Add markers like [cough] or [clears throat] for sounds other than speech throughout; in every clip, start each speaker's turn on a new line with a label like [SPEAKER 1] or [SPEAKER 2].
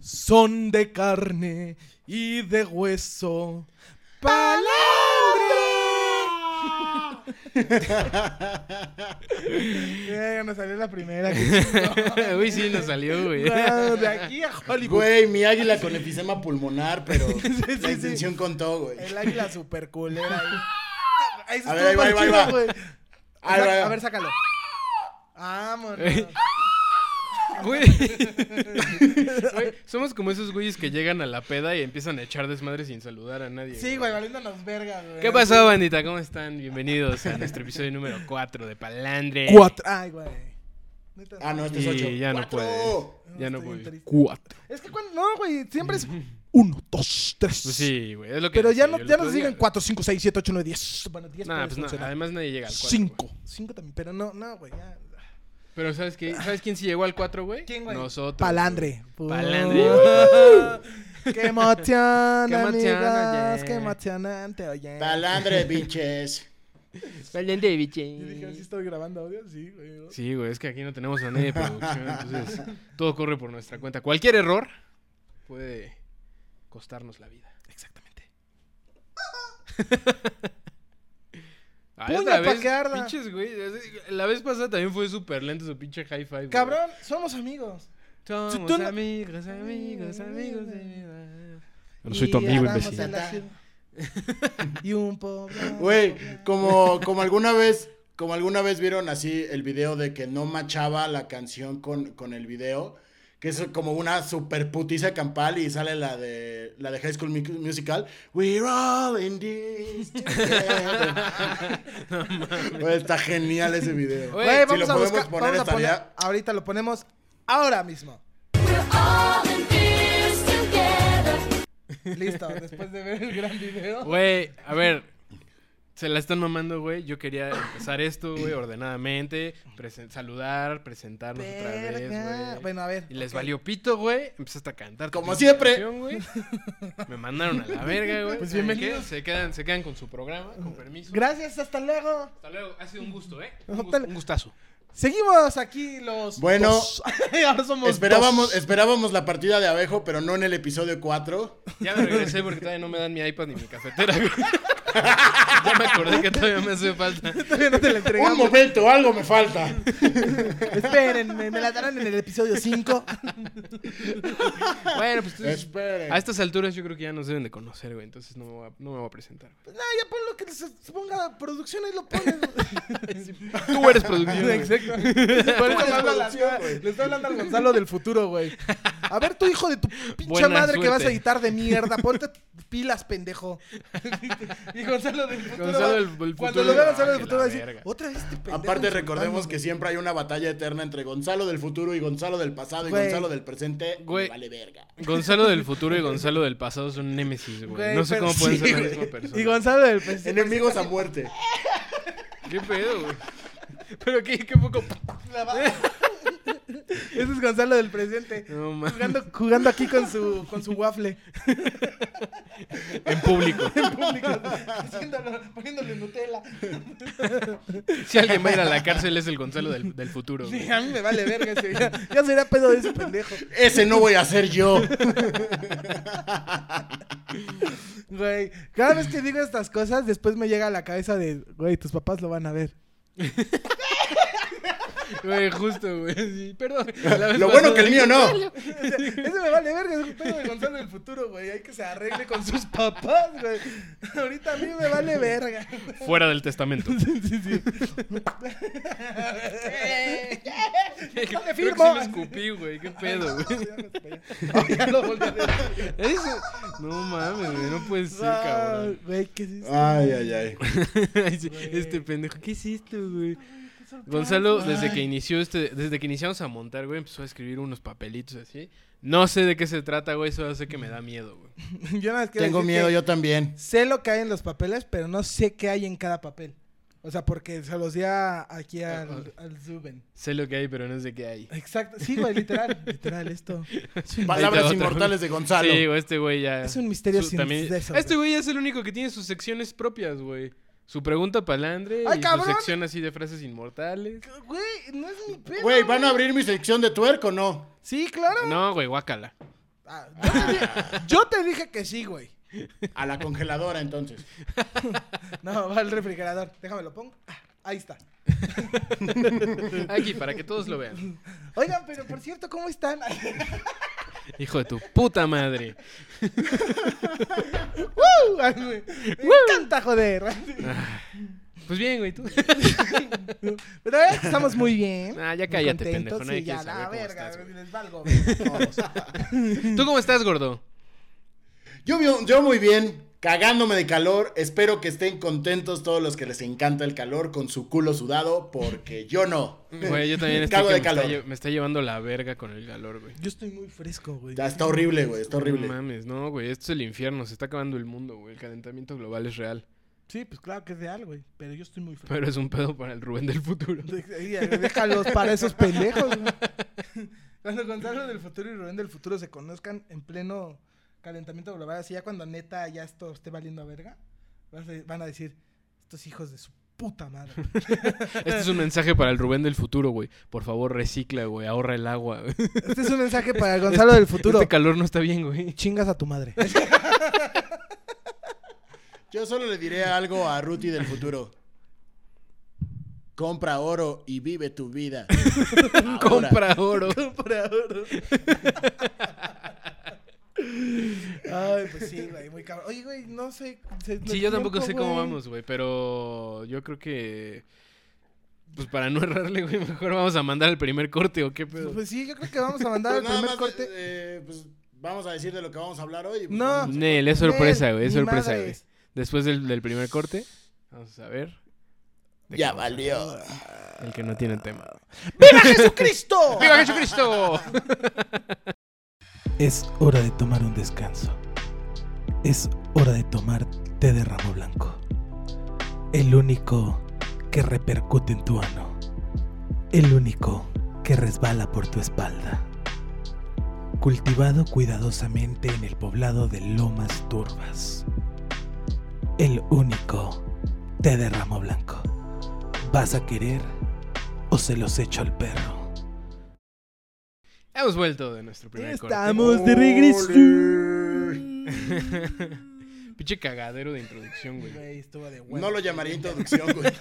[SPEAKER 1] Son de carne y de hueso. ¡Palambre!
[SPEAKER 2] [laughs] Ya nos salió la primera.
[SPEAKER 3] [laughs] Uy, sí, nos salió, güey.
[SPEAKER 2] No, de aquí a Hollywood.
[SPEAKER 4] Güey, mi águila con enfisema pulmonar, pero
[SPEAKER 2] [laughs] sí,
[SPEAKER 4] la
[SPEAKER 2] sí.
[SPEAKER 4] intención contó, güey.
[SPEAKER 2] El águila super culera ahí. Ahí se
[SPEAKER 4] A ver,
[SPEAKER 2] estuvo
[SPEAKER 4] ahí va, ahí va, ahí
[SPEAKER 2] chido,
[SPEAKER 4] va.
[SPEAKER 2] güey.
[SPEAKER 4] Ahí va, ahí va.
[SPEAKER 2] A ver, sácalo. Vámonos.
[SPEAKER 3] Güey. Güey, Somos como esos güeyes que llegan a la peda y empiezan a echar desmadre sin saludar a nadie.
[SPEAKER 2] Sí, güey, valiéndonos verga, güey.
[SPEAKER 3] ¿Qué pasó, bandita? ¿Cómo están? Bienvenidos a nuestro episodio número 4 de Palandre.
[SPEAKER 1] Cuatro.
[SPEAKER 2] Ay, güey. Neta,
[SPEAKER 4] Ah, no, este es
[SPEAKER 3] Y
[SPEAKER 4] ocho.
[SPEAKER 3] ya no
[SPEAKER 4] ¡Cuatro!
[SPEAKER 3] puede. Ya no
[SPEAKER 2] estoy bien
[SPEAKER 3] puede.
[SPEAKER 2] triste.
[SPEAKER 1] Cuatro.
[SPEAKER 2] Es que cuando. No, güey, siempre es.
[SPEAKER 1] [laughs] Uno, dos, tres.
[SPEAKER 3] Pues sí, güey. Es lo que
[SPEAKER 1] Pero
[SPEAKER 3] decía
[SPEAKER 1] ya no,
[SPEAKER 3] yo el
[SPEAKER 1] ya
[SPEAKER 3] otro
[SPEAKER 1] nos
[SPEAKER 3] día,
[SPEAKER 1] digan cuatro, cinco, seis, siete, ocho, nueve, diez. Bueno, diez
[SPEAKER 3] güey. Nah,
[SPEAKER 2] puede
[SPEAKER 3] pues no,
[SPEAKER 2] funcionar.
[SPEAKER 3] además nadie llega al 4.
[SPEAKER 1] Cinco.
[SPEAKER 2] Cinco también, pero no, no, güey. ya.
[SPEAKER 3] Pero ¿sabes qué? ¿Sabes quién sí llegó al 4, güey?
[SPEAKER 2] ¿Quién, güey?
[SPEAKER 3] Nosotros.
[SPEAKER 2] Palandre.
[SPEAKER 3] [laughs] Palandre.
[SPEAKER 2] Uh, qué emoción,
[SPEAKER 3] Qué
[SPEAKER 2] qué
[SPEAKER 3] emoción, oye.
[SPEAKER 2] Qué emocionante, oye. [laughs]
[SPEAKER 4] Palandre, biches.
[SPEAKER 2] Yo
[SPEAKER 3] Palandre,
[SPEAKER 2] dije, ¿sí
[SPEAKER 3] biche.
[SPEAKER 2] estoy grabando audio? Sí, güey.
[SPEAKER 3] Sí, güey, es que aquí no tenemos a nadie de producción, entonces todo corre por nuestra cuenta. Cualquier error puede costarnos la vida.
[SPEAKER 1] Exactamente.
[SPEAKER 3] [laughs] Ay,
[SPEAKER 2] Puña
[SPEAKER 3] otra
[SPEAKER 2] pa'
[SPEAKER 3] vez,
[SPEAKER 2] que arda.
[SPEAKER 3] pinches, güey, así- La vez pasada también fue súper lento su pinche hi-fi, güey.
[SPEAKER 2] Cabrón, somos amigos.
[SPEAKER 3] Somos
[SPEAKER 2] tú no-
[SPEAKER 3] amigos, amigos, amigos de mi vida.
[SPEAKER 1] no soy tu
[SPEAKER 2] Y
[SPEAKER 1] amigo,
[SPEAKER 2] andamos
[SPEAKER 1] imbécil.
[SPEAKER 2] en la
[SPEAKER 3] [laughs]
[SPEAKER 2] ciudad. Y un pobre.
[SPEAKER 4] Güey, como, como alguna vez, como alguna vez vieron así el video de que no machaba la canción con, con el video, que es como una super putiza campal y sale la de la de High School Mu- Musical. We're all in this
[SPEAKER 3] [laughs]
[SPEAKER 4] together. Güey, está genial ese video.
[SPEAKER 3] Güey,
[SPEAKER 2] Güey,
[SPEAKER 4] si
[SPEAKER 2] vamos
[SPEAKER 4] lo
[SPEAKER 2] a
[SPEAKER 4] podemos
[SPEAKER 2] buscar.
[SPEAKER 4] poner
[SPEAKER 2] vamos a poner.
[SPEAKER 4] estaría-
[SPEAKER 2] Ahorita lo ponemos ahora mismo.
[SPEAKER 5] We're all in this together.
[SPEAKER 2] Listo, después de ver el gran video.
[SPEAKER 3] Güey, a ver. Se la están mamando, güey. Yo quería empezar esto, güey, ordenadamente. presen- saludar, presentarnos otra vez,
[SPEAKER 2] Verga.
[SPEAKER 3] güey.
[SPEAKER 2] Bueno, a ver.
[SPEAKER 3] Y les
[SPEAKER 2] ok.
[SPEAKER 3] valió pito, güey. Empezaste a cantar. tu
[SPEAKER 4] Como
[SPEAKER 3] pinche
[SPEAKER 4] siempre.
[SPEAKER 3] canción, güey. Me mandaron a la verga, güey.
[SPEAKER 2] Pues
[SPEAKER 3] ¿Saben qué?
[SPEAKER 2] bienvenidos.
[SPEAKER 3] Se quedan, se quedan con su programa, con permiso.
[SPEAKER 2] Gracias, hasta luego.
[SPEAKER 3] Hasta luego. Ha sido un gusto, ¿eh? Un,
[SPEAKER 2] Hasta
[SPEAKER 3] gusto-
[SPEAKER 2] luego.
[SPEAKER 3] un gustazo.
[SPEAKER 2] Seguimos aquí los.
[SPEAKER 4] Bueno,
[SPEAKER 2] dos. [laughs] ahora somos.
[SPEAKER 4] Esperábamos,
[SPEAKER 2] dos.
[SPEAKER 4] esperábamos la partida de abejo, pero no en el episodio 4.
[SPEAKER 3] Ya me regresé porque todavía no me dan mi iPad ni mi cafetera, güey. [laughs] ya me acordé que todavía me hace
[SPEAKER 2] [laughs]
[SPEAKER 3] falta.
[SPEAKER 2] Todavía no te la
[SPEAKER 4] Un
[SPEAKER 2] entregamos.
[SPEAKER 4] momento, algo me falta.
[SPEAKER 2] Espérenme, me la darán en el episodio [laughs] 5.
[SPEAKER 3] Bueno, pues entonces,
[SPEAKER 4] Esperen.
[SPEAKER 3] a estas alturas yo creo que ya nos deben de conocer, güey. Entonces no me voy a, no me voy a presentar. güey.
[SPEAKER 2] No, ya pon lo que se ponga producción, ahí lo pones.
[SPEAKER 3] [laughs] Tú eres producción. güey. [laughs]
[SPEAKER 2] Por eso le habla a la ciudad, Le está hablando al Gonzalo del futuro, güey. A ver, tu hijo de tu pinche
[SPEAKER 3] Buena
[SPEAKER 2] madre que vas a
[SPEAKER 3] suerte.
[SPEAKER 2] editar de mierda, ponte pilas, pendejo. [laughs] y Gonzalo del futuro.
[SPEAKER 3] Gonzalo
[SPEAKER 2] va-
[SPEAKER 3] del-
[SPEAKER 2] Cuando
[SPEAKER 3] del futuro,
[SPEAKER 2] lo vea
[SPEAKER 3] ah,
[SPEAKER 2] Gonzalo del
[SPEAKER 3] que
[SPEAKER 2] futuro, va a
[SPEAKER 3] la
[SPEAKER 2] decir:
[SPEAKER 3] verga.
[SPEAKER 2] Otra vez este pendejo.
[SPEAKER 4] Aparte
[SPEAKER 2] insultando,
[SPEAKER 4] recordemos que
[SPEAKER 2] güey".
[SPEAKER 4] siempre hay una batalla eterna entre Gonzalo del futuro y Gonzalo del pasado
[SPEAKER 2] Güey.
[SPEAKER 4] y Gonzalo del presente. me
[SPEAKER 3] Güey.
[SPEAKER 4] Vale verga.
[SPEAKER 3] Gonzalo del futuro y Gonzalo del pasado son némesis, güey.
[SPEAKER 2] Güey,
[SPEAKER 3] No sé
[SPEAKER 2] pero
[SPEAKER 3] cómo pueden
[SPEAKER 2] sí,
[SPEAKER 3] ser la
[SPEAKER 2] güey.
[SPEAKER 3] misma persona.
[SPEAKER 2] Y Gonzalo del pues,
[SPEAKER 4] Enemigos a muerte.
[SPEAKER 3] ¿Qué pedo, güey? [laughs] Pero qué, qué poco.
[SPEAKER 2] [laughs] Ese es Gonzalo del presente.
[SPEAKER 3] No mames.
[SPEAKER 2] Jugando, jugando aquí con su, con su waffle.
[SPEAKER 3] En público.
[SPEAKER 2] [laughs] En público. Haciéndolo- poniéndole Nutella.
[SPEAKER 3] Si alguien va a ir a la cárcel es el Gonzalo del, del futuro. güey.
[SPEAKER 2] Sí, a mí me vale verga ese. Ya, ya sería pedo de ese pendejo.
[SPEAKER 4] Ese no voy a ser yo.
[SPEAKER 2] Güey, cada vez que digo estas cosas, después me llega a la cabeza de, güey, tus papás lo van a ver.
[SPEAKER 3] Güey, justo, güey. Sí, [laughs] perdón.
[SPEAKER 4] Lo bueno que el mío no.
[SPEAKER 2] Ese me vale verga, es un pedo de Gonzalo del futuro, güey. Hay que se arregle con sus papás, güey. Ahorita a mí me vale verga.
[SPEAKER 3] Fuera del testamento. [laughs] Creo que
[SPEAKER 2] firmo.
[SPEAKER 3] sí me escupí, güey. Qué pedo, güey. [laughs]
[SPEAKER 2] Oh, [laughs] ya lo volví a ver.
[SPEAKER 3] Eso- No mames, güey. No puede ser,
[SPEAKER 2] Ah,
[SPEAKER 3] cabrón.
[SPEAKER 2] Güey, ¿qué es esto?
[SPEAKER 4] Ay, ay, ay.
[SPEAKER 3] Ay, sí, este pendejo. ¿Qué hiciste, güey? Gonzalo, desde que inició este, desde que iniciamos a montar, güey, empezó a escribir unos papelitos así. No sé de qué se trata, güey, solo sé que me da miedo,
[SPEAKER 2] [laughs]
[SPEAKER 3] güey.
[SPEAKER 2] Yo nada más quiero
[SPEAKER 4] Tengo
[SPEAKER 2] decir
[SPEAKER 4] miedo
[SPEAKER 2] que
[SPEAKER 4] yo también.
[SPEAKER 2] Sé lo que hay en los papeles, pero no sé qué hay en cada papel. O sea, porque se los di a- aquí
[SPEAKER 3] Ah,
[SPEAKER 2] al, al Zuben.
[SPEAKER 3] Sé lo que hay, pero no sé qué hay.
[SPEAKER 2] Exacto. Sí, güey, literal. literal, esto.
[SPEAKER 3] Ahí
[SPEAKER 4] Palabras
[SPEAKER 3] te va otra.
[SPEAKER 4] inmortales de Gonzalo.
[SPEAKER 3] Sí, güey, este güey ya.
[SPEAKER 2] Es un misterio sin acceso,
[SPEAKER 3] Este güey es el único que tiene sus secciones propias, güey. Su pregunta palandre
[SPEAKER 2] ¡Ay,
[SPEAKER 3] y
[SPEAKER 2] cabrón!
[SPEAKER 3] su sección así de frases inmortales.
[SPEAKER 2] Güey, no es mi pedo.
[SPEAKER 4] Güey, ¿van a abrir mi sección de tuerco o no?
[SPEAKER 2] Sí, claro.
[SPEAKER 3] No, güey, guácala.
[SPEAKER 2] Ah, yo, te di- yo te dije que sí, güey.
[SPEAKER 4] A la congeladora, entonces.
[SPEAKER 2] No, va al refrigerador. Déjame lo pongo. Ah, ahí está.
[SPEAKER 3] Aquí, para que todos lo vean.
[SPEAKER 2] Oigan, pero por cierto, ¿cómo están? [laughs]
[SPEAKER 3] Hijo de tu puta madre.
[SPEAKER 2] ¡Woo! Ay, me, me encanta joder.
[SPEAKER 3] Pues bien,
[SPEAKER 2] [laughs]
[SPEAKER 3] güey, tú.
[SPEAKER 2] Pero eh, estamos muy bien.
[SPEAKER 3] Ah, ya
[SPEAKER 2] muy
[SPEAKER 3] cállate,
[SPEAKER 2] contentos,
[SPEAKER 3] pendejo. Nadie
[SPEAKER 2] sí, ya,
[SPEAKER 3] quiere saber
[SPEAKER 2] la
[SPEAKER 3] cómo
[SPEAKER 2] verga,
[SPEAKER 3] estás, güey.
[SPEAKER 2] les valgo. Todos.
[SPEAKER 3] ¿Tú cómo estás, gordo?
[SPEAKER 4] Yo, vi- yo muy bien, cagándome de calor. Espero que estén contentos todos los que les encanta el calor con su culo sudado, porque yo no.
[SPEAKER 3] Güey, yo también estoy
[SPEAKER 4] Cago
[SPEAKER 3] que
[SPEAKER 4] de
[SPEAKER 3] me, está
[SPEAKER 4] calor.
[SPEAKER 3] lle- me está llevando la verga con el calor, güey.
[SPEAKER 2] Yo estoy muy fresco, güey.
[SPEAKER 4] Ya está horrible, güey, está horrible.
[SPEAKER 3] No mames, no, güey. Esto es el infierno. Se está acabando el mundo, güey. El calentamiento global es real.
[SPEAKER 2] Sí, pues claro que es real, güey. Pero yo estoy muy fresco.
[SPEAKER 3] Pero es un pedo para el Rubén del futuro.
[SPEAKER 2] De- ahí, eh, Déjalos para esos pendejos, güey. [laughs] Cuando Gonzalo del futuro y Rubén del futuro se conozcan en pleno calentamiento global, así ya cuando neta ya esto esté valiendo a verga, vas a- van a decir, estos hijos de su puta madre.
[SPEAKER 3] Este es un mensaje para el Rubén del futuro, güey. Por favor, recicla, güey. Ahorra el agua. güey.
[SPEAKER 2] Este es un mensaje para el Gonzalo del futuro.
[SPEAKER 3] Este calor no está bien, güey.
[SPEAKER 2] Chingas a tu madre.
[SPEAKER 4] Yo solo le diré algo a Ruti del futuro. Compra oro y vive tu vida. Ahora.
[SPEAKER 3] [laughs]
[SPEAKER 4] Pues
[SPEAKER 3] Compra oro.
[SPEAKER 4] [laughs]
[SPEAKER 2] Ay, pues sí, güey, muy cabrón. Oye, güey, no sé. se- no
[SPEAKER 3] Sí, yo tampoco
[SPEAKER 2] tiempo,
[SPEAKER 3] sé cómo
[SPEAKER 2] güey.
[SPEAKER 3] vamos, güey, pero yo creo que... Pues para no errarle, güey, mejor vamos a mandar el primer corte o qué pedo.
[SPEAKER 2] Pues sí, yo creo que vamos a mandar
[SPEAKER 3] [laughs]
[SPEAKER 4] Pues
[SPEAKER 2] el
[SPEAKER 4] nada
[SPEAKER 2] primer
[SPEAKER 4] más,
[SPEAKER 2] corte.
[SPEAKER 4] eh, pues, vamos a decir de lo que vamos a hablar hoy. pues,
[SPEAKER 2] No.
[SPEAKER 4] vamos a-
[SPEAKER 3] Nel, es sorpresa,
[SPEAKER 2] Nel,
[SPEAKER 3] güey, es
[SPEAKER 2] ni
[SPEAKER 3] sorpresa, güey.
[SPEAKER 2] madres.
[SPEAKER 3] Después del, del primer corte, vamos a ver ¿De
[SPEAKER 4] Ya
[SPEAKER 3] qué vamos a
[SPEAKER 4] valió.
[SPEAKER 3] hablar? el que no tiene tema.
[SPEAKER 2] ¡Viva Jesucristo!
[SPEAKER 3] ¡Viva Jesucristo!
[SPEAKER 1] Es hora de tomar un descanso. Es hora de tomar té de ramo blanco. El único que repercute en tu ano. El único que resbala por tu espalda. Cultivado cuidadosamente en el poblado de Lomas Turbas. El único té de ramo blanco. ¿Vas a querer o se los echo al perro?
[SPEAKER 3] [laughs] Hemos vuelto de nuestro primer
[SPEAKER 1] Estamos de regreso.
[SPEAKER 3] corte. [laughs] Pinche cagadero de introducción, güey. [laughs]
[SPEAKER 2] Güey, estuvo de huevo.
[SPEAKER 4] No lo llamaría introducción, güey.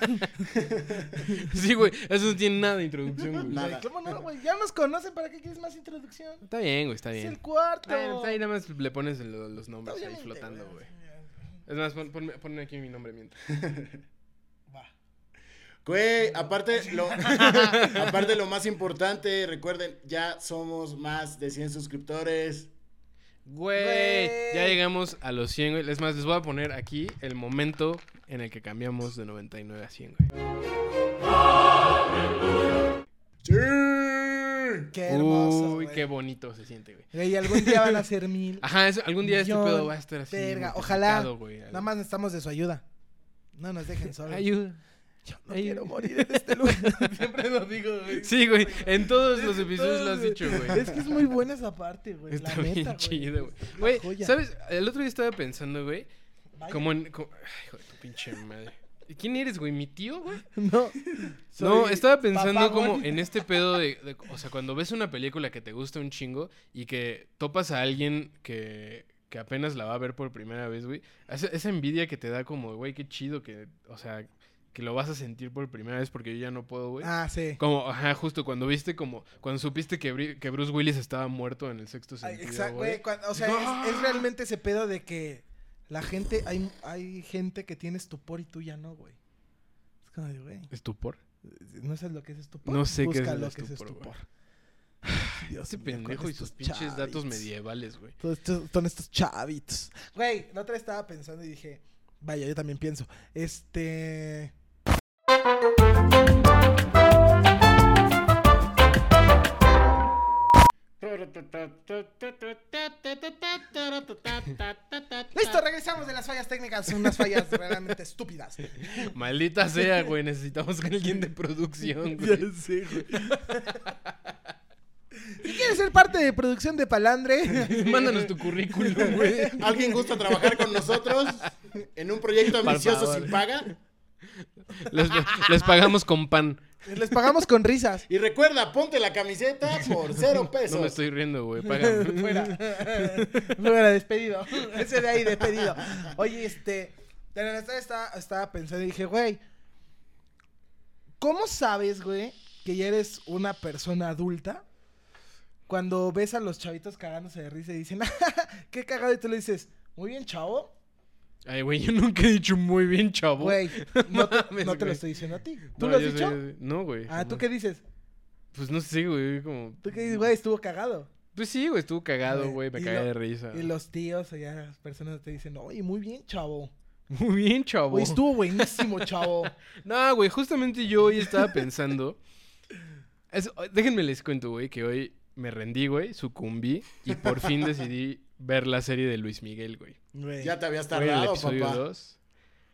[SPEAKER 3] Sí, güey, eso no tiene nada de introducción, güey.
[SPEAKER 4] Nada.
[SPEAKER 2] ¿Cómo no, güey? Ya nos conocen, ¿para qué quieres más introducción?
[SPEAKER 3] Está bien, güey, está
[SPEAKER 2] Es
[SPEAKER 3] bien.
[SPEAKER 2] el cuarto.
[SPEAKER 3] Bueno, pues ahí nada más le pones lo- los nombres ahí
[SPEAKER 2] Obviamente,
[SPEAKER 3] flotando, güey.
[SPEAKER 2] Sí,
[SPEAKER 3] Es más, pon- ponme, ponme aquí mi nombre mientras.
[SPEAKER 4] Güey, aparte
[SPEAKER 3] [laughs]
[SPEAKER 4] lo, aparte lo más importante, recuerden, ya somos más de 100 suscriptores.
[SPEAKER 3] Güey, ya
[SPEAKER 2] Güey.
[SPEAKER 3] llegamos a los 100, güey. Es más, les voy a poner aquí el momento en el que cambiamos de 99 a 100, güey.
[SPEAKER 4] ¡Sí!
[SPEAKER 2] Qué hermoso.
[SPEAKER 3] Uy,
[SPEAKER 2] güey.
[SPEAKER 3] qué bonito se siente, güey.
[SPEAKER 2] Güey, algún día
[SPEAKER 3] [laughs]
[SPEAKER 2] van a ser mil.
[SPEAKER 3] Ajá, eso- algún día este
[SPEAKER 2] Millón,
[SPEAKER 3] pedo va a estar así.
[SPEAKER 2] verga,
[SPEAKER 3] multiplicado,
[SPEAKER 2] ojalá.
[SPEAKER 3] güey,
[SPEAKER 2] Nada más necesitamos de su ayuda. No nos dejen solos.
[SPEAKER 3] Ayuda.
[SPEAKER 2] Yo no
[SPEAKER 3] ayuda.
[SPEAKER 2] quiero morir en este lugar. [laughs] Siempre lo digo, güey.
[SPEAKER 3] Sí, güey, en todos [laughs] los episodios
[SPEAKER 2] Entonces,
[SPEAKER 3] lo has dicho, güey.
[SPEAKER 2] Es que es muy buena esa parte, güey.
[SPEAKER 3] [laughs] Está
[SPEAKER 2] la
[SPEAKER 3] bien
[SPEAKER 2] neta,
[SPEAKER 3] chido,
[SPEAKER 2] güey. Es
[SPEAKER 3] güey.
[SPEAKER 2] la
[SPEAKER 3] Güey,
[SPEAKER 2] joya.
[SPEAKER 3] ¿sabes? El otro día estaba pensando, güey,
[SPEAKER 2] Vaya.
[SPEAKER 3] como en... como- Ay, hijo de tu pinche madre. ¿Quién eres, güey? ¿Mi tío, güey?
[SPEAKER 2] No.
[SPEAKER 3] No,
[SPEAKER 2] Soy
[SPEAKER 3] estaba pensando
[SPEAKER 2] papagón.
[SPEAKER 3] como en este pedo de, de- O sea, cuando ves una película que te gusta un chingo y que topas a alguien que, que apenas la va a ver por primera vez, güey. Esa, esa envidia que te da como, güey, qué chido que... O sea, que lo vas a sentir por primera vez porque yo ya no puedo, güey.
[SPEAKER 2] Ah, sí.
[SPEAKER 3] Como, ajá, justo cuando viste como... Cuando supiste que, Bri- que Bruce Willis estaba muerto en el sexto
[SPEAKER 2] Ay,
[SPEAKER 3] sentido,
[SPEAKER 2] exacto,
[SPEAKER 3] güey.
[SPEAKER 2] güey. cuando- O sea,
[SPEAKER 3] ¡Ah!
[SPEAKER 2] es, es realmente ese pedo de que la gente, hay, hay gente que tiene estupor y tú ya no, güey. Es como de, güey,
[SPEAKER 3] ¿Estupor?
[SPEAKER 2] ¿no sabes lo que es estupor?
[SPEAKER 3] No sé qué es
[SPEAKER 2] Busca
[SPEAKER 3] el
[SPEAKER 2] lo que es
[SPEAKER 3] estupor, güey.
[SPEAKER 2] estupor.
[SPEAKER 3] Ese
[SPEAKER 2] mío, con
[SPEAKER 3] pendejo y
[SPEAKER 2] estos
[SPEAKER 3] sus pinches datos
[SPEAKER 2] chavitos.
[SPEAKER 3] medievales, güey.
[SPEAKER 2] Todos estos- son estos chavitos. Güey, la otra vez estaba pensando y dije, vaya, yo también pienso. Este... Listo, regresamos de las fallas técnicas. Unas fallas [laughs] realmente estúpidas. [laughs]
[SPEAKER 3] Maldita sea, güey. Necesitamos a alguien de producción, güey.
[SPEAKER 2] sé, güey. Si quieres ser parte de producción de Palandre, [laughs]
[SPEAKER 3] Mándanos tu currículum, güey.
[SPEAKER 4] ¿Alguien gusta trabajar con nosotros en un proyecto ambicioso
[SPEAKER 3] favor.
[SPEAKER 4] sin paga?
[SPEAKER 3] Les, les pagamos con pan.
[SPEAKER 2] Les pagamos con risas.
[SPEAKER 4] Y recuerda, ponte la camiseta por cero pesos.
[SPEAKER 3] No me estoy riendo, güey.
[SPEAKER 2] [laughs]
[SPEAKER 3] [laughs] Págame.
[SPEAKER 2] Fuera. Fuera, despedido. [laughs] Ese de ahí, despedido. Oye, este. De la neta estaba, estaba pensando y dije, güey. ¿Cómo sabes, güey, que ya eres una persona adulta? Cuando ves a los chavitos cagándose de risa y dicen, [laughs] "Ah, qué cagado, y tú le dices, muy bien, chavo.
[SPEAKER 3] Ay, güey, yo nunca he dicho muy bien, chavo. [laughs]
[SPEAKER 2] Güey, no, te-
[SPEAKER 3] Mames,
[SPEAKER 2] no te lo
[SPEAKER 3] güey.
[SPEAKER 2] estoy diciendo a ti. ¿Tú
[SPEAKER 3] No,
[SPEAKER 2] lo has
[SPEAKER 3] yo
[SPEAKER 2] dicho?
[SPEAKER 3] soy- No, güey.
[SPEAKER 2] Ah, ¿tú qué dices?
[SPEAKER 3] Pues no sé, güey. Como...
[SPEAKER 2] ¿Tú qué dices, güey? Estuvo cagado.
[SPEAKER 3] Pues sí, güey, estuvo cagado,
[SPEAKER 2] Güey,
[SPEAKER 3] güey. Me
[SPEAKER 2] y
[SPEAKER 3] cagué
[SPEAKER 2] lo-
[SPEAKER 3] de risa.
[SPEAKER 2] Y los tíos o ya las personas te dicen, oye, muy bien, chavo.
[SPEAKER 3] Muy bien, chavo.
[SPEAKER 2] Oye, estuvo buenísimo,
[SPEAKER 3] [laughs]
[SPEAKER 2] chavo.
[SPEAKER 3] No, güey, justamente yo hoy estaba pensando. [laughs] Es- déjenme les cuento, güey, que hoy me rendí, güey, sucumbí y por fin decidí ver la serie de Luis Miguel, güey.
[SPEAKER 2] Güey.
[SPEAKER 4] Ya te habías
[SPEAKER 3] Voy en el
[SPEAKER 4] tardado,
[SPEAKER 3] episodio
[SPEAKER 4] papá.
[SPEAKER 3] 2.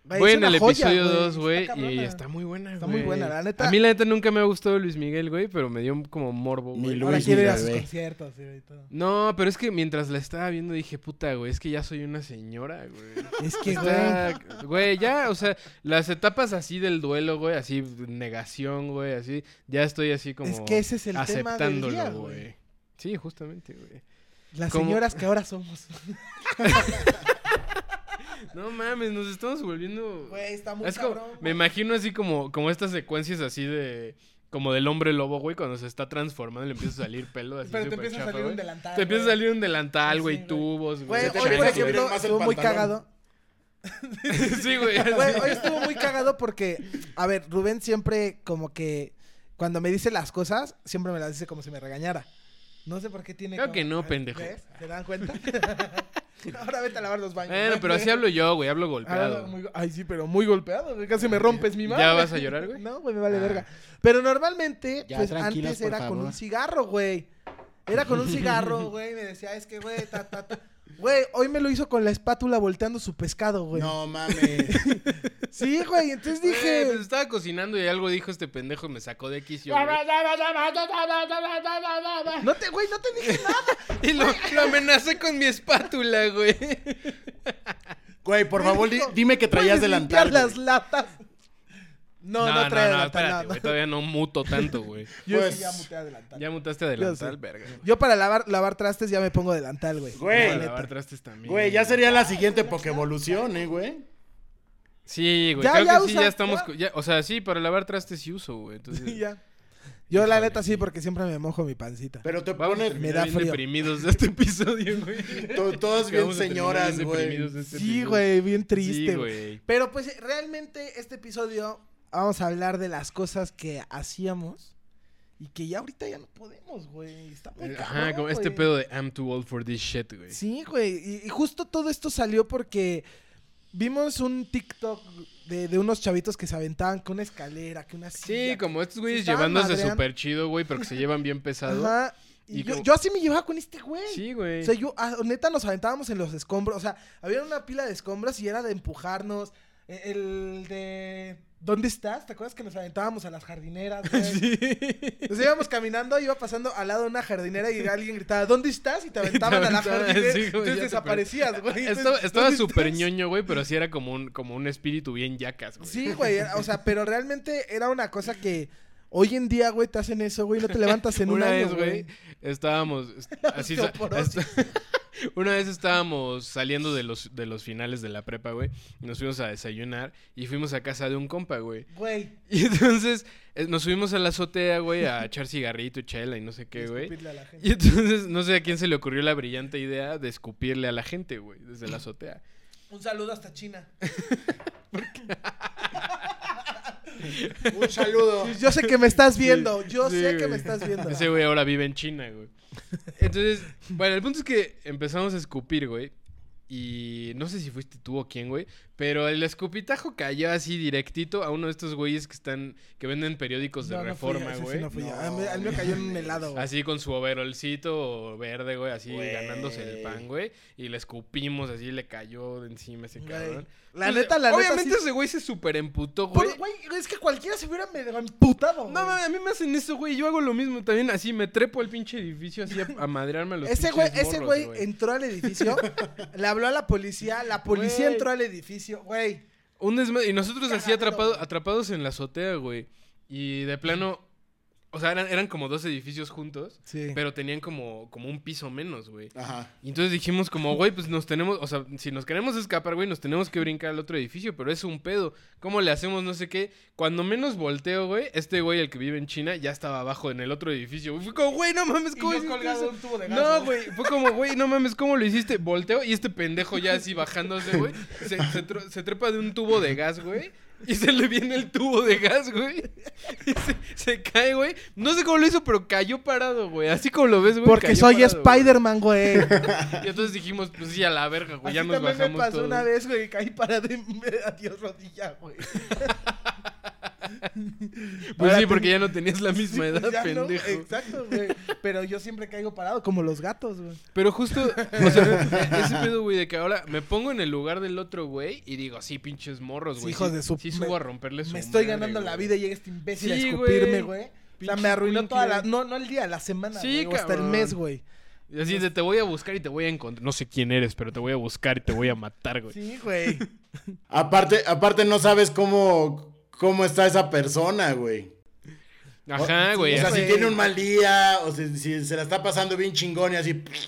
[SPEAKER 2] Güey,
[SPEAKER 3] Voy
[SPEAKER 2] es
[SPEAKER 3] en el
[SPEAKER 2] una joya,
[SPEAKER 3] episodio 2, güey, y
[SPEAKER 2] cabrona.
[SPEAKER 3] está muy buena, güey.
[SPEAKER 2] Está muy buena, la neta.
[SPEAKER 3] A mí la neta nunca me ha gustado Luis Miguel, güey, pero me dio como morbo,
[SPEAKER 4] Ni
[SPEAKER 3] güey.
[SPEAKER 4] Luis
[SPEAKER 2] Ahora quiero ir a
[SPEAKER 4] Miguel,
[SPEAKER 2] sus
[SPEAKER 4] güey.
[SPEAKER 2] conciertos güey, y todo.
[SPEAKER 3] No, pero es que mientras la estaba viendo dije, puta, güey, es que ya soy una señora,
[SPEAKER 2] [laughs]
[SPEAKER 3] güey.
[SPEAKER 2] Es que,
[SPEAKER 3] Está- güey, ya, o sea, las etapas así del duelo, güey, así negación, güey, así, ya estoy así como
[SPEAKER 2] Es que ese es el tema del
[SPEAKER 3] aceptándolo,
[SPEAKER 2] día,
[SPEAKER 3] güey.
[SPEAKER 2] güey.
[SPEAKER 3] Sí, justamente, güey.
[SPEAKER 2] Las
[SPEAKER 3] ¿Cómo?
[SPEAKER 2] señoras que ahora somos.
[SPEAKER 3] No mames, nos estamos volviendo
[SPEAKER 2] [laughs] Güey, está muy
[SPEAKER 3] es como,
[SPEAKER 2] cabrón.
[SPEAKER 3] me imagino así como como estas secuencias así de como del hombre lobo, güey, cuando se está transformando le empieza a salir pelo así
[SPEAKER 2] Pero te
[SPEAKER 3] súper
[SPEAKER 2] empieza a
[SPEAKER 3] chafa,
[SPEAKER 2] salir un
[SPEAKER 3] güey.
[SPEAKER 2] delantal.
[SPEAKER 3] Te empieza a
[SPEAKER 2] güey.
[SPEAKER 3] salir un delantal, güey,
[SPEAKER 2] Sí, güey.
[SPEAKER 3] tubos, güey.
[SPEAKER 2] Güey,
[SPEAKER 4] Se te
[SPEAKER 2] hoy, por
[SPEAKER 4] empieza a subir
[SPEAKER 2] ejemplo,
[SPEAKER 4] más el
[SPEAKER 2] estuvo muy
[SPEAKER 4] pantalón.
[SPEAKER 2] cagado.
[SPEAKER 3] [laughs] sí, güey.
[SPEAKER 2] Güey,
[SPEAKER 3] así.
[SPEAKER 2] hoy estuvo muy cagado porque, a ver, Rubén siempre como que cuando me dice las cosas, siempre me las dice como si me regañara. No sé por qué tiene...
[SPEAKER 3] Claro
[SPEAKER 2] como-
[SPEAKER 3] que no, pendejo.
[SPEAKER 2] ¿Ves? ¿Se dan
[SPEAKER 3] [laughs]
[SPEAKER 2] cuenta? Ahora vete a lavar los baños.
[SPEAKER 3] Bueno,
[SPEAKER 2] güey.
[SPEAKER 3] pero así hablo yo, güey, hablo
[SPEAKER 2] Ah,
[SPEAKER 3] golpeado.
[SPEAKER 2] muy go- Ay, sí, pero muy golpeado. güey, Casi me rompes mi
[SPEAKER 3] ¿Ya
[SPEAKER 2] madre.
[SPEAKER 3] vas a llorar, güey?
[SPEAKER 2] [laughs] No, güey, me vale
[SPEAKER 3] Ah.
[SPEAKER 2] verga. Pero normalmente,
[SPEAKER 4] Ya,
[SPEAKER 2] pues
[SPEAKER 4] tranquilos,
[SPEAKER 2] antes
[SPEAKER 4] por
[SPEAKER 2] era con
[SPEAKER 4] favor.
[SPEAKER 2] un cigarro, güey. Era con un cigarro,
[SPEAKER 3] [laughs]
[SPEAKER 2] güey. Me decía, es que, güey, ta, ta, ta. Güey, hoy me lo hizo con la espátula volteando su pescado, güey.
[SPEAKER 4] No mames.
[SPEAKER 2] Sí, güey. Entonces dije. Ah,
[SPEAKER 3] Güey, pues estaba cocinando y algo dijo este pendejo, me sacó de quicio. güey. pues,
[SPEAKER 2] No te, güey, no te dije nada.
[SPEAKER 3] Y lo, lo amenacé con mi espátula, güey.
[SPEAKER 4] Güey, por favor, di-
[SPEAKER 2] Dijo,
[SPEAKER 4] dime que traías
[SPEAKER 2] "Puedes
[SPEAKER 4] delantal.
[SPEAKER 2] limpiar
[SPEAKER 4] güey.
[SPEAKER 2] las latas. No, no, trae delantal.
[SPEAKER 3] espérate,
[SPEAKER 2] no.
[SPEAKER 3] güey. Todavía no muto tanto, güey.
[SPEAKER 2] Yo
[SPEAKER 4] Pues-
[SPEAKER 2] sí ya muteé adelantal.
[SPEAKER 3] Ya mutaste adelante.
[SPEAKER 2] Yo sí.
[SPEAKER 3] verga.
[SPEAKER 2] Yo para lavar, lavar trastes ya me pongo delantal, güey.
[SPEAKER 4] Güey.
[SPEAKER 3] Para lavar trastes también.
[SPEAKER 4] Güey, ya sería la siguiente Pokévolución, ¿eh, güey?
[SPEAKER 3] Sí, güey.
[SPEAKER 2] Ya,
[SPEAKER 3] creo
[SPEAKER 2] ya
[SPEAKER 3] que sí,
[SPEAKER 2] usa-
[SPEAKER 3] ya estamos.
[SPEAKER 2] ya.
[SPEAKER 3] co- ya- o sea, sí, para lavar trastes sí uso, güey.
[SPEAKER 2] [laughs]
[SPEAKER 3] Entonces.
[SPEAKER 2] Sí, ya. Yo la
[SPEAKER 3] Híjole,
[SPEAKER 2] neta sí, porque siempre me mojo mi pancita.
[SPEAKER 4] Pero te
[SPEAKER 3] Vamos a
[SPEAKER 4] pones
[SPEAKER 2] Me
[SPEAKER 3] terminar
[SPEAKER 2] da
[SPEAKER 3] bien
[SPEAKER 2] frío.
[SPEAKER 3] deprimidos de este episodio, güey.
[SPEAKER 4] [laughs] to- todas bien
[SPEAKER 3] Vamos a terminar
[SPEAKER 4] señoras,
[SPEAKER 3] bien
[SPEAKER 4] güey.
[SPEAKER 3] deprimidos de este
[SPEAKER 2] sí,
[SPEAKER 3] episodio.
[SPEAKER 2] güey, bien
[SPEAKER 3] Sí,
[SPEAKER 2] triste, güey.
[SPEAKER 3] güey.
[SPEAKER 2] Pero pues eh, realmente este episodio vamos a hablar de las cosas que hacíamos y que ya ahorita ya no podemos, güey. Está muy
[SPEAKER 3] Ajá,
[SPEAKER 2] cabrón,
[SPEAKER 3] como este
[SPEAKER 2] güey.
[SPEAKER 3] pedo de I'm too old for this shit, güey.
[SPEAKER 2] Sí, güey. Y, y justo todo esto salió porque vimos un TikTok de, de unos chavitos que se aventaban con una escalera, que una
[SPEAKER 3] Sí,
[SPEAKER 2] silla.
[SPEAKER 3] como estos güeyes
[SPEAKER 2] estaban
[SPEAKER 3] llevándose
[SPEAKER 2] madreando.
[SPEAKER 3] súper chido, güey, pero que se llevan bien pesado.
[SPEAKER 2] Ajá. Y,
[SPEAKER 3] Y
[SPEAKER 2] yo,
[SPEAKER 3] como-
[SPEAKER 2] yo así me llevaba con este güey.
[SPEAKER 3] Sí, güey.
[SPEAKER 2] O sea, yo, ah, neta, nos aventábamos en los escombros. O sea, había una pila de escombros y era de empujarnos. E- El de. ¿Dónde estás? ¿Te acuerdas que nos aventábamos a las
[SPEAKER 3] [laughs]
[SPEAKER 2] jardineras? güey? Nos íbamos caminando, iba pasando al lado de una jardinera y alguien gritaba, ¿dónde estás?
[SPEAKER 3] [laughs]
[SPEAKER 2] Y te aventaban a la
[SPEAKER 3] aventaban,
[SPEAKER 2] jardinera.
[SPEAKER 3] sí, güey, ya
[SPEAKER 2] entonces
[SPEAKER 3] te
[SPEAKER 2] desaparecías, güey. Entonces,
[SPEAKER 3] Estaba, estaba
[SPEAKER 2] "¿Dónde
[SPEAKER 3] súper
[SPEAKER 2] estás?".
[SPEAKER 3] ñoño, güey, pero sí era como un, como un espíritu bien yacas, güey.
[SPEAKER 2] Sí, güey. era- O sea, pero realmente era una cosa que hoy en día, güey, te hacen eso, güey. No te levantas
[SPEAKER 3] [laughs]
[SPEAKER 2] en un
[SPEAKER 3] Una
[SPEAKER 2] año,
[SPEAKER 3] vez, güey,
[SPEAKER 2] [laughs]
[SPEAKER 3] estábamos. est- así sa-
[SPEAKER 2] osteoporosis.
[SPEAKER 3] est- [laughs] Una vez estábamos saliendo de los, de los finales de la prepa, güey. y Nos fuimos a desayunar y fuimos a casa de un compa, güey. [laughs]
[SPEAKER 2] Güey.
[SPEAKER 3] Y entonces eh, nos subimos a la azotea,
[SPEAKER 2] [laughs]
[SPEAKER 3] güey, a echar cigarrito, chela y no sé qué, güey.
[SPEAKER 2] escupirle a la gente.
[SPEAKER 3] Y entonces no sé a quién se le ocurrió la brillante idea de escupirle a la gente, güey, desde la azotea.
[SPEAKER 2] Un saludo hasta China.
[SPEAKER 4] Un saludo.
[SPEAKER 2] Yo sé que me estás
[SPEAKER 3] Sí,
[SPEAKER 2] viendo. yo
[SPEAKER 3] sí,
[SPEAKER 2] sé que
[SPEAKER 3] güey.
[SPEAKER 2] me estás viendo.
[SPEAKER 3] Ese güey ahora vive en China, güey. Entonces, bueno, el punto es que empezamos a escupir, güey. Y no sé si fuiste tú o quién, güey. Pero el escupitajo cayó así directito a uno de estos güeyes que están. que venden periódicos de
[SPEAKER 2] No, no fui yo,
[SPEAKER 3] reforma,
[SPEAKER 2] ese sí
[SPEAKER 3] güey. Ah,
[SPEAKER 2] no fui yo.
[SPEAKER 4] No,
[SPEAKER 2] A mí- a mí me cayó en un helado, güey.
[SPEAKER 3] Así con su overolcito verde, güey, así
[SPEAKER 4] Güey.
[SPEAKER 3] ganándose el pan, güey. Y le escupimos, así le cayó de encima ese
[SPEAKER 2] Güey.
[SPEAKER 3] cabrón.
[SPEAKER 2] La
[SPEAKER 3] Entonces,
[SPEAKER 2] neta, la neta,
[SPEAKER 3] Obviamente
[SPEAKER 2] sí.
[SPEAKER 3] ese güey se super emputó, güey.
[SPEAKER 2] Por- Güey, es que cualquiera se hubiera medio amputado.
[SPEAKER 3] No,
[SPEAKER 2] güey.
[SPEAKER 3] mames, a mí me hacen eso, güey. Yo hago lo mismo también, así me trepo al pinche edificio, así a, a madrearme a los
[SPEAKER 2] Ese
[SPEAKER 3] pinches
[SPEAKER 2] güey, ese
[SPEAKER 3] morros,
[SPEAKER 2] güey entró al
[SPEAKER 3] [laughs]
[SPEAKER 2] edificio, le habló a la policía, la policía
[SPEAKER 3] Güey.
[SPEAKER 2] entró al edificio, güey.
[SPEAKER 3] Un desma- Y nosotros así
[SPEAKER 2] Cagadero,
[SPEAKER 3] atrapado-
[SPEAKER 2] güey.
[SPEAKER 3] atrapados en la azotea, güey. Y de plano, o sea, eran, eran como dos edificios juntos,
[SPEAKER 2] Sí.
[SPEAKER 3] pero tenían como, como un piso menos, güey.
[SPEAKER 4] Ajá.
[SPEAKER 3] Y entonces dijimos como, güey, pues nos tenemos, o sea, si nos queremos escapar, güey, nos tenemos que brincar al otro edificio, pero es un pedo. ¿Cómo le hacemos no sé qué? Cuando menos volteo, güey, este güey, el que vive en China, ya estaba abajo en el otro edificio. Fue como, güey, no mames,
[SPEAKER 2] Y
[SPEAKER 3] ¿cómo
[SPEAKER 2] yo
[SPEAKER 3] hiciste
[SPEAKER 2] colgado
[SPEAKER 3] eso?
[SPEAKER 2] un tubo de gas,
[SPEAKER 3] No,
[SPEAKER 2] ¿no?
[SPEAKER 3] güey, fue como, güey, no mames, ¿cómo lo hiciste? Volteo y este pendejo ya así bajándose, güey, se, se tro- se trepa de un tubo de gas, güey. Y se le viene el tubo de gas, güey. Y se, se cae, güey. No sé cómo lo hizo, pero cayó parado, güey. Así como lo ves, güey.
[SPEAKER 2] Porque
[SPEAKER 3] cayó
[SPEAKER 2] soy
[SPEAKER 3] parado, [laughs] güey.
[SPEAKER 2] Spider-Man, güey.
[SPEAKER 3] Y entonces dijimos, pues sí, a la verga, güey, ya
[SPEAKER 2] Así
[SPEAKER 3] nos
[SPEAKER 2] también me
[SPEAKER 3] bajamos
[SPEAKER 2] pasó
[SPEAKER 3] todos.
[SPEAKER 2] una vez, güey, caí para de [laughs] adiós rodilla, güey.
[SPEAKER 3] Pues
[SPEAKER 2] Ahora
[SPEAKER 3] sí, porque
[SPEAKER 2] ten-
[SPEAKER 3] ya no tenías la misma
[SPEAKER 2] Sí,
[SPEAKER 3] edad,
[SPEAKER 2] pues ya no,
[SPEAKER 3] pendejo.
[SPEAKER 2] exacto, güey. Pero yo siempre caigo parado, como los gatos, güey. [laughs]
[SPEAKER 3] Pero justo, o sea, ese pedo, güey, de que ahora me pongo en el lugar del otro, güey, y digo, sí, pinches morros,
[SPEAKER 2] Sí,
[SPEAKER 3] güey.
[SPEAKER 2] hijos
[SPEAKER 3] sí-
[SPEAKER 2] de su-
[SPEAKER 3] Sí, subo
[SPEAKER 2] me-
[SPEAKER 3] a romperles su
[SPEAKER 2] Me estoy
[SPEAKER 3] madre,
[SPEAKER 2] ganando la
[SPEAKER 3] güey.
[SPEAKER 2] vida y llega este imbécil
[SPEAKER 3] Sí,
[SPEAKER 2] a escupirme,
[SPEAKER 3] güey.
[SPEAKER 2] güey. O sea,
[SPEAKER 3] Pinche
[SPEAKER 2] me arruinó
[SPEAKER 3] Twinkie,
[SPEAKER 2] toda la...
[SPEAKER 3] güey.
[SPEAKER 2] No, no el día, la semana,
[SPEAKER 3] Sí,
[SPEAKER 2] güey, o hasta el
[SPEAKER 3] cabrón.
[SPEAKER 2] mes, güey.
[SPEAKER 3] Y así de, te voy a buscar y te voy a encontrar. No sé quién eres, pero te voy a buscar y te voy a matar, güey.
[SPEAKER 2] Sí, güey.
[SPEAKER 3] [laughs]
[SPEAKER 4] Aparte, aparte no sabes cómo, cómo está esa persona, güey.
[SPEAKER 3] Ajá,
[SPEAKER 2] sí,
[SPEAKER 3] güey.
[SPEAKER 4] O sea,
[SPEAKER 3] así-
[SPEAKER 4] si
[SPEAKER 2] güey.
[SPEAKER 4] tiene un mal día, o si, si se la está pasando bien chingón y así. pff,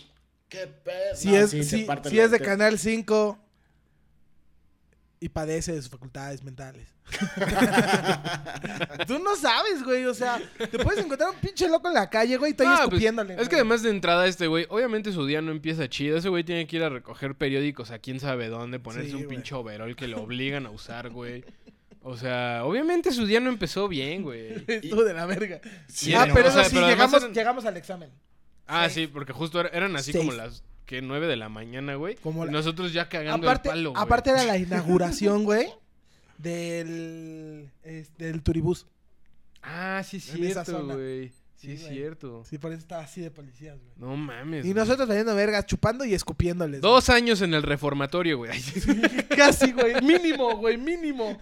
[SPEAKER 4] ¿Qué pedo?
[SPEAKER 2] Si
[SPEAKER 4] No,
[SPEAKER 2] es,
[SPEAKER 4] sí, se
[SPEAKER 2] si-
[SPEAKER 4] parte
[SPEAKER 2] si
[SPEAKER 4] la-
[SPEAKER 2] es de
[SPEAKER 4] te-
[SPEAKER 2] Canal 5 y padece de sus facultades mentales.
[SPEAKER 3] [laughs]
[SPEAKER 4] [laughs]
[SPEAKER 2] Tú no sabes, güey. O sea, te puedes encontrar un pinche loco en la calle, güey, y estoy
[SPEAKER 3] No, pues,
[SPEAKER 2] escupiéndole.
[SPEAKER 3] es que
[SPEAKER 2] güey.
[SPEAKER 3] además de entrada este güey, obviamente su día no empieza chido. Ese güey tiene que ir a recoger periódicos a quién sabe dónde, ponerse
[SPEAKER 2] Sí,
[SPEAKER 3] un
[SPEAKER 2] güey.
[SPEAKER 3] pinche overol que lo obligan a usar, güey. O sea, obviamente su día no empezó bien, güey.
[SPEAKER 2] [laughs] Estuvo de la verga.
[SPEAKER 4] Sí,
[SPEAKER 2] ah,
[SPEAKER 4] no,
[SPEAKER 2] pero
[SPEAKER 4] o sea,
[SPEAKER 2] eso sí,
[SPEAKER 3] pero además
[SPEAKER 2] llegamos,
[SPEAKER 3] eran-
[SPEAKER 2] llegamos al examen.
[SPEAKER 3] Ah, sí, porque justo era- eran así como
[SPEAKER 2] Seis.
[SPEAKER 3] las que 9 de la mañana, güey.
[SPEAKER 2] Como
[SPEAKER 3] y
[SPEAKER 2] la-
[SPEAKER 3] Nosotros ya cagando
[SPEAKER 2] Aparte,
[SPEAKER 3] el palo, güey.
[SPEAKER 2] aparte era
[SPEAKER 3] [laughs]
[SPEAKER 2] la inauguración, güey, del, es- del turibús.
[SPEAKER 3] Ah, sí es
[SPEAKER 2] en esa
[SPEAKER 3] cierto,
[SPEAKER 2] zona.
[SPEAKER 3] güey. Sí,
[SPEAKER 2] Sí,
[SPEAKER 3] es
[SPEAKER 2] güey.
[SPEAKER 3] cierto.
[SPEAKER 2] Sí, por eso estaba así de policías, güey.
[SPEAKER 3] No mames.
[SPEAKER 2] Y
[SPEAKER 3] güey.
[SPEAKER 2] nosotros trayendo vergas, chupando y escupiéndoles.
[SPEAKER 3] Dos años en el reformatorio, güey. [laughs] Ay,
[SPEAKER 2] güey. Casi,
[SPEAKER 3] [laughs]
[SPEAKER 2] güey. Mínimo, güey, mínimo.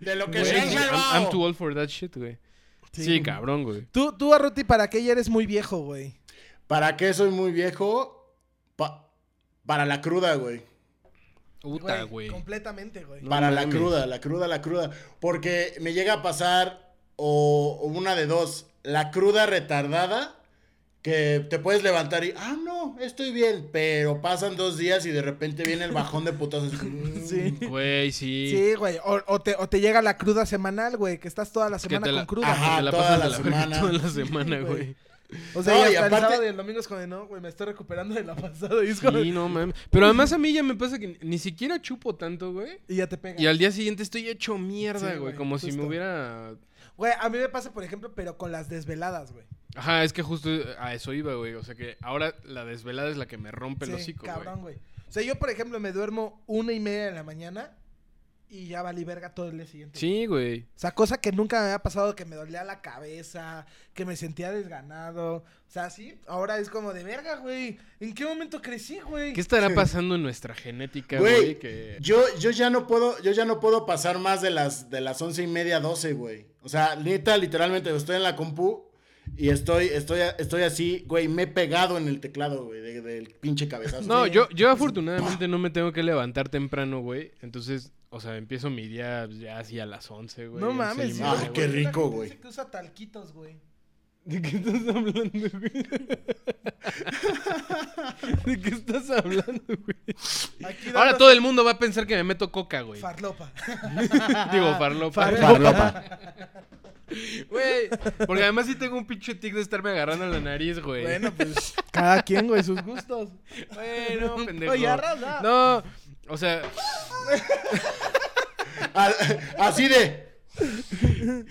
[SPEAKER 4] De lo que
[SPEAKER 3] güey,
[SPEAKER 4] se han
[SPEAKER 3] I'm-
[SPEAKER 4] salvado.
[SPEAKER 3] I'm too old for that shit, güey. Sí, cabrón, güey.
[SPEAKER 2] Tú, tú, Arruti, ¿para qué ya eres muy viejo, güey?
[SPEAKER 4] ¿Para qué soy muy viejo? Pa- para la cruda, güey.
[SPEAKER 3] Puta, güey.
[SPEAKER 2] Completamente, güey.
[SPEAKER 3] No
[SPEAKER 4] para la
[SPEAKER 3] mames.
[SPEAKER 4] cruda, la cruda, la cruda. Porque me llega a pasar o, o una de dos. La cruda retardada, que te puedes levantar y, ah, no, estoy bien. Pero pasan dos días y de repente viene el bajón de putazos.
[SPEAKER 2] Sí.
[SPEAKER 3] Güey, sí.
[SPEAKER 2] Sí, güey. O, o te, o te llega la cruda semanal, güey, que estás toda la
[SPEAKER 3] Que
[SPEAKER 2] semana
[SPEAKER 3] te
[SPEAKER 2] con
[SPEAKER 3] la,
[SPEAKER 2] cruda.
[SPEAKER 4] Ajá,
[SPEAKER 3] que te la
[SPEAKER 4] toda
[SPEAKER 3] pasas
[SPEAKER 4] la
[SPEAKER 3] de la verga
[SPEAKER 4] semana.
[SPEAKER 3] toda la semana, güey.
[SPEAKER 2] O sea,
[SPEAKER 4] No,
[SPEAKER 2] y
[SPEAKER 4] y
[SPEAKER 2] hasta el
[SPEAKER 4] aparte-
[SPEAKER 2] sábado y el domingo es como de, no, güey, me estoy recuperando de la pasada. Y, es como de-
[SPEAKER 3] Sí, no mames. Pero además a mí ya me pasa que ni siquiera chupo tanto, güey.
[SPEAKER 2] y ya te pega.
[SPEAKER 3] Y al día siguiente estoy hecho mierda,
[SPEAKER 2] Sí,
[SPEAKER 3] güey.
[SPEAKER 2] güey,
[SPEAKER 3] Como si me
[SPEAKER 2] justo.
[SPEAKER 3] hubiera.
[SPEAKER 2] Güey, a mí me pasa, por ejemplo, pero con las desveladas, güey.
[SPEAKER 3] Ajá, es que justo a eso iba, güey. O sea que ahora la desvelada es la que me rompe el
[SPEAKER 2] Sí,
[SPEAKER 3] hocico,
[SPEAKER 2] cabrón,
[SPEAKER 3] güey.
[SPEAKER 2] güey. O sea, yo, por ejemplo, me duermo una y media de la mañana y ya valí verga todo el día siguiente.
[SPEAKER 3] Sí, güey.
[SPEAKER 2] O sea, cosa que nunca me había pasado, que me dolía la cabeza, que me sentía desganado. O sea, sí, ahora es como de verga, güey. ¿En qué momento crecí, güey?
[SPEAKER 3] ¿Qué estará pasando en nuestra genética,
[SPEAKER 4] Güey,
[SPEAKER 3] güey? Que...
[SPEAKER 4] yo, yo ya no puedo, yo ya no puedo pasar más de las de las once y media, doce, güey. O sea, neta, literalmente, estoy en la compu y estoy, estoy, estoy así, güey, me he pegado en el teclado, güey, de- del pinche cabezazo.
[SPEAKER 3] No, yo, yo afortunadamente no me tengo que levantar temprano, güey. Entonces, o sea, empiezo mi día ya así a las 11, güey.
[SPEAKER 2] no
[SPEAKER 3] 11 y
[SPEAKER 2] mames. sí,
[SPEAKER 3] media,
[SPEAKER 4] Ay,
[SPEAKER 2] güey.
[SPEAKER 4] qué
[SPEAKER 2] Una
[SPEAKER 4] rico,
[SPEAKER 2] gente
[SPEAKER 4] güey.
[SPEAKER 2] dice que usa talquitos, güey.
[SPEAKER 3] [laughs] ¿De qué estás hablando, güey? [laughs] ¿De qué estás hablando, güey?
[SPEAKER 2] Aquí
[SPEAKER 3] Ahora
[SPEAKER 2] dando
[SPEAKER 3] todo el mundo va a pensar que me meto coca, güey.
[SPEAKER 2] Farlopa.
[SPEAKER 3] [laughs] Digo, farlopa.
[SPEAKER 4] Farlopa.
[SPEAKER 3] Güey, porque además sí tengo un pinche tic de estarme agarrando la nariz,
[SPEAKER 2] [laughs]
[SPEAKER 3] güey.
[SPEAKER 2] bueno,
[SPEAKER 3] [laughs]
[SPEAKER 2] pues, cada quien, güey, sus gustos.
[SPEAKER 3] Bueno, pendejo.
[SPEAKER 2] Oye, arrasa.
[SPEAKER 3] No, o sea,
[SPEAKER 4] A- Ah, así de.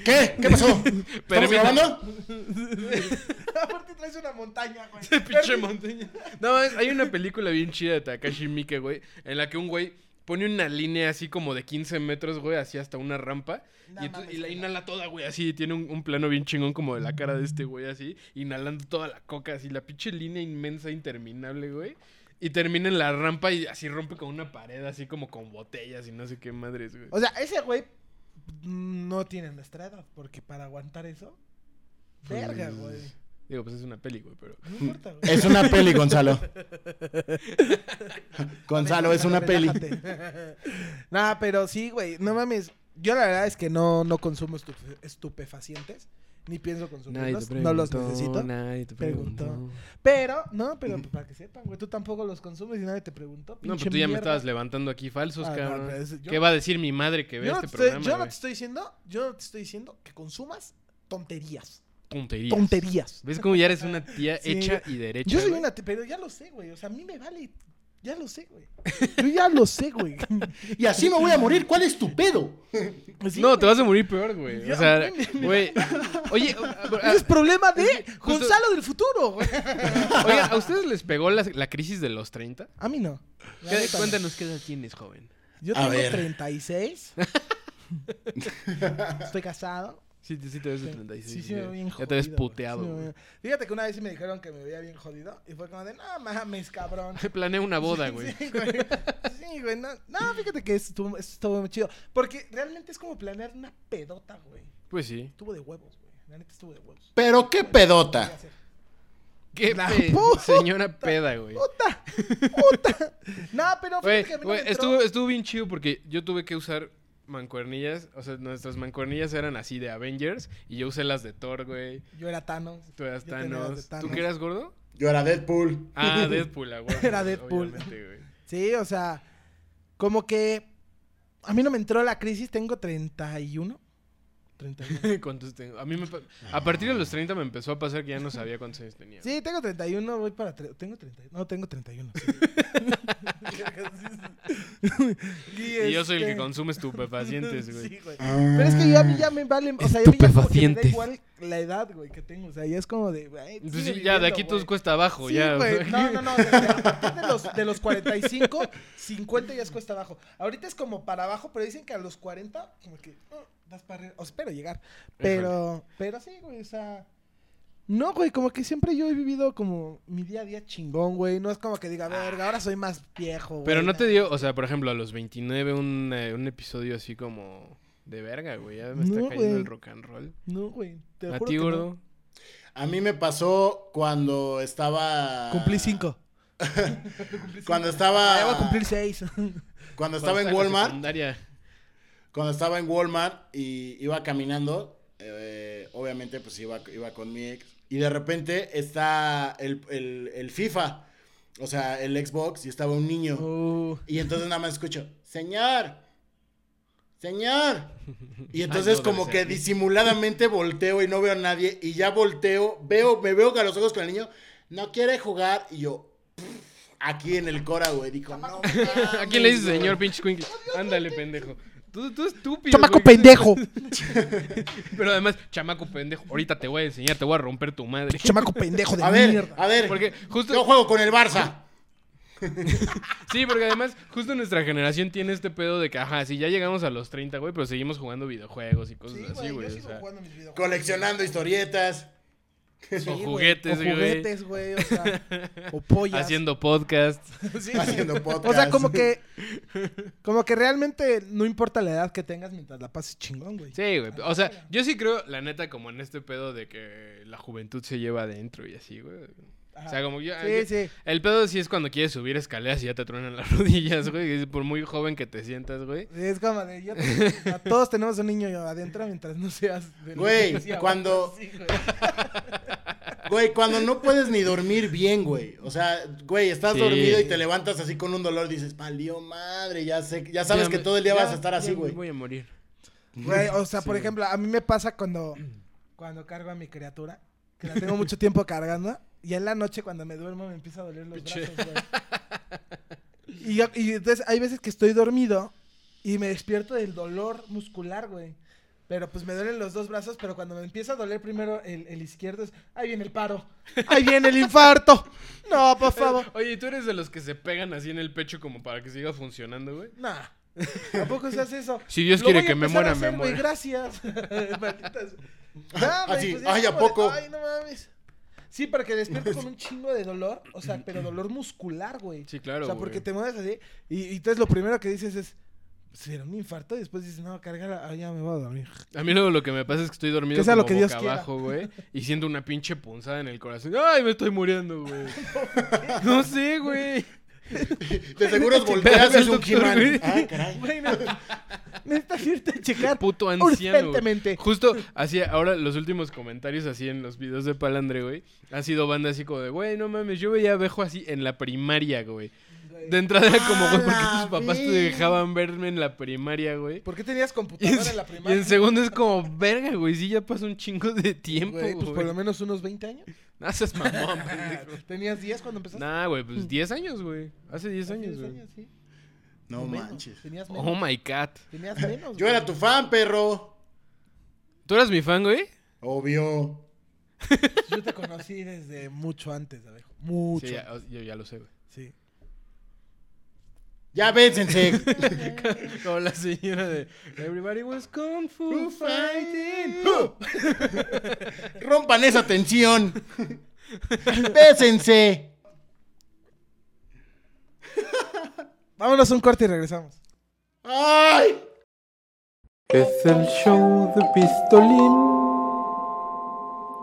[SPEAKER 4] ¿Qué? ¿Qué pasó? ¿Estamos
[SPEAKER 3] Permítame.
[SPEAKER 4] grabando?
[SPEAKER 2] [laughs] Aparte traes una montaña, güey.
[SPEAKER 3] de [laughs] pinche montaña. No, es- hay una película bien chida de Takashi Miike, güey, en la que un güey pone una línea así como de 15 metros, güey, así hasta una rampa.
[SPEAKER 2] No
[SPEAKER 3] y, entonces-
[SPEAKER 2] mames,
[SPEAKER 3] y la
[SPEAKER 2] güey.
[SPEAKER 3] inhala toda, güey, así. Tiene un, un plano bien chingón como de la cara de este güey, así. Inhalando toda la coca, así. La pinche línea inmensa, interminable, güey. Y termina en la rampa y así rompe con una pared, así como con botellas y no sé qué madres, güey.
[SPEAKER 2] O sea, ese güey mm, no tiene nuestra edad, porque para aguantar eso. Verga,
[SPEAKER 3] Pues-
[SPEAKER 2] güey.
[SPEAKER 3] Digo, pues es una peli, güey, pero...
[SPEAKER 2] No importa,
[SPEAKER 3] [laughs]
[SPEAKER 2] güey.
[SPEAKER 4] Es una peli, Gonzalo. Gonzalo, es una
[SPEAKER 2] [laughs]
[SPEAKER 4] peli.
[SPEAKER 2] Relájate. Nada, pero sí, güey. No mames. Yo la verdad es que no, no consumo estufe- estupefacientes, ni pienso
[SPEAKER 3] Nadie te
[SPEAKER 2] consumirlos,
[SPEAKER 3] preguntó,
[SPEAKER 2] no los necesito.
[SPEAKER 3] Nadie te
[SPEAKER 2] Preguntó.
[SPEAKER 3] preguntó.
[SPEAKER 2] Pero, no, pero para que sepan, güey, tú tampoco los consumes y nadie te preguntó.
[SPEAKER 3] Mm. No,
[SPEAKER 2] pinche
[SPEAKER 3] pero tú ya me
[SPEAKER 2] mierda.
[SPEAKER 3] estabas levantando aquí falsos,
[SPEAKER 2] Ah, no,
[SPEAKER 3] cabrón.
[SPEAKER 2] pero es- yo-
[SPEAKER 3] ¿Qué va a decir mi madre que ve
[SPEAKER 2] Yo no,
[SPEAKER 3] este
[SPEAKER 2] te estoy,
[SPEAKER 3] programa?
[SPEAKER 2] yo no te
[SPEAKER 3] güey?
[SPEAKER 2] estoy diciendo, yo no te estoy diciendo que consumas tonterías.
[SPEAKER 3] Tonterías.
[SPEAKER 2] Tonterías.
[SPEAKER 3] ¿Ves cómo ya eres una tía
[SPEAKER 2] Sí,
[SPEAKER 3] hecha y derecha?
[SPEAKER 2] Yo soy
[SPEAKER 3] güey?
[SPEAKER 2] una, te- pero ya lo sé, güey. O sea, a mí me vale. Ya lo sé, güey. Yo ya lo sé,
[SPEAKER 3] [laughs]
[SPEAKER 2] güey.
[SPEAKER 4] Y así me voy a morir. ¿Cuál es tu pedo?
[SPEAKER 2] Sí,
[SPEAKER 3] no,
[SPEAKER 2] güey.
[SPEAKER 3] te vas a morir peor, güey.
[SPEAKER 2] Ya,
[SPEAKER 3] O sea,
[SPEAKER 2] güey, me- [laughs]
[SPEAKER 3] güey. Oye,
[SPEAKER 2] Ese es problema de
[SPEAKER 3] justo-
[SPEAKER 2] Gonzalo del futuro, güey.
[SPEAKER 3] oiga, ¿a ustedes les pegó la, la crisis de los 30?
[SPEAKER 2] A mí no. La
[SPEAKER 3] ¿Qué-
[SPEAKER 2] neta no.
[SPEAKER 3] cuéntanos qué edad tienes, joven.
[SPEAKER 2] Yo
[SPEAKER 4] A
[SPEAKER 2] tengo
[SPEAKER 4] ver. [laughs]
[SPEAKER 2] 36. Estoy casado.
[SPEAKER 3] Sí, te- sí te ves de
[SPEAKER 2] Sí,
[SPEAKER 3] 36.
[SPEAKER 2] Sí, sí, me veo bien jodido.
[SPEAKER 3] Ya te ves
[SPEAKER 2] güey.
[SPEAKER 3] puteado,
[SPEAKER 2] Sí me
[SPEAKER 3] güey.
[SPEAKER 2] veo- Fíjate que una vez sí me dijeron que me veía bien jodido. Y fue como de, no mames,
[SPEAKER 3] [laughs]
[SPEAKER 2] cabrón.
[SPEAKER 3] Se planea una boda, güey.
[SPEAKER 2] Sí, güey. Sí, güey, No, no, fíjate que estuvo, estuvo muy chido. Porque realmente es como planear una pedota, güey.
[SPEAKER 3] Pues sí.
[SPEAKER 2] Estuvo de huevos, güey. La neta estuvo de huevos.
[SPEAKER 4] Pero qué pedota.
[SPEAKER 3] ¿Qué
[SPEAKER 2] La
[SPEAKER 3] pe-
[SPEAKER 2] puta.
[SPEAKER 3] señora peda, güey?
[SPEAKER 2] ¡Puta! ¡Puta! [laughs] no, pero fíjate
[SPEAKER 3] Güey,
[SPEAKER 2] que a mí no
[SPEAKER 3] güey,
[SPEAKER 2] me entró-
[SPEAKER 3] estuvo, estuvo bien chido porque yo tuve que usar mancuernillas. O sea, nuestras mancuernillas eran así de Avengers y yo usé las de Thor, güey.
[SPEAKER 2] Yo era Thanos.
[SPEAKER 3] Tú eras
[SPEAKER 2] Yo tenía las de
[SPEAKER 3] Thanos. ¿Tú qué eras gordo?
[SPEAKER 4] Yo era Deadpool.
[SPEAKER 3] Ah,
[SPEAKER 2] [laughs]
[SPEAKER 3] Deadpool, ah, güey.
[SPEAKER 2] Era Deadpool.
[SPEAKER 3] obviamente, güey.
[SPEAKER 2] Sí, o sea, como que a mí no me entró la crisis, tengo 31. 31.
[SPEAKER 3] ¿Cuántos tengo? A mí me pa- a partir de los 30 me empezó a pasar que ya no sabía cuántos años tenía.
[SPEAKER 2] Sí, tengo 31, voy para... tre- Tengo 30, no, tengo 31. sí.
[SPEAKER 3] [laughs] Y yo soy el que
[SPEAKER 2] este- [laughs]
[SPEAKER 3] consume estupefacientes, güey.
[SPEAKER 2] Sí, güey. Pero es que yo a mí ya me vale, o sea, a mí ya como que me da
[SPEAKER 3] Estupefacientes.
[SPEAKER 2] igual la edad, güey, que tengo, o sea, ya es como de... ay,
[SPEAKER 3] Pues
[SPEAKER 2] sigue
[SPEAKER 3] sí, ya de
[SPEAKER 2] viviendo,
[SPEAKER 3] aquí
[SPEAKER 2] güey.
[SPEAKER 3] todos cuesta abajo,
[SPEAKER 2] Sí,
[SPEAKER 3] ya. o
[SPEAKER 2] güey.
[SPEAKER 3] sea, [laughs]
[SPEAKER 2] No, no, no. De, a partir de los, de los 45, 50 ya es cuesta abajo. Ahorita es como para abajo, pero dicen que a los 40, como que uh, das para arriba. O sea, espero llegar. Pero, pero sí, güey, o sea. No, güey, como que siempre yo he vivido como mi día a día chingón, güey. No es como que diga, verga, ahora soy más viejo, güey.
[SPEAKER 3] Ah. Pero no te dio, o sea, por ejemplo, a los 29 un, eh, un episodio así como de verga, güey. Ya me está
[SPEAKER 2] No,
[SPEAKER 3] cayendo
[SPEAKER 2] güey.
[SPEAKER 3] el rock and roll.
[SPEAKER 2] No, güey. Te
[SPEAKER 3] ¿A
[SPEAKER 2] juro
[SPEAKER 3] ti,
[SPEAKER 2] que no.
[SPEAKER 3] gordo?
[SPEAKER 4] Ah. A mí me pasó cuando estaba.
[SPEAKER 2] Cumplí cinco.
[SPEAKER 4] Cuando
[SPEAKER 2] Ah, ya voy
[SPEAKER 4] estaba.
[SPEAKER 2] a cumplir seis.
[SPEAKER 4] Cuando
[SPEAKER 3] Cuando
[SPEAKER 4] estaba en
[SPEAKER 3] en la
[SPEAKER 4] Walmart.
[SPEAKER 3] secundaria.
[SPEAKER 4] cuando estaba en Walmart y iba caminando, eh, obviamente pues iba, iba con mi ex. Y de repente está el, el- el FIFA, o sea, el Xbox, y estaba un niño.
[SPEAKER 3] Oh.
[SPEAKER 2] Uh,
[SPEAKER 4] Y entonces nada más escucho, señor, señor.
[SPEAKER 3] [laughs]
[SPEAKER 4] Y entonces
[SPEAKER 3] no,
[SPEAKER 4] como
[SPEAKER 3] debe
[SPEAKER 4] que
[SPEAKER 3] ser.
[SPEAKER 4] disimuladamente volteo y no veo a nadie. Y ya volteo, veo, me veo a los ojos con el niño, no quiere jugar. Y yo, pff, aquí en el Cora, güey, dijo, no.
[SPEAKER 3] [laughs]
[SPEAKER 2] Ah,
[SPEAKER 3] ¿A quién le dices,
[SPEAKER 4] mames,
[SPEAKER 3] señor pinche Quinkle? Ándale, pendejo. Tú, tú
[SPEAKER 2] [laughs]
[SPEAKER 3] estúpido.
[SPEAKER 2] ¡Chamaco
[SPEAKER 3] güey.
[SPEAKER 2] pendejo!
[SPEAKER 3] Pero además, chamaco pendejo. Ahorita te voy a enseñar, te voy a romper tu madre.
[SPEAKER 2] ¡Chamaco pendejo de
[SPEAKER 4] A ver,
[SPEAKER 2] mierda!
[SPEAKER 4] a ver.
[SPEAKER 3] Porque justo-
[SPEAKER 4] Yo juego con el Barça.
[SPEAKER 3] Sí, porque además, justo nuestra generación tiene este pedo de que, ajá, sí, ya llegamos a los 30, güey, pero seguimos jugando videojuegos y cosas
[SPEAKER 2] Sí,
[SPEAKER 3] Pues así,
[SPEAKER 2] güey,
[SPEAKER 3] güey.
[SPEAKER 2] yo
[SPEAKER 3] o
[SPEAKER 2] sigo
[SPEAKER 3] sea,
[SPEAKER 2] jugando mis videojuegos.
[SPEAKER 4] Coleccionando historietas.
[SPEAKER 2] Sí, güey,
[SPEAKER 3] juguetes,
[SPEAKER 2] o
[SPEAKER 3] güey.
[SPEAKER 2] juguetes, güey. O sea,
[SPEAKER 3] [laughs]
[SPEAKER 2] o pollas.
[SPEAKER 3] haciendo podcast.
[SPEAKER 2] Sí.
[SPEAKER 4] Haciendo podcast.
[SPEAKER 2] O sea, como
[SPEAKER 3] [laughs]
[SPEAKER 2] que. Como que realmente no importa la edad que tengas mientras la pases chingón, güey.
[SPEAKER 3] Sí, güey. O sea, yo sí creo, la neta, como en este pedo de que la juventud se lleva adentro y así, güey. O sea, como yo.
[SPEAKER 2] Sí, sí.
[SPEAKER 3] El pedo sí es cuando quieres subir escaleras y ya te truenan las [laughs] rodillas, güey. y Por muy joven que te sientas, güey.
[SPEAKER 2] Es como de.
[SPEAKER 3] [laughs]
[SPEAKER 2] yo te- a todos tenemos un niño adentro mientras no seas. de la
[SPEAKER 4] Güey,
[SPEAKER 2] iglesia,
[SPEAKER 4] cuando-
[SPEAKER 2] güey. Sí, güey.
[SPEAKER 4] Güey, cuando no puedes ni dormir bien, güey. O sea, güey, estás
[SPEAKER 3] Sí.
[SPEAKER 4] dormido y te levantas así con un dolor. Dices, valió madre, ya sé. Ya sabes
[SPEAKER 3] Ya
[SPEAKER 4] que
[SPEAKER 3] me-
[SPEAKER 4] todo el día
[SPEAKER 3] ya-
[SPEAKER 4] vas a estar
[SPEAKER 3] ya
[SPEAKER 4] así,
[SPEAKER 3] me
[SPEAKER 4] güey.
[SPEAKER 3] Voy a morir.
[SPEAKER 2] Güey, o sea, por ejemplo, a mí me pasa cuando, cuando cargo a mi criatura, que la tengo mucho tiempo cargando, y en la noche cuando me duermo me empieza a doler los
[SPEAKER 3] Pinche.
[SPEAKER 2] brazos, güey. Y, yo- y entonces hay veces que estoy dormido y me despierto del dolor muscular, güey. Pero pues me duelen los dos brazos, pero cuando me empieza a doler primero el, el izquierdo es, ahí viene el paro, ahí viene el infarto. No, por favor.
[SPEAKER 3] Oye, ¿y tú eres de los que se pegan así en el pecho como para que siga funcionando, güey?
[SPEAKER 2] Nah. Tampoco se hace eso.
[SPEAKER 3] Si Dios
[SPEAKER 2] Lo
[SPEAKER 3] quiere
[SPEAKER 2] voy a
[SPEAKER 3] que me
[SPEAKER 2] empezar a
[SPEAKER 3] muera, me
[SPEAKER 2] hacer, güey,
[SPEAKER 3] muero.
[SPEAKER 2] Gracias.
[SPEAKER 3] [laughs]
[SPEAKER 2] [laughs] Malditas. Ah, güey,
[SPEAKER 4] Así,
[SPEAKER 2] pues ya
[SPEAKER 4] ay,
[SPEAKER 2] es
[SPEAKER 4] ¿a
[SPEAKER 2] como de,
[SPEAKER 4] poco?
[SPEAKER 2] Ay, no mames. Sí, para que despiertes con un chingo de dolor, o sea, pero dolor muscular, güey.
[SPEAKER 3] Sí, claro,
[SPEAKER 2] O sea,
[SPEAKER 3] güey.
[SPEAKER 2] porque te mueves así y, y entonces lo primero que dices es, "Pues, ¿será un infarto? Y después dices, no, carga, ah, ya me voy a dormir. [laughs]
[SPEAKER 3] A mí luego lo que me pasa es que estoy dormido
[SPEAKER 2] Que sea
[SPEAKER 3] como
[SPEAKER 2] lo que
[SPEAKER 3] boca
[SPEAKER 2] Dios quiera. [laughs]
[SPEAKER 3] abajo, güey, y
[SPEAKER 2] [laughs]
[SPEAKER 3] siento una pinche punzada en el corazón. ¡Ay, me estoy muriendo, güey! no sé, güey.
[SPEAKER 4] De
[SPEAKER 3] [laughs]
[SPEAKER 4] seguros volteas y
[SPEAKER 3] Ve al
[SPEAKER 4] es un
[SPEAKER 3] doctor,
[SPEAKER 4] He-Man.
[SPEAKER 3] güey.
[SPEAKER 4] Ah, caray.
[SPEAKER 2] Güey, no. Necesitas irte a checar.
[SPEAKER 3] Puto anciano. güey.
[SPEAKER 2] Urgentemente.
[SPEAKER 3] Justo así, ahora los últimos comentarios así en los videos de Palandre, güey. Ha sido banda así como de, güey, no mames, yo veía a Bejo así en la primaria, güey. De entrada era como, güey, ¿por qué
[SPEAKER 4] ¡A
[SPEAKER 3] tus
[SPEAKER 4] la
[SPEAKER 3] papás te
[SPEAKER 4] verga!
[SPEAKER 3] dejaban verme en la primaria, güey?
[SPEAKER 2] ¿Por qué tenías
[SPEAKER 3] Y en,
[SPEAKER 2] computadora en la
[SPEAKER 3] y
[SPEAKER 2] primaria?
[SPEAKER 3] en segundo es como, verga, güey, sí ya pasó un chingo de tiempo,
[SPEAKER 2] Güey,
[SPEAKER 3] güey.
[SPEAKER 2] pues por lo menos unos 20 años.
[SPEAKER 3] No seas [laughs] mamón, pendejo.
[SPEAKER 2] ¿Tenías 10 cuando empezaste?
[SPEAKER 3] Nah, güey, pues 10 años, güey. Hace 10
[SPEAKER 2] Hace
[SPEAKER 3] años,
[SPEAKER 2] 10
[SPEAKER 3] güey.
[SPEAKER 2] sí.
[SPEAKER 4] No
[SPEAKER 2] O menos.
[SPEAKER 4] manches.
[SPEAKER 2] Tenías menos.
[SPEAKER 3] Oh my god.
[SPEAKER 2] Tenías menos.
[SPEAKER 4] Yo era tu fan, perro.
[SPEAKER 3] ¿Tú eras mi fan, güey?
[SPEAKER 4] Obvio.
[SPEAKER 2] güey. Yo te conocí desde mucho antes, Abejo. Mucho.
[SPEAKER 3] Sí, ya- oh, yo ya lo sé, güey.
[SPEAKER 2] sí.
[SPEAKER 4] Ya vénsense.
[SPEAKER 3] [laughs] Como la señora de Everybody was kung fu
[SPEAKER 4] Who
[SPEAKER 3] fighting.
[SPEAKER 4] fighting? [laughs] Rompan esa tensión. Bésense.
[SPEAKER 2] Vámonos a un corte y regresamos.
[SPEAKER 4] ¡Ay!
[SPEAKER 6] Es el show de Pistolín.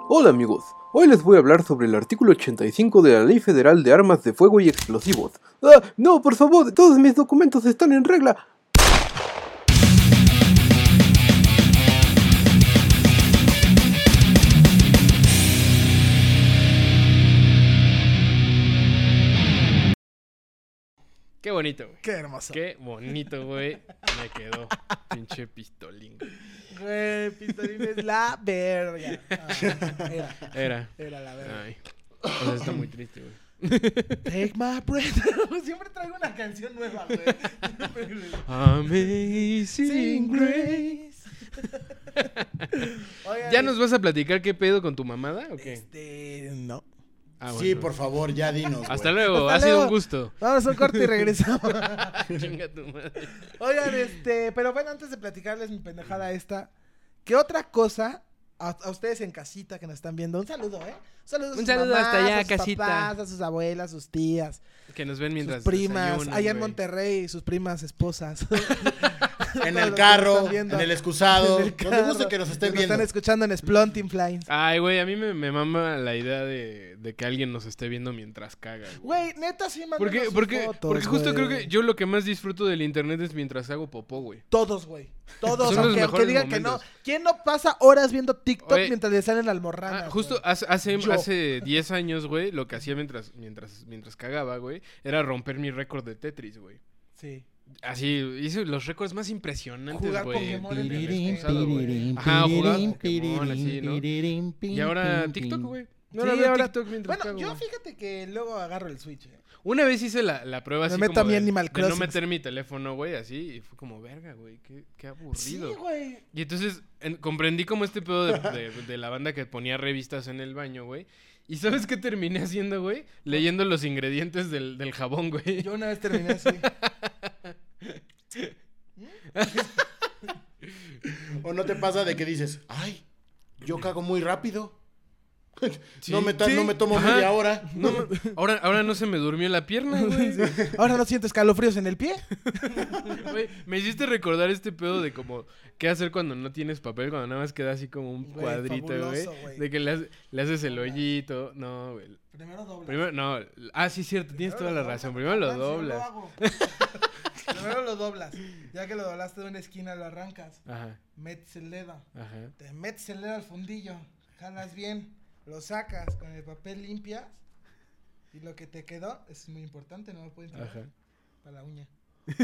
[SPEAKER 6] Hola amigos, hoy les voy a hablar sobre el artículo 85 de la Ley Federal de Armas de Fuego y Explosivos. ¡Ah! No, por favor, todos mis documentos están en regla.
[SPEAKER 3] Qué bonito, güey.
[SPEAKER 2] Qué hermoso.
[SPEAKER 3] Qué bonito, güey. Me quedó. Pinche pistolín. güey.
[SPEAKER 2] Güey, Pistolín es la verga. Ah, era,
[SPEAKER 3] Era.
[SPEAKER 2] era la verga.
[SPEAKER 3] Ay. O sea, está muy triste, güey.
[SPEAKER 2] Take my breath. [laughs] Siempre traigo una canción nueva, güey.
[SPEAKER 3] Amazing Grace.
[SPEAKER 2] [laughs] Oigan,
[SPEAKER 3] ¿Ya nos vas a platicar qué pedo con tu mamada o qué?
[SPEAKER 2] Este, no.
[SPEAKER 3] Ah,
[SPEAKER 4] Sí,
[SPEAKER 3] bueno.
[SPEAKER 4] por favor, ya dinos.
[SPEAKER 3] Hasta
[SPEAKER 4] güey.
[SPEAKER 3] luego,
[SPEAKER 2] Hasta
[SPEAKER 3] ha sido
[SPEAKER 2] luego. Ah, [laughs]
[SPEAKER 3] un gusto.
[SPEAKER 2] Vamos a un corte y regresamos.
[SPEAKER 3] Chinga tu madre.
[SPEAKER 2] Oigan, este, pero bueno, antes de platicarles mi pendejada esta, ¿qué otra cosa a, a ustedes en casita que nos están viendo? Un saludo, ¿eh? Un saludo, a
[SPEAKER 3] Un
[SPEAKER 2] sus
[SPEAKER 3] saludo
[SPEAKER 2] mamás,
[SPEAKER 3] hasta allá,
[SPEAKER 2] a sus
[SPEAKER 3] casita.
[SPEAKER 2] papás, a sus abuelas, sus tías,
[SPEAKER 3] Que nos ven
[SPEAKER 2] sus
[SPEAKER 3] mientras.
[SPEAKER 2] primas,
[SPEAKER 3] desayunan,
[SPEAKER 2] allá en
[SPEAKER 3] güey.
[SPEAKER 2] Monterrey, sus primas, esposas.
[SPEAKER 4] [laughs] En
[SPEAKER 2] Todos los que
[SPEAKER 4] el
[SPEAKER 2] nos
[SPEAKER 4] carro,
[SPEAKER 2] están viendo. [laughs]
[SPEAKER 4] en el excusado.
[SPEAKER 2] En el
[SPEAKER 4] Donde guste
[SPEAKER 2] carro,
[SPEAKER 4] que nos estén
[SPEAKER 2] Nos
[SPEAKER 4] viendo.
[SPEAKER 2] están escuchando en Splunting Flies.
[SPEAKER 3] Ay, güey, a mí me, me mama la idea de, de que alguien nos esté viendo mientras caga.
[SPEAKER 2] Güey, neta, sí, mándanos
[SPEAKER 3] Porque,
[SPEAKER 2] sus
[SPEAKER 3] porque,
[SPEAKER 2] fotos,
[SPEAKER 3] porque justo
[SPEAKER 2] güey.
[SPEAKER 3] creo que yo lo que más disfruto del internet es mientras hago popó, güey.
[SPEAKER 2] Todos, güey. Todos,
[SPEAKER 3] Son los
[SPEAKER 2] aunque, aunque
[SPEAKER 3] mejores
[SPEAKER 2] digan que
[SPEAKER 3] momentos.
[SPEAKER 2] no. ¿Quién no pasa horas viendo TikTok
[SPEAKER 3] Oye,
[SPEAKER 2] mientras le salen la
[SPEAKER 3] Ah,
[SPEAKER 2] almorrana?
[SPEAKER 3] justo hace, hace,
[SPEAKER 2] Yo.
[SPEAKER 3] hace 10 años, güey, lo que hacía mientras, mientras, mientras cagaba, güey, era romper mi récord de Tetris, güey.
[SPEAKER 2] Sí.
[SPEAKER 3] Así, hice los récords más impresionantes,
[SPEAKER 2] Jugar
[SPEAKER 3] güey.
[SPEAKER 2] Pokémon
[SPEAKER 3] en
[SPEAKER 2] en
[SPEAKER 3] el
[SPEAKER 2] el
[SPEAKER 3] excusado, güey. Ajá, jugaba Pokémon, así, ¿no? Y ahora TikTok, güey. No,
[SPEAKER 2] Sí,
[SPEAKER 3] no veo
[SPEAKER 2] ahora-
[SPEAKER 3] TikTok mientras
[SPEAKER 2] Bueno,
[SPEAKER 3] cago,
[SPEAKER 2] yo
[SPEAKER 3] güey.
[SPEAKER 2] fíjate que luego agarro el Switch. ¿eh?
[SPEAKER 3] Una vez hice la, la prueba
[SPEAKER 2] Me
[SPEAKER 3] así
[SPEAKER 2] meto
[SPEAKER 3] como
[SPEAKER 2] a mi
[SPEAKER 3] de,
[SPEAKER 2] Animal
[SPEAKER 3] de no
[SPEAKER 2] Crossing.
[SPEAKER 3] meter mi teléfono, güey, así. Y fue como, verga, güey, qué, qué
[SPEAKER 2] Sí,
[SPEAKER 3] aburrido.
[SPEAKER 2] güey.
[SPEAKER 3] y entonces en- comprendí como este pedo de, de- de la banda que ponía revistas en el baño, güey. ¿Y sabes qué terminé haciendo, güey? Leyendo los ingredientes del, del jabón, güey.
[SPEAKER 2] Yo una vez terminé [laughs] así.
[SPEAKER 4] ¿O no te pasa de que dices, ay, yo cago muy rápido?
[SPEAKER 3] Sí.
[SPEAKER 4] no, me ta-
[SPEAKER 3] Sí.
[SPEAKER 4] no me tomo
[SPEAKER 3] Ajá.
[SPEAKER 4] media hora.
[SPEAKER 3] No, ma- ahora, ahora no se me durmió la
[SPEAKER 2] [laughs]
[SPEAKER 3] pierna, güey.
[SPEAKER 2] Ahora no siento escalofríos en el pie.
[SPEAKER 3] Güey, Me hiciste recordar este pedo de como qué hacer cuando no tienes papel, cuando nada más queda así como un
[SPEAKER 2] Güey,
[SPEAKER 3] cuadrito, güey.
[SPEAKER 2] fabuloso, güey.
[SPEAKER 3] De que le, hace- le haces el hoyito. No, güey.
[SPEAKER 2] Primero doblas.
[SPEAKER 3] Primero, no. Ah, sí, cierto, tienes toda la razón. Primero lo doblas. [laughs]
[SPEAKER 2] Primero lo doblas. Ya que lo doblaste de una esquina, lo arrancas.
[SPEAKER 3] Ajá,
[SPEAKER 2] Metes el dedo.
[SPEAKER 3] ajá.
[SPEAKER 2] Te metes el dedo al fundillo. Jalas bien. Lo sacas con el papel limpias. Y lo que te quedó es muy importante. No lo pueden tirar.
[SPEAKER 3] Ajá.
[SPEAKER 2] Para la uña. [laughs]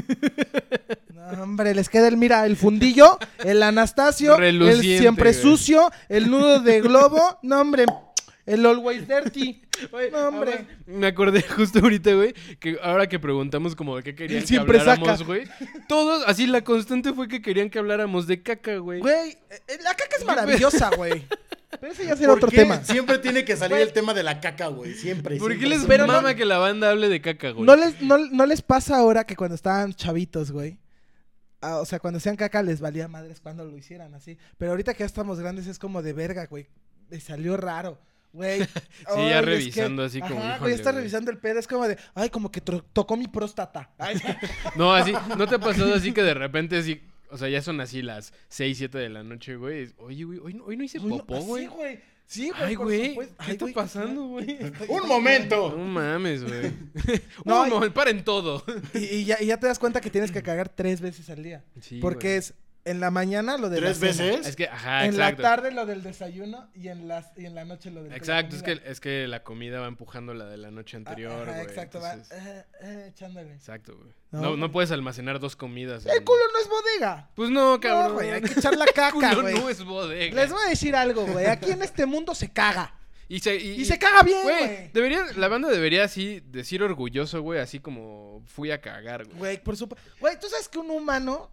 [SPEAKER 2] No, hombre, les queda el, mira, el fundillo, el Anastasio, el
[SPEAKER 3] Reluciente,
[SPEAKER 2] siempre
[SPEAKER 3] güey.
[SPEAKER 2] sucio, el nudo de globo, no, hombre, el always dirty.
[SPEAKER 3] Güey,
[SPEAKER 2] No, hombre.
[SPEAKER 3] ahora Me acordé justo ahorita, güey, que ahora que preguntamos como de qué querían que
[SPEAKER 2] Siempre saca.
[SPEAKER 3] habláramos, güey. Todos, así la constante fue que querían que habláramos de caca, güey.
[SPEAKER 2] Güey, eh, la caca es maravillosa, güey. Pero ese ya será
[SPEAKER 4] ¿Por
[SPEAKER 2] otro
[SPEAKER 4] qué
[SPEAKER 2] tema.
[SPEAKER 4] Siempre tiene que salir
[SPEAKER 2] Güey.
[SPEAKER 4] el tema de la caca, güey. Siempre.
[SPEAKER 3] ¿Por qué
[SPEAKER 4] siempre,
[SPEAKER 3] les
[SPEAKER 4] siempre.
[SPEAKER 2] Pero no-
[SPEAKER 3] mama que la banda hable de caca, güey?
[SPEAKER 2] ¿No les, no, no les pasa ahora que cuando estaban chavitos, güey? ah, o sea, cuando sean caca les valía madres cuando lo hicieran así. Pero ahorita que ya estamos grandes es como de verga, güey. Me salió raro.
[SPEAKER 3] [laughs]
[SPEAKER 2] Güey. sí,
[SPEAKER 3] ya revisando así como,
[SPEAKER 2] Ajá,
[SPEAKER 3] híjole,
[SPEAKER 2] güey, está
[SPEAKER 3] güey.
[SPEAKER 2] revisando el pedo. Es como de,
[SPEAKER 3] [laughs]
[SPEAKER 2] ay, como que tro- tocó mi próstata. Ay,
[SPEAKER 3] No, así, ¿no te ha pasado así que de repente así O sea, ya son así las 6, 7 de la noche, güey. Es, Oye, güey, hoy no, hoy no hice
[SPEAKER 2] Uy, no, pues
[SPEAKER 3] popó,
[SPEAKER 2] Sí,
[SPEAKER 3] güey.
[SPEAKER 2] güey. Sí, güey.
[SPEAKER 3] Ay,
[SPEAKER 2] por
[SPEAKER 3] güey.
[SPEAKER 2] supuesto.
[SPEAKER 3] ¿Qué
[SPEAKER 2] Ay,
[SPEAKER 3] está
[SPEAKER 2] güey,
[SPEAKER 3] pasando, güey?
[SPEAKER 2] [laughs]
[SPEAKER 4] ¡Un momento!
[SPEAKER 3] No mames, güey.
[SPEAKER 2] No,
[SPEAKER 3] Un
[SPEAKER 2] y-
[SPEAKER 3] momento, paren todo.
[SPEAKER 2] Y, y ya, y ya te das cuenta que
[SPEAKER 3] [laughs]
[SPEAKER 2] tienes que cagar tres veces al día.
[SPEAKER 3] Sí,
[SPEAKER 2] porque
[SPEAKER 3] güey.
[SPEAKER 2] es en la mañana lo de la
[SPEAKER 4] ¿Tres
[SPEAKER 2] cena,
[SPEAKER 4] veces?
[SPEAKER 3] Es que, ajá,
[SPEAKER 2] en
[SPEAKER 3] Ah, exacto.
[SPEAKER 2] la tarde lo del desayuno y en las y en la noche lo del
[SPEAKER 3] Exacto, es que, es que la comida va empujando la de la noche anterior, güey.
[SPEAKER 2] Exacto,
[SPEAKER 3] entonces-
[SPEAKER 2] va eh, eh, echándole.
[SPEAKER 3] Exacto, güey.
[SPEAKER 2] No,
[SPEAKER 3] No, no,
[SPEAKER 2] güey.
[SPEAKER 3] puedes almacenar dos comidas.
[SPEAKER 2] El
[SPEAKER 3] en-
[SPEAKER 2] culo no es bodega.
[SPEAKER 3] Pues no, cabrón.
[SPEAKER 2] No, güey, hay que
[SPEAKER 3] [laughs]
[SPEAKER 2] echar la caca,
[SPEAKER 3] culo
[SPEAKER 2] güey.
[SPEAKER 3] no es bodega.
[SPEAKER 2] Les voy a decir algo, güey. Aquí en este mundo se caga.
[SPEAKER 3] Y se, y-
[SPEAKER 2] Y se caga bien,
[SPEAKER 3] Güey,
[SPEAKER 2] güey.
[SPEAKER 3] debería, la banda debería así decir orgulloso, güey, así como fui a cagar, güey.
[SPEAKER 2] Güey, por supuesto. Güey, tú sabes que un humano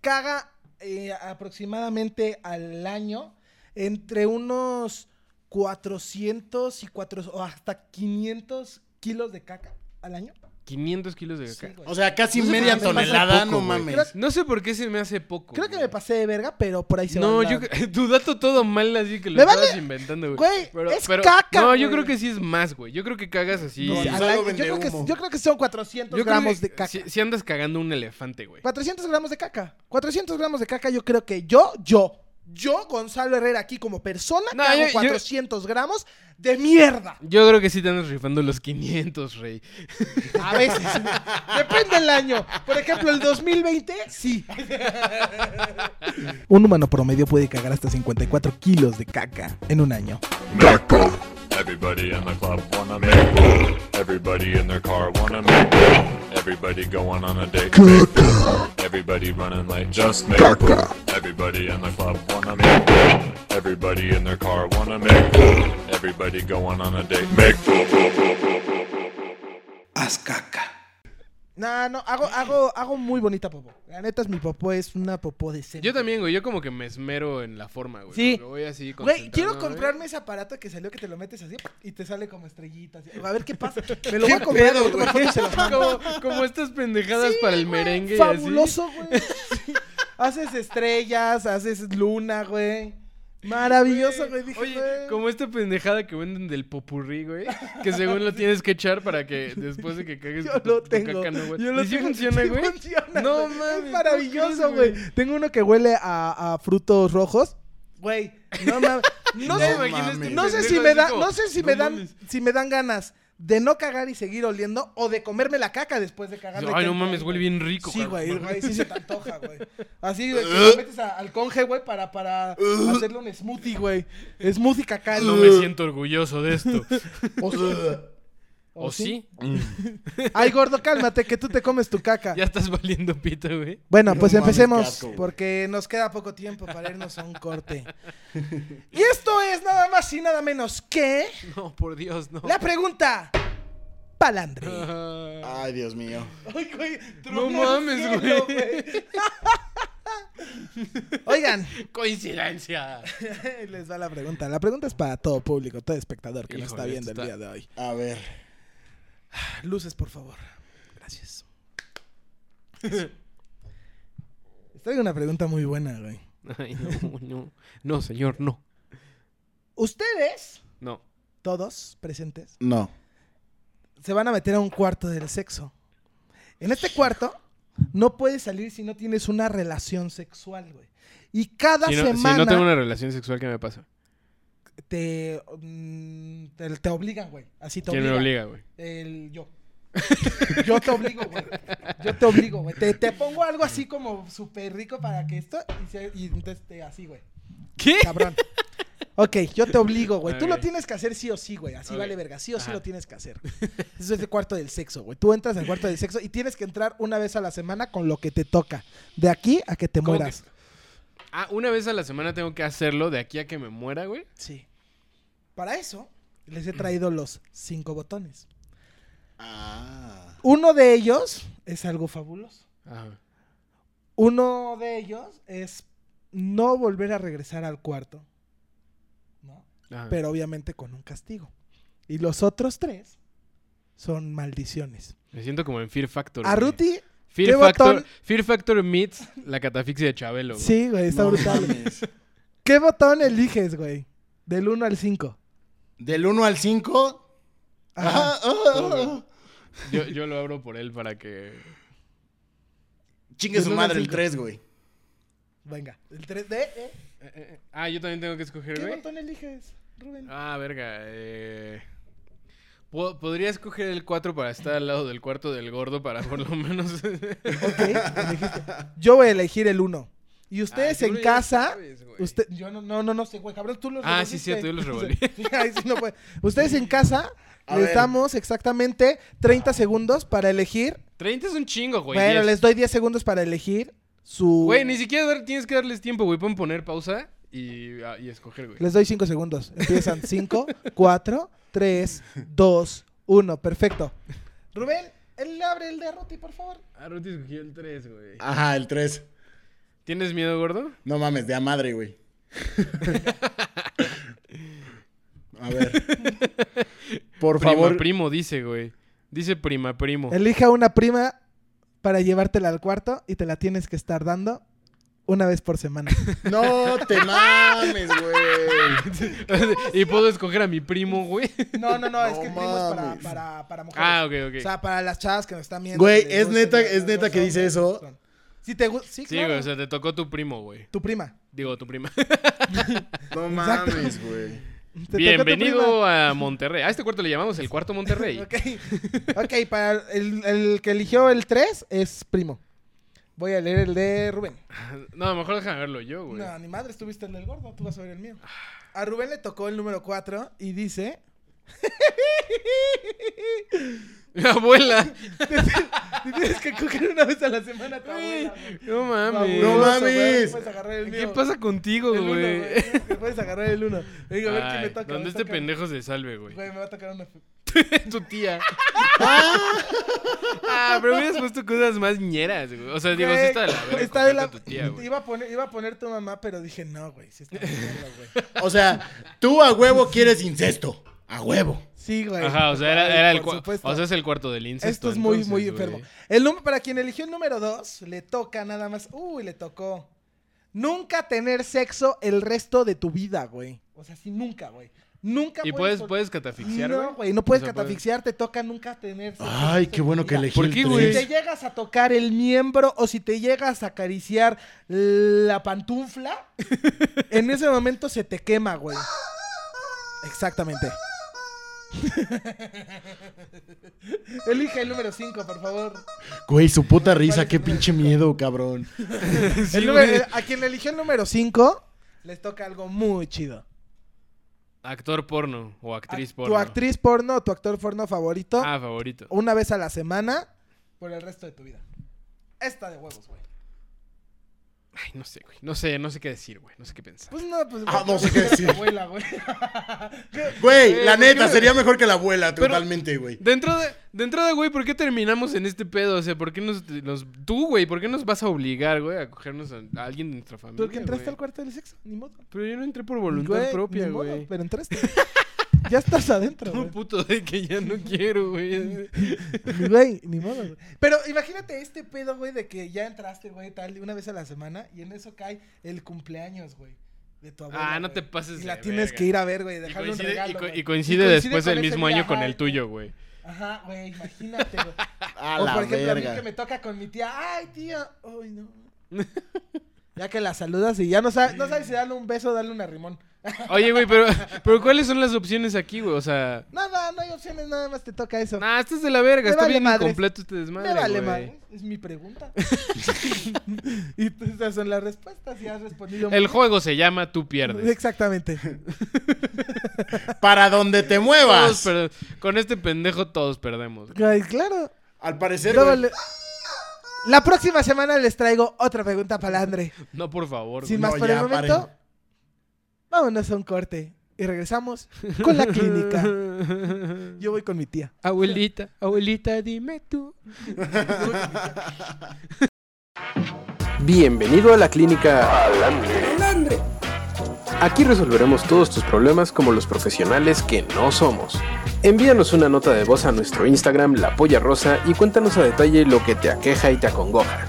[SPEAKER 2] caga eh, aproximadamente al año entre unos 400 y 400 o hasta 500 kilos de caca al año.
[SPEAKER 3] 500 kilos de
[SPEAKER 2] Sí,
[SPEAKER 3] caca.
[SPEAKER 2] güey.
[SPEAKER 4] O sea, casi
[SPEAKER 3] No sé
[SPEAKER 4] media
[SPEAKER 3] por qué se me hace
[SPEAKER 4] tonelada,
[SPEAKER 3] poco,
[SPEAKER 4] no
[SPEAKER 3] güey.
[SPEAKER 4] mames.
[SPEAKER 2] Creo-
[SPEAKER 3] No sé por qué se me hace poco.
[SPEAKER 2] Creo que
[SPEAKER 3] güey.
[SPEAKER 2] me pasé de verga, pero por ahí se
[SPEAKER 3] No,
[SPEAKER 2] va
[SPEAKER 3] yo
[SPEAKER 2] andando.
[SPEAKER 3] cre- [laughs] tu dato todo mal así que lo
[SPEAKER 2] Me vale-
[SPEAKER 3] estabas inventando, güey.
[SPEAKER 2] Güey, es caca,
[SPEAKER 3] No, yo
[SPEAKER 2] güey.
[SPEAKER 3] creo que sí es más, güey. Yo creo que cagas así.
[SPEAKER 2] No,
[SPEAKER 4] Sí,
[SPEAKER 2] al
[SPEAKER 4] solo
[SPEAKER 2] año-
[SPEAKER 4] vende
[SPEAKER 2] yo, creo
[SPEAKER 4] humo.
[SPEAKER 2] que, yo creo que son 400
[SPEAKER 3] yo creo
[SPEAKER 2] gramos
[SPEAKER 3] que
[SPEAKER 2] de caca. Pues,
[SPEAKER 3] Si, si andas cagando un elefante, güey.
[SPEAKER 2] 400 gramos de caca. 400 gramos de caca, yo creo que yo, yo, yo, Gonzalo Herrera, aquí como persona,
[SPEAKER 3] No,
[SPEAKER 2] que
[SPEAKER 3] yo-
[SPEAKER 2] hago
[SPEAKER 3] yo-
[SPEAKER 2] 400 gramos de mierda.
[SPEAKER 3] Yo creo que sí te andas rifando los 500, rey.
[SPEAKER 2] A veces. Depende del año. Por ejemplo, el 2020, sí. Un humano promedio puede cagar hasta 54 kilos de caca en un año.
[SPEAKER 7] Everybody in the club wanna make love. Everybody in their car wanna make love. Everybody going on a date. Everybody running late, just make love. Everybody in the club wanna make love. Everybody in their car wanna make love. Everybody going on a date, make
[SPEAKER 1] Haz caca.
[SPEAKER 2] No, no, hago, hago, hago muy bonita popó. La neta es mi popó, es una popó de
[SPEAKER 3] Yo también, güey. Yo como que me esmero en la forma, güey.
[SPEAKER 2] Sí.
[SPEAKER 3] Lo Voy
[SPEAKER 2] Güey,
[SPEAKER 3] así
[SPEAKER 2] quiero
[SPEAKER 3] concentrado, güey.
[SPEAKER 2] comprarme ese aparato que salió que te lo metes así y te sale como estrellitas. A ver qué
[SPEAKER 3] [laughs]
[SPEAKER 2] pasa. Me lo
[SPEAKER 4] ¿Qué
[SPEAKER 2] voy a comprar.
[SPEAKER 4] pedo,
[SPEAKER 2] le tomo foto
[SPEAKER 4] güey?
[SPEAKER 2] y se lo mando.
[SPEAKER 3] [laughs] como, como estas pendejadas para el
[SPEAKER 2] güey,
[SPEAKER 3] [laughs] merengue y así.
[SPEAKER 2] Fabuloso,
[SPEAKER 3] [laughs]
[SPEAKER 2] güey. Sí. Haces estrellas, haces luna, güey. Maravilloso, güey. Dije,
[SPEAKER 3] Oye,
[SPEAKER 2] güey.
[SPEAKER 3] como esta pendejada que venden del popurrí, güey. Que según lo tienes que echar para que después de que cagues
[SPEAKER 2] Yo
[SPEAKER 3] tu-
[SPEAKER 2] lo
[SPEAKER 3] tu
[SPEAKER 2] tengo.
[SPEAKER 3] caca, no, güey.
[SPEAKER 2] Yo lo
[SPEAKER 3] ¿Y sí
[SPEAKER 2] tengo.
[SPEAKER 3] funciona,
[SPEAKER 2] Sí
[SPEAKER 3] güey?
[SPEAKER 2] funciona,
[SPEAKER 3] No
[SPEAKER 2] güey.
[SPEAKER 3] mames,
[SPEAKER 2] Es
[SPEAKER 3] ¿cómo
[SPEAKER 2] maravilloso,
[SPEAKER 3] crees,
[SPEAKER 2] güey. Tengo uno que huele a, a frutos rojos. Güey, no
[SPEAKER 3] [laughs]
[SPEAKER 2] mames. No,
[SPEAKER 4] No
[SPEAKER 2] sé,
[SPEAKER 4] mames.
[SPEAKER 3] este
[SPEAKER 2] no sé
[SPEAKER 3] pendejo
[SPEAKER 2] si me
[SPEAKER 3] así
[SPEAKER 2] da,
[SPEAKER 3] como,
[SPEAKER 2] no sé si me dan,
[SPEAKER 3] mames.
[SPEAKER 2] si me dan ganas de no cagar y seguir oliendo o de comerme la caca después de cagar.
[SPEAKER 3] Ay, no mames, huele bien rico,
[SPEAKER 2] Sí,
[SPEAKER 3] cabrón.
[SPEAKER 2] güey, güey, sí se te antoja, güey. Así, güey, que lo
[SPEAKER 4] [laughs]
[SPEAKER 2] metes a- al conge, güey, para, para hacerle un smoothie, güey. Smoothie cacal. [laughs]
[SPEAKER 3] No me siento orgulloso de esto.
[SPEAKER 2] O sí.
[SPEAKER 3] ¿O, sí?
[SPEAKER 2] Ay, gordo, cálmate, que tú te comes tu caca.
[SPEAKER 3] Ya estás valiendo pita, güey.
[SPEAKER 2] Bueno, pues
[SPEAKER 4] No mames, qué
[SPEAKER 2] empecemos,
[SPEAKER 4] asco, güey.
[SPEAKER 2] porque nos queda poco tiempo para irnos a un corte. Y esto es nada más y nada menos que
[SPEAKER 3] [laughs] No, por Dios, no.
[SPEAKER 2] la pregunta [laughs] palandre.
[SPEAKER 3] Ah.
[SPEAKER 4] Ay, Dios mío.
[SPEAKER 2] Ay, güey,
[SPEAKER 3] No mames,
[SPEAKER 2] cielo,
[SPEAKER 3] güey.
[SPEAKER 2] Oigan,
[SPEAKER 3] Coincidencia.
[SPEAKER 2] [laughs] les va la pregunta. La pregunta es para todo público, todo espectador que nos
[SPEAKER 3] Híjole,
[SPEAKER 2] está viendo
[SPEAKER 3] esto
[SPEAKER 2] el
[SPEAKER 3] está-
[SPEAKER 2] día de hoy.
[SPEAKER 4] A ver.
[SPEAKER 2] Luces, por favor.
[SPEAKER 3] [laughs]
[SPEAKER 2] Gracias. Estoy una pregunta muy buena, güey.
[SPEAKER 3] [laughs] Ay, no, no. No, señor, no.
[SPEAKER 2] Ustedes,
[SPEAKER 3] No.
[SPEAKER 2] todos presentes,
[SPEAKER 4] No.
[SPEAKER 2] se van a meter a un cuarto del sexo. En este cuarto no puedes salir si no tienes una relación sexual, güey. Y cada
[SPEAKER 3] Si no, si
[SPEAKER 2] semana
[SPEAKER 3] no tengo una relación sexual, ¿qué me pasa?
[SPEAKER 2] te, mm, te, te obligan, güey. Así te
[SPEAKER 3] ¿Quién me
[SPEAKER 2] obligan.
[SPEAKER 3] obliga, güey?
[SPEAKER 2] El yo. [laughs] Yo te obligo, güey. Yo te obligo, güey. Te, te pongo algo así como súper rico para que esto. Y, se- y entonces te- así, güey.
[SPEAKER 3] ¿Qué?
[SPEAKER 2] Cabrón. Ok, yo te obligo, güey. Tú lo
[SPEAKER 3] Ok.
[SPEAKER 2] tienes que hacer sí o sí, güey. Así
[SPEAKER 3] Ok.
[SPEAKER 2] vale verga. Sí o sí
[SPEAKER 3] Ajá.
[SPEAKER 2] lo tienes que hacer. Eso es el cuarto del sexo, güey. Tú entras al cuarto del sexo y tienes que entrar una vez a la semana con lo que te toca. De aquí a que te
[SPEAKER 3] ¿Cómo
[SPEAKER 2] mueras.
[SPEAKER 3] que- Ah, una vez a la semana tengo que hacerlo de aquí a que me muera, güey.
[SPEAKER 2] Sí. Para eso, les
[SPEAKER 4] Mm.
[SPEAKER 2] he traído los cinco botones.
[SPEAKER 4] Ah.
[SPEAKER 2] Uno de ellos es algo fabuloso.
[SPEAKER 3] Ajá.
[SPEAKER 2] Uno de ellos es no volver a regresar al cuarto. ¿No?
[SPEAKER 4] Ah.
[SPEAKER 3] Ajá.
[SPEAKER 2] Pero obviamente con un castigo. Y los otros tres son maldiciones.
[SPEAKER 3] Me siento como en Fear Factor.
[SPEAKER 2] A
[SPEAKER 3] güey.
[SPEAKER 2] Ruti, ¿qué
[SPEAKER 3] Fear Factor,
[SPEAKER 2] botón?
[SPEAKER 3] Fear Factor meets la catafixia de Chabelo. güey.
[SPEAKER 2] sí, güey, está
[SPEAKER 4] No
[SPEAKER 2] brutal.
[SPEAKER 4] mames.
[SPEAKER 2] ¿Qué botón eliges, güey? Del 1 al 5.
[SPEAKER 4] [laughs] Del 1 al 5.
[SPEAKER 2] Ajá.
[SPEAKER 3] Yo, yo lo abro por él para que. eh,
[SPEAKER 4] Chingue
[SPEAKER 2] Del
[SPEAKER 4] su
[SPEAKER 2] uno al
[SPEAKER 4] madre el
[SPEAKER 2] cinco.
[SPEAKER 4] 3, güey.
[SPEAKER 2] Venga, el 3D. ¿eh?
[SPEAKER 3] Eh, eh, Ah, yo también tengo que escoger,
[SPEAKER 2] ¿Qué
[SPEAKER 3] güey.
[SPEAKER 2] botón eliges, Rubén?
[SPEAKER 3] Ah, verga. Eh... po- Podría escoger el 4 para estar al lado del cuarto del gordo para por
[SPEAKER 2] [laughs]
[SPEAKER 3] lo menos...
[SPEAKER 2] Ok, elegiste. Yo voy a elegir el 1. Y ustedes
[SPEAKER 3] seguro
[SPEAKER 2] en
[SPEAKER 3] ya lo
[SPEAKER 2] casa.
[SPEAKER 3] sabes, güey.
[SPEAKER 2] usted, yo no, no, no, no sé, güey, cabrón, tú los
[SPEAKER 3] Ah,
[SPEAKER 2] revolviste.
[SPEAKER 3] sí, cierto, yo los revolví.
[SPEAKER 2] [laughs] Sí, ahí sí no puede. Ustedes en casa
[SPEAKER 4] [laughs] A
[SPEAKER 2] les
[SPEAKER 4] ver.
[SPEAKER 2] damos exactamente 30 segundos para elegir.
[SPEAKER 3] 30 es un chingo, güey.
[SPEAKER 2] bueno,
[SPEAKER 3] 10.
[SPEAKER 2] les doy 10 segundos para elegir su.
[SPEAKER 3] Pues Güey, ni siquiera dar- tienes que darles tiempo, güey. Pueden poner pausa y, ah, y escoger, güey.
[SPEAKER 2] Les doy 5 segundos.
[SPEAKER 3] [laughs]
[SPEAKER 2] Empiezan 5, 4, 3, 2, 1. Perfecto. Rubén, él abre el de Ruti, por favor.
[SPEAKER 3] Ah, Ruti escogió el 3, güey.
[SPEAKER 4] Ajá, el 3.
[SPEAKER 3] ¿Tienes miedo, gordo?
[SPEAKER 4] No mames, de a madre, güey. [laughs] A ver. Por
[SPEAKER 3] prima
[SPEAKER 4] favor.
[SPEAKER 3] primo dice, güey. Dice prima primo.
[SPEAKER 2] Elija una prima para llevártela al cuarto y te la tienes que estar dando una vez por semana.
[SPEAKER 4] No te mames, güey.
[SPEAKER 3] [laughs] y puedo escoger a mi primo, [laughs] güey.
[SPEAKER 2] [laughs] No, no, no, es
[SPEAKER 4] No
[SPEAKER 2] que primo es para,
[SPEAKER 4] mames.
[SPEAKER 2] para, para mujeres.
[SPEAKER 3] ah, ok, ok.
[SPEAKER 2] O sea, para las chavas que nos están viendo.
[SPEAKER 4] Güey,
[SPEAKER 2] que les
[SPEAKER 4] es
[SPEAKER 2] gusten
[SPEAKER 4] neta-
[SPEAKER 2] las-
[SPEAKER 4] es neta
[SPEAKER 2] los
[SPEAKER 4] que dice
[SPEAKER 2] hombres,
[SPEAKER 4] eso.
[SPEAKER 2] son- Sí, te gusta. Sí,
[SPEAKER 3] sí,
[SPEAKER 2] claro.
[SPEAKER 3] güey, o sea, te tocó tu primo, güey.
[SPEAKER 2] Tu prima.
[SPEAKER 3] Digo, tu prima.
[SPEAKER 2] Exacto.
[SPEAKER 4] No mames, güey.
[SPEAKER 2] Te toca tu
[SPEAKER 3] Bienvenido a Monterrey. A este cuarto le llamamos el cuarto Monterrey.
[SPEAKER 2] prima. [laughs] Ok, Ok, para el, el que eligió el 3 es primo. Voy a leer el de Rubén.
[SPEAKER 3] No, mejor déjame verlo yo, Ah, güey. [laughs]
[SPEAKER 2] No, ni madre, estuviste el del gordo, tú vas a ver el mío. A Rubén le tocó el número 4 y
[SPEAKER 3] [laughs]
[SPEAKER 2] dice... [laughs]
[SPEAKER 3] Mi abuela.
[SPEAKER 2] Te tienes que coger una vez a la semana a tu abuela, güey.
[SPEAKER 3] No mames.
[SPEAKER 4] No
[SPEAKER 2] Fabuloso,
[SPEAKER 4] mames.
[SPEAKER 2] güey, no puedes agarrar el
[SPEAKER 3] ¿Qué
[SPEAKER 2] mío.
[SPEAKER 3] pasa contigo,
[SPEAKER 2] El uno,
[SPEAKER 3] güey?
[SPEAKER 2] güey. Te puedes agarrar el uno. Venga, a ver quién me
[SPEAKER 3] Ay,
[SPEAKER 2] toca.
[SPEAKER 3] Donde
[SPEAKER 2] me
[SPEAKER 3] este
[SPEAKER 2] toca-
[SPEAKER 3] pendejo se salve, güey.
[SPEAKER 2] Güey, me va a tocar una... fe-
[SPEAKER 3] tu tía. ah, pero hubieras puesto cosas más ñeras, güey. O sea, digo, sí
[SPEAKER 2] Güey,
[SPEAKER 3] está de la verga.
[SPEAKER 2] está de la-
[SPEAKER 3] cogerte a tu tía, güey.
[SPEAKER 2] iba, a poner, iba a poner tu mamá, pero dije, no, güey. Sí, está de la verga, güey.
[SPEAKER 4] O sea, tú a huevo quieres incesto. A huevo.
[SPEAKER 2] Sí, güey.
[SPEAKER 3] Ajá, o sea, era, era el
[SPEAKER 2] Por
[SPEAKER 3] cuarto.
[SPEAKER 2] supuesto.
[SPEAKER 3] O sea, es el cuarto del incesto.
[SPEAKER 2] Esto es muy,
[SPEAKER 3] entonces,
[SPEAKER 2] muy
[SPEAKER 3] güey.
[SPEAKER 2] enfermo. El num- para quien eligió el número 2, le toca nada más. Uy, le tocó. Nunca tener sexo el resto de tu vida, güey. O sea, sí, nunca, güey. Nunca
[SPEAKER 3] ¿Y puedes, puedes catafixiar, güey?
[SPEAKER 2] No, güey, no puedes
[SPEAKER 3] O sea, puedes-
[SPEAKER 2] catafixiar, te toca nunca tener sexo.
[SPEAKER 4] Ay, qué bueno que
[SPEAKER 2] Mira,
[SPEAKER 4] elegí
[SPEAKER 3] ¿por
[SPEAKER 4] el
[SPEAKER 3] qué,
[SPEAKER 4] tres.
[SPEAKER 3] güey?
[SPEAKER 2] Si te llegas a tocar el miembro o si te llegas a acariciar la
[SPEAKER 3] [laughs]
[SPEAKER 2] pantufla, en ese momento se te quema, güey. Exactamente. [laughs] Elige el número 5, por favor.
[SPEAKER 4] Güey, su puta risa, qué pinche miedo, cabrón.
[SPEAKER 2] El número- a quien le eligió el número 5, les toca algo muy chido.
[SPEAKER 3] Actor porno o actriz
[SPEAKER 2] A-
[SPEAKER 3] porno.
[SPEAKER 2] Tu actriz porno o tu actor porno favorito,
[SPEAKER 3] Ah, favorito.
[SPEAKER 2] una vez a la semana, por el resto de tu vida. Esta de huevos, güey.
[SPEAKER 3] Ay, no sé, güey. No sé, no sé qué decir, güey. No sé qué pensar.
[SPEAKER 2] Pues no, pues.
[SPEAKER 4] Ah,
[SPEAKER 2] güey,
[SPEAKER 4] no sé
[SPEAKER 2] [laughs]
[SPEAKER 4] qué decir.
[SPEAKER 2] Abuela, güey.
[SPEAKER 4] Güey, la neta, sería mejor que la abuela, totalmente, güey.
[SPEAKER 3] Dentro de, de entrada, güey, ¿por qué terminamos en este pedo? O sea, ¿por qué nos... nos- tú, güey, ¿por qué nos vas a obligar, güey, a cogernos a, a alguien de nuestra familia,
[SPEAKER 2] Porque entraste
[SPEAKER 3] güey?
[SPEAKER 2] al cuarto del sexo, ni modo.
[SPEAKER 3] Pero yo no entré por voluntad
[SPEAKER 2] Güey,
[SPEAKER 3] propia,
[SPEAKER 2] ni modo,
[SPEAKER 3] güey.
[SPEAKER 2] Pero entraste. [laughs] ya estás adentro.
[SPEAKER 3] [laughs] No,
[SPEAKER 2] güey.
[SPEAKER 3] puto, de que ya [laughs] no quiero, güey.
[SPEAKER 2] Güey, ni modo. güey. Pero imagínate este pedo, güey, de que ya entraste, güey, tal, una vez a la semana y en eso cae el cumpleaños, güey. De tu abuela.
[SPEAKER 3] Ah, no
[SPEAKER 2] güey.
[SPEAKER 3] te pases
[SPEAKER 2] Y la
[SPEAKER 3] de
[SPEAKER 2] tienes
[SPEAKER 3] verga.
[SPEAKER 2] que ir a ver, güey,
[SPEAKER 3] Y
[SPEAKER 2] dejarle un
[SPEAKER 3] coincide,
[SPEAKER 2] regalo.
[SPEAKER 3] y co- y
[SPEAKER 2] güey.
[SPEAKER 3] coincide
[SPEAKER 2] Y
[SPEAKER 3] después
[SPEAKER 2] con
[SPEAKER 3] del
[SPEAKER 2] ese
[SPEAKER 3] mismo
[SPEAKER 2] día,
[SPEAKER 3] año con
[SPEAKER 2] ajá,
[SPEAKER 3] el tuyo, güey.
[SPEAKER 2] Ajá, güey, imagínate, güey.
[SPEAKER 4] A
[SPEAKER 2] O
[SPEAKER 4] la
[SPEAKER 2] por ejemplo, a mí
[SPEAKER 4] verga.
[SPEAKER 2] que me toca con mi tía. Ay, tía. Ay, no. ya que la saludas y ya no sabes, no sabes si darle un beso o darle un arrimón.
[SPEAKER 3] Oye, güey, pero, pero ¿cuáles son las opciones aquí, güey? O sea...
[SPEAKER 2] Nada, no hay opciones, nada más te toca eso.
[SPEAKER 3] Nah, esto es de la verga.
[SPEAKER 2] Me
[SPEAKER 3] Está
[SPEAKER 2] vale
[SPEAKER 3] bien
[SPEAKER 2] madres.
[SPEAKER 3] incompleto este desmadre,
[SPEAKER 2] Me vale
[SPEAKER 3] güey.
[SPEAKER 2] madre, es mi pregunta. [laughs] y tú- esas son las respuestas y has respondido.
[SPEAKER 3] El
[SPEAKER 2] muy-
[SPEAKER 3] juego se llama Tú pierdes.
[SPEAKER 2] Exactamente.
[SPEAKER 4] Para donde te
[SPEAKER 3] Todos
[SPEAKER 4] muevas.
[SPEAKER 3] per- Con este pendejo todos perdemos. güey.
[SPEAKER 2] Ay, claro.
[SPEAKER 4] Al parecer,
[SPEAKER 2] Luego
[SPEAKER 4] güey.
[SPEAKER 2] le- La próxima semana les traigo otra pregunta para André.
[SPEAKER 3] No, por favor,
[SPEAKER 2] Sin
[SPEAKER 3] güey.
[SPEAKER 2] más
[SPEAKER 4] No,
[SPEAKER 2] por
[SPEAKER 4] ya,
[SPEAKER 2] el momento,
[SPEAKER 4] paren.
[SPEAKER 2] vámonos a un corte y regresamos con la clínica.
[SPEAKER 3] [laughs]
[SPEAKER 2] Yo voy con mi tía.
[SPEAKER 3] Abuelita, abuelita, dime tú.
[SPEAKER 6] Bienvenido a la clínica Alandre. Aquí resolveremos todos tus problemas como los profesionales que no somos. Envíanos una nota de voz a nuestro Instagram La Polla Rosa y cuéntanos a detalle lo que te aqueja y te acongoja.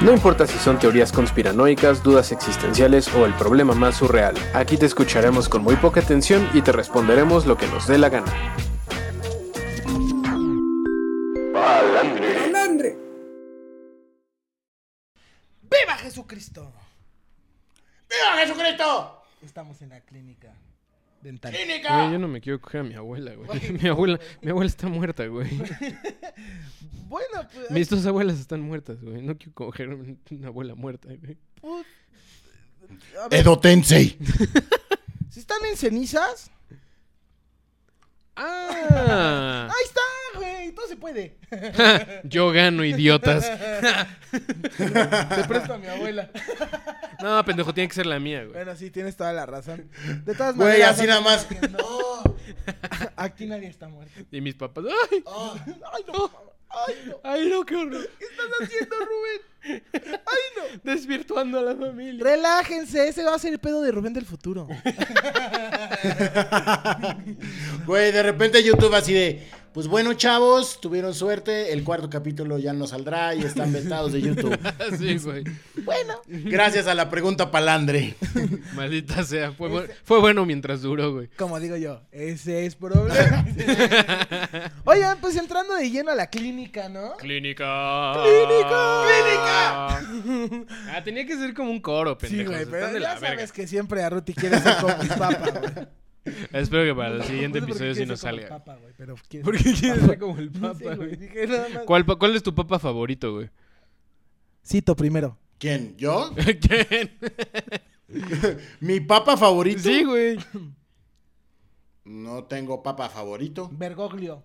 [SPEAKER 6] No importa si son teorías conspiranoicas, dudas existenciales o el problema más surreal, aquí te escucharemos con muy poca atención y te responderemos lo que nos dé la gana.
[SPEAKER 2] ¡Viva Jesucristo!
[SPEAKER 4] ¡Viva Jesucristo!
[SPEAKER 2] Estamos en la clínica dental.
[SPEAKER 3] Güey, yo
[SPEAKER 4] ¡Clínica!
[SPEAKER 3] no me quiero coger a mi abuela, güey. [laughs] Mi abuela, mi abuela está muerta, güey.
[SPEAKER 2] Bueno, pues,
[SPEAKER 3] Mis dos abuelas están muertas, güey. No quiero coger una abuela muerta, güey.
[SPEAKER 2] pues, a ver,
[SPEAKER 4] Edo Tensei.
[SPEAKER 2] si están en cenizas,
[SPEAKER 3] ¡Ah!
[SPEAKER 2] ahí está, güey, todo se
[SPEAKER 4] [laughs]
[SPEAKER 2] puede.
[SPEAKER 3] [laughs] Yo gano, idiotas.
[SPEAKER 2] Te presto a mi abuela.
[SPEAKER 3] No, pendejo, tiene que ser la mía, güey.
[SPEAKER 2] Bueno, sí, tienes toda la razón. De todas maneras. no-
[SPEAKER 4] Güey, así
[SPEAKER 2] [laughs]
[SPEAKER 4] nada más.
[SPEAKER 2] Aquí nadie está muerto.
[SPEAKER 3] Y mis papás. ¡Ay!
[SPEAKER 2] Ay, no. Ay, no.
[SPEAKER 3] ¡Ay, no, qué horror!
[SPEAKER 2] ¿Qué estás haciendo, Rubén? Ay, no.
[SPEAKER 3] Desvirtuando a
[SPEAKER 2] [laughs]
[SPEAKER 3] la familia.
[SPEAKER 2] Relájense, ese va a ser el pedo de Rubén del futuro.
[SPEAKER 4] [laughs] Güey, de repente YouTube así de. Pues bueno, chavos, tuvieron suerte. El cuarto capítulo ya no saldrá y están vetados de YouTube. [laughs]
[SPEAKER 3] Sí, güey.
[SPEAKER 2] Bueno,
[SPEAKER 4] Gracias a la pregunta palandre.
[SPEAKER 3] [laughs] Maldita sea. Fue, bu- fue bueno mientras duró, güey.
[SPEAKER 2] como digo yo, ese es
[SPEAKER 4] [laughs]
[SPEAKER 2] problema. Oigan, pues entrando de lleno a la clínica, ¿no?
[SPEAKER 3] Clínica.
[SPEAKER 2] Clínica.
[SPEAKER 3] ¡Clínica! Ah, tenía que ser como un coro,
[SPEAKER 2] Sí,
[SPEAKER 3] pendejo.
[SPEAKER 2] güey,
[SPEAKER 3] Están
[SPEAKER 2] pero
[SPEAKER 3] de
[SPEAKER 2] ya
[SPEAKER 3] la
[SPEAKER 2] sabes
[SPEAKER 3] verga.
[SPEAKER 2] que siempre a Ruti quiere ser como
[SPEAKER 3] [laughs]
[SPEAKER 2] un papa, güey.
[SPEAKER 3] Espero que para el siguiente
[SPEAKER 2] No sé por qué
[SPEAKER 3] episodio sí
[SPEAKER 2] quiere
[SPEAKER 3] nos
[SPEAKER 2] ser como
[SPEAKER 3] salga.
[SPEAKER 2] Papa, güey, pero quiere
[SPEAKER 3] ¿Por
[SPEAKER 2] ser
[SPEAKER 3] qué quieres ser
[SPEAKER 2] [laughs]
[SPEAKER 3] como el
[SPEAKER 2] No sé,
[SPEAKER 3] papa,
[SPEAKER 2] güey,
[SPEAKER 3] güey?
[SPEAKER 2] dije, nada más.
[SPEAKER 3] ¿Cuál, pa- ¿Cuál es tu papa favorito, güey?
[SPEAKER 2] Cito primero.
[SPEAKER 4] ¿Quién? ¿Yo?
[SPEAKER 3] [laughs] ¿Quién?
[SPEAKER 4] ¿Mi papa favorito?
[SPEAKER 3] [laughs] Sí, güey.
[SPEAKER 4] No tengo papa favorito.
[SPEAKER 2] Bergoglio.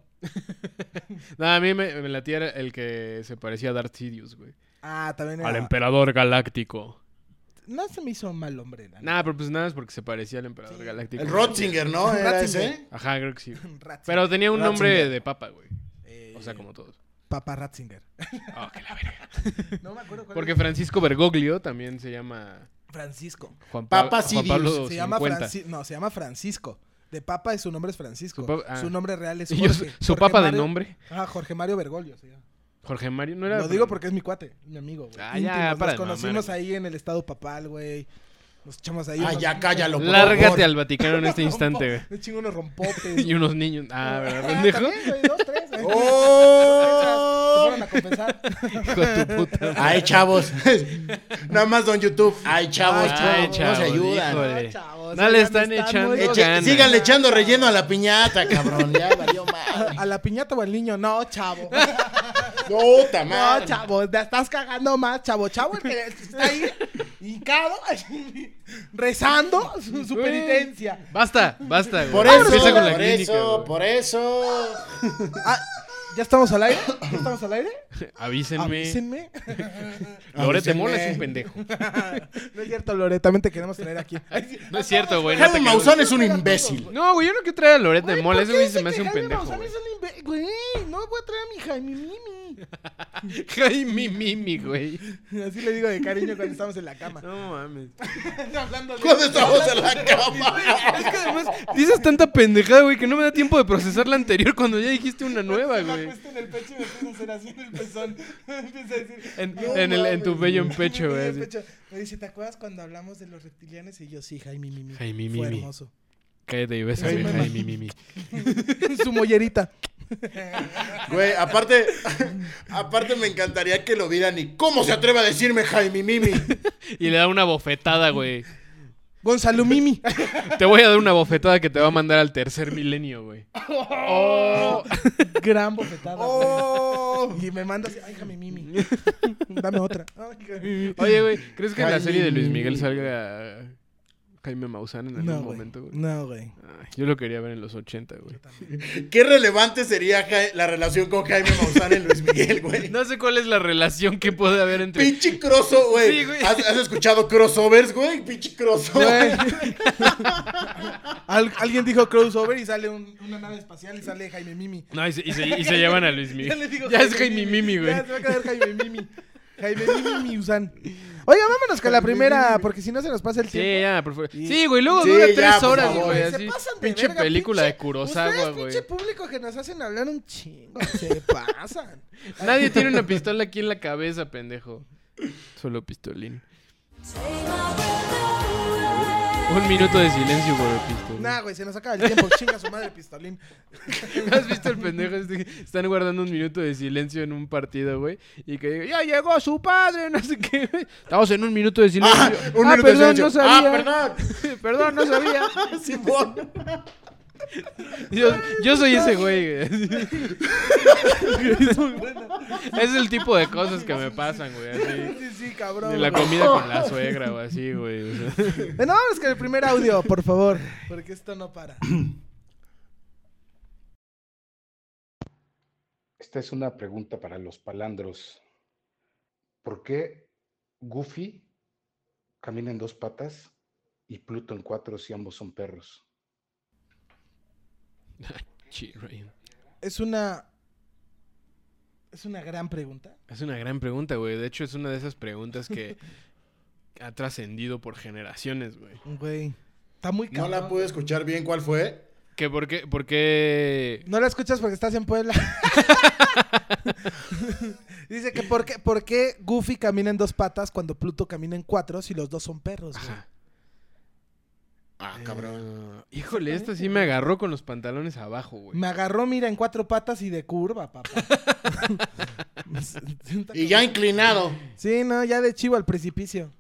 [SPEAKER 3] No, a mí me, me latía era el que se parecía a Darth Sidious, güey.
[SPEAKER 2] Ah, también
[SPEAKER 3] Al
[SPEAKER 2] era.
[SPEAKER 3] emperador galáctico.
[SPEAKER 2] No se me hizo mal hombre. la
[SPEAKER 3] Nah, pero pues nada, es porque se parecía al emperador galáctico.
[SPEAKER 4] El Rotzinger, [laughs] ¿no? ¿Era ese?
[SPEAKER 3] Ajá, creo que sí. güey.
[SPEAKER 2] neta. [laughs] Ratzinger.
[SPEAKER 3] Pero tenía un nombre
[SPEAKER 4] Ratzinger.
[SPEAKER 3] de papa, güey.
[SPEAKER 2] Eh,
[SPEAKER 3] O sea, como todos.
[SPEAKER 2] Papá
[SPEAKER 3] [laughs]
[SPEAKER 2] Ratzinger. Ah,
[SPEAKER 3] Oh, que la verga.
[SPEAKER 2] No me acuerdo cuál
[SPEAKER 3] Porque
[SPEAKER 2] era.
[SPEAKER 3] Francisco Bergoglio también se llama
[SPEAKER 2] Francisco.
[SPEAKER 3] Juan, Pa-
[SPEAKER 4] Papa
[SPEAKER 3] Juan
[SPEAKER 4] Sidious.
[SPEAKER 3] Pablo
[SPEAKER 4] Se
[SPEAKER 2] Se llama
[SPEAKER 3] 50.
[SPEAKER 2] Francisco. No, se llama Francisco. De papa, su nombre es Francisco.
[SPEAKER 3] Su
[SPEAKER 2] Su,
[SPEAKER 3] papa- ah.
[SPEAKER 2] nombre real es
[SPEAKER 3] [laughs] Y
[SPEAKER 2] Jorge.
[SPEAKER 3] yo, su, su
[SPEAKER 2] Jorge
[SPEAKER 3] papa de
[SPEAKER 2] Mario-
[SPEAKER 3] nombre,
[SPEAKER 2] Ah, Jorge Mario Bergoglio se llama.
[SPEAKER 3] Jorge Mario, no era.
[SPEAKER 2] Lo digo porque es mi cuate, mi amigo, güey.
[SPEAKER 3] Ah, ya,
[SPEAKER 2] Íntimos,
[SPEAKER 3] para de
[SPEAKER 2] Nos conocimos
[SPEAKER 3] mamar, güey.
[SPEAKER 2] ahí en el estado papal, güey. Nos echamos ahí.
[SPEAKER 4] Ah,
[SPEAKER 2] unos-
[SPEAKER 4] ya cállalo, por favor.
[SPEAKER 3] Lárgate al Vaticano en
[SPEAKER 2] [laughs]
[SPEAKER 3] este instante,
[SPEAKER 2] Un chingo unos rompotes.
[SPEAKER 3] güey. [laughs] Y unos niños. Ah,
[SPEAKER 2] [laughs]
[SPEAKER 3] ¿verdad,
[SPEAKER 2] Ah,
[SPEAKER 3] pendejo?
[SPEAKER 2] también, güey, dos, tres.
[SPEAKER 4] [laughs]
[SPEAKER 2] güey. Se
[SPEAKER 4] ¡Oh!
[SPEAKER 2] fueron a confesar.
[SPEAKER 3] Hijo de tu puta. madre.
[SPEAKER 4] Ay, chavos. [laughs] Nada más don YouTube. Ay, chavos,
[SPEAKER 3] Ay,
[SPEAKER 4] chavos,
[SPEAKER 3] chavos,
[SPEAKER 4] no se ayudan.
[SPEAKER 3] híjole.
[SPEAKER 2] No, chavos,
[SPEAKER 3] No le
[SPEAKER 2] oigan,
[SPEAKER 3] están
[SPEAKER 2] están
[SPEAKER 3] echando.
[SPEAKER 2] muy-
[SPEAKER 4] Eche-
[SPEAKER 3] ganas.
[SPEAKER 4] síganle echando relleno a la piñata, cabrón. Ya valió madre.
[SPEAKER 2] A la piñata o al niño, no, chavo.
[SPEAKER 4] No, ta
[SPEAKER 2] No,
[SPEAKER 4] madre.
[SPEAKER 2] chavo, te estás cagando más, chavo. Chavo, el que está ahí hincado, [laughs] rezando su, su
[SPEAKER 3] Güey.
[SPEAKER 2] penitencia.
[SPEAKER 3] Basta, basta, güey.
[SPEAKER 4] Por eso,
[SPEAKER 3] Empieza con la
[SPEAKER 4] por
[SPEAKER 3] clínica,
[SPEAKER 4] eso,
[SPEAKER 3] güey.
[SPEAKER 4] por eso.
[SPEAKER 2] Ah, ¿Ya estamos al aire? ¿Ya estamos al aire?
[SPEAKER 3] Avísenme.
[SPEAKER 2] Avísenme.
[SPEAKER 3] Lorete
[SPEAKER 4] Avísenme.
[SPEAKER 3] Mola es un pendejo.
[SPEAKER 2] [laughs] No es cierto, Lore, también te queremos tener aquí.
[SPEAKER 3] No es cierto, güey. No, te
[SPEAKER 4] Jaime
[SPEAKER 3] creo.
[SPEAKER 4] Maussan es un imbécil.
[SPEAKER 3] No, güey, yo no quiero traer a Loret de
[SPEAKER 2] Güey,
[SPEAKER 3] Mola.
[SPEAKER 2] ¿por
[SPEAKER 3] Ese
[SPEAKER 2] qué
[SPEAKER 3] güey
[SPEAKER 2] dicen
[SPEAKER 3] se me hace
[SPEAKER 2] que
[SPEAKER 3] un
[SPEAKER 2] Jaime
[SPEAKER 3] pendejo.
[SPEAKER 2] Maussan es un imbe- Güey, no voy a traer a mi Jaime Mimi. [laughs]
[SPEAKER 3] güey. [laughs] Jaime Mimi, güey.
[SPEAKER 2] Así le digo de cariño cuando estamos en la cama.
[SPEAKER 3] [laughs] No mames.
[SPEAKER 2] Hablando de-
[SPEAKER 4] Cuando estamos en la cama.
[SPEAKER 3] Es que además dices tanta pendejada, güey, que no me da tiempo de procesar la anterior cuando ya dijiste una nueva,
[SPEAKER 2] Me
[SPEAKER 3] güey.
[SPEAKER 2] acuesto en el pecho y me empiezo a hacer así en el pezón. [laughs] Me empiezo a decir,
[SPEAKER 3] En,
[SPEAKER 2] "No
[SPEAKER 3] en el- en tu
[SPEAKER 2] mames". [laughs]
[SPEAKER 3] bello
[SPEAKER 2] En
[SPEAKER 3] en
[SPEAKER 2] mi
[SPEAKER 3] pecho,
[SPEAKER 2] bello
[SPEAKER 3] güey. así.
[SPEAKER 2] pecho. Me dice, ¿te acuerdas cuando hablamos de los reptilianos? Y yo, sí, Jaime Mimi. Fue
[SPEAKER 3] Jaime Mimi.
[SPEAKER 2] hermoso. [laughs]
[SPEAKER 3] Cállate y bésame,
[SPEAKER 2] Jaime
[SPEAKER 3] Jaime Mimi.
[SPEAKER 2] Su mollerita.
[SPEAKER 4] Güey, aparte, aparte me encantaría que lo vieran y cómo se atreve a decirme Jaime Mimi.
[SPEAKER 3] Y le da una bofetada, güey.
[SPEAKER 2] Gonzalo
[SPEAKER 3] [laughs]
[SPEAKER 2] Mimi.
[SPEAKER 3] Te voy a dar una bofetada que te va a mandar al tercer milenio, güey.
[SPEAKER 2] Oh. Gran bofetada.
[SPEAKER 3] Oh.
[SPEAKER 2] güey. Y me manda así, ay, Jaime Mimi.
[SPEAKER 3] [laughs]
[SPEAKER 2] Dame otra. Ay, Jaime Mimi.
[SPEAKER 3] Oye, güey, ¿crees que en la
[SPEAKER 4] Jaime
[SPEAKER 3] serie de Luis
[SPEAKER 4] Mimi.
[SPEAKER 3] Miguel salga Jaime Maussan en algún
[SPEAKER 2] No, güey.
[SPEAKER 3] momento, güey?
[SPEAKER 2] No, güey.
[SPEAKER 3] Ay, yo lo quería ver en los 80, güey.
[SPEAKER 4] Qué relevante sería Ja- la relación con Jaime Maussan en Luis Miguel, güey.
[SPEAKER 3] No sé cuál es la relación que puede haber entre...
[SPEAKER 4] Pinche crossover, güey.
[SPEAKER 3] Este, Sí, güey.
[SPEAKER 4] ¿Has, has escuchado crossovers, güey? Pinche crossover.
[SPEAKER 2] Al- alguien dijo crossover y sale un- una nave espacial y sale Jaime Mimi.
[SPEAKER 3] No, y se, y se- y se llevan a
[SPEAKER 2] [laughs]
[SPEAKER 3] Luis
[SPEAKER 2] Ya le
[SPEAKER 3] Miguel.
[SPEAKER 2] digo
[SPEAKER 3] Ya es Jaime Mimi, güey.
[SPEAKER 2] Ya se va a quedar Jaime Mimi. Jaime Mimi Miusan. Oiga, vámonos con la primera, porque si no se nos pasa el
[SPEAKER 3] Sí,
[SPEAKER 2] tiempo.
[SPEAKER 3] ya, por favor.
[SPEAKER 2] Y-
[SPEAKER 3] Sí, güey, luego
[SPEAKER 4] Sí,
[SPEAKER 3] dura
[SPEAKER 4] ya,
[SPEAKER 3] tres
[SPEAKER 4] por
[SPEAKER 3] horas,
[SPEAKER 4] favor.
[SPEAKER 3] güey.
[SPEAKER 2] Se
[SPEAKER 3] Así,
[SPEAKER 2] pasan de
[SPEAKER 3] pinche
[SPEAKER 2] verga,
[SPEAKER 3] película
[SPEAKER 2] pinche-
[SPEAKER 3] de Kurosawa,
[SPEAKER 2] ustedes,
[SPEAKER 3] güey.
[SPEAKER 2] pinche público que nos hacen hablar un chingo. Se [laughs] pasan.
[SPEAKER 3] Nadie tiene una pistola aquí en la cabeza, pendejo. Solo pistolín.
[SPEAKER 5] Take my breath away.
[SPEAKER 3] Un minuto de silencio por el pistolín.
[SPEAKER 2] Nah, güey, se nos acaba el tiempo. Chinga su madre, pistolín.
[SPEAKER 3] ¿Has visto el pendejo? este que Están guardando un minuto de silencio en un partido, güey. Y que diga, ya llegó su padre, no sé qué. güey. Estamos en un minuto de silencio.
[SPEAKER 4] Ah, un minuto
[SPEAKER 3] Ah,
[SPEAKER 4] de
[SPEAKER 3] perdón,
[SPEAKER 4] silencio.
[SPEAKER 3] no sabía.
[SPEAKER 4] Ah, perdón.
[SPEAKER 3] [laughs] Perdón, no sabía.
[SPEAKER 4] [laughs] Simón.
[SPEAKER 3] Yo, yo soy ese güey. [laughs] güey. es el tipo de cosas que me pasan, güey. Así.
[SPEAKER 2] [laughs] Sí, sí, cabrón.
[SPEAKER 3] De la
[SPEAKER 2] güey.
[SPEAKER 3] comida
[SPEAKER 4] [laughs]
[SPEAKER 3] con la suegra o así, güey. o sea.
[SPEAKER 2] Bueno, vámonos con el primer audio, por favor. Porque esto no para.
[SPEAKER 8] Esta es una pregunta para los palandros. ¿Por qué Goofy camina en dos patas y Pluto en cuatro si ambos son perros?
[SPEAKER 3] [laughs] Chi, Ryan.
[SPEAKER 2] Es una. Es una gran pregunta.
[SPEAKER 3] Es una gran pregunta, güey. De hecho, es una de esas preguntas que ha trascendido por generaciones, güey.
[SPEAKER 2] Güey. Está muy
[SPEAKER 4] No
[SPEAKER 2] cabrón.
[SPEAKER 4] la pude escuchar bien cuál fue.
[SPEAKER 3] ¿Que por qué? ¿Por qué?
[SPEAKER 2] No la escuchas porque estás en Puebla. [laughs] Dice que por qué, por qué Goofy camina en dos patas cuando Pluto camina en cuatro si los dos son perros, güey.
[SPEAKER 3] Ajá.
[SPEAKER 4] Ah, cabrón.
[SPEAKER 3] Ah, híjole, esto sí me agarró con los pantalones abajo, güey.
[SPEAKER 2] Me agarró, mira, en cuatro patas y de curva, papá.
[SPEAKER 4] Y ya inclinado.
[SPEAKER 2] sí, no, ya de chivo al precipicio.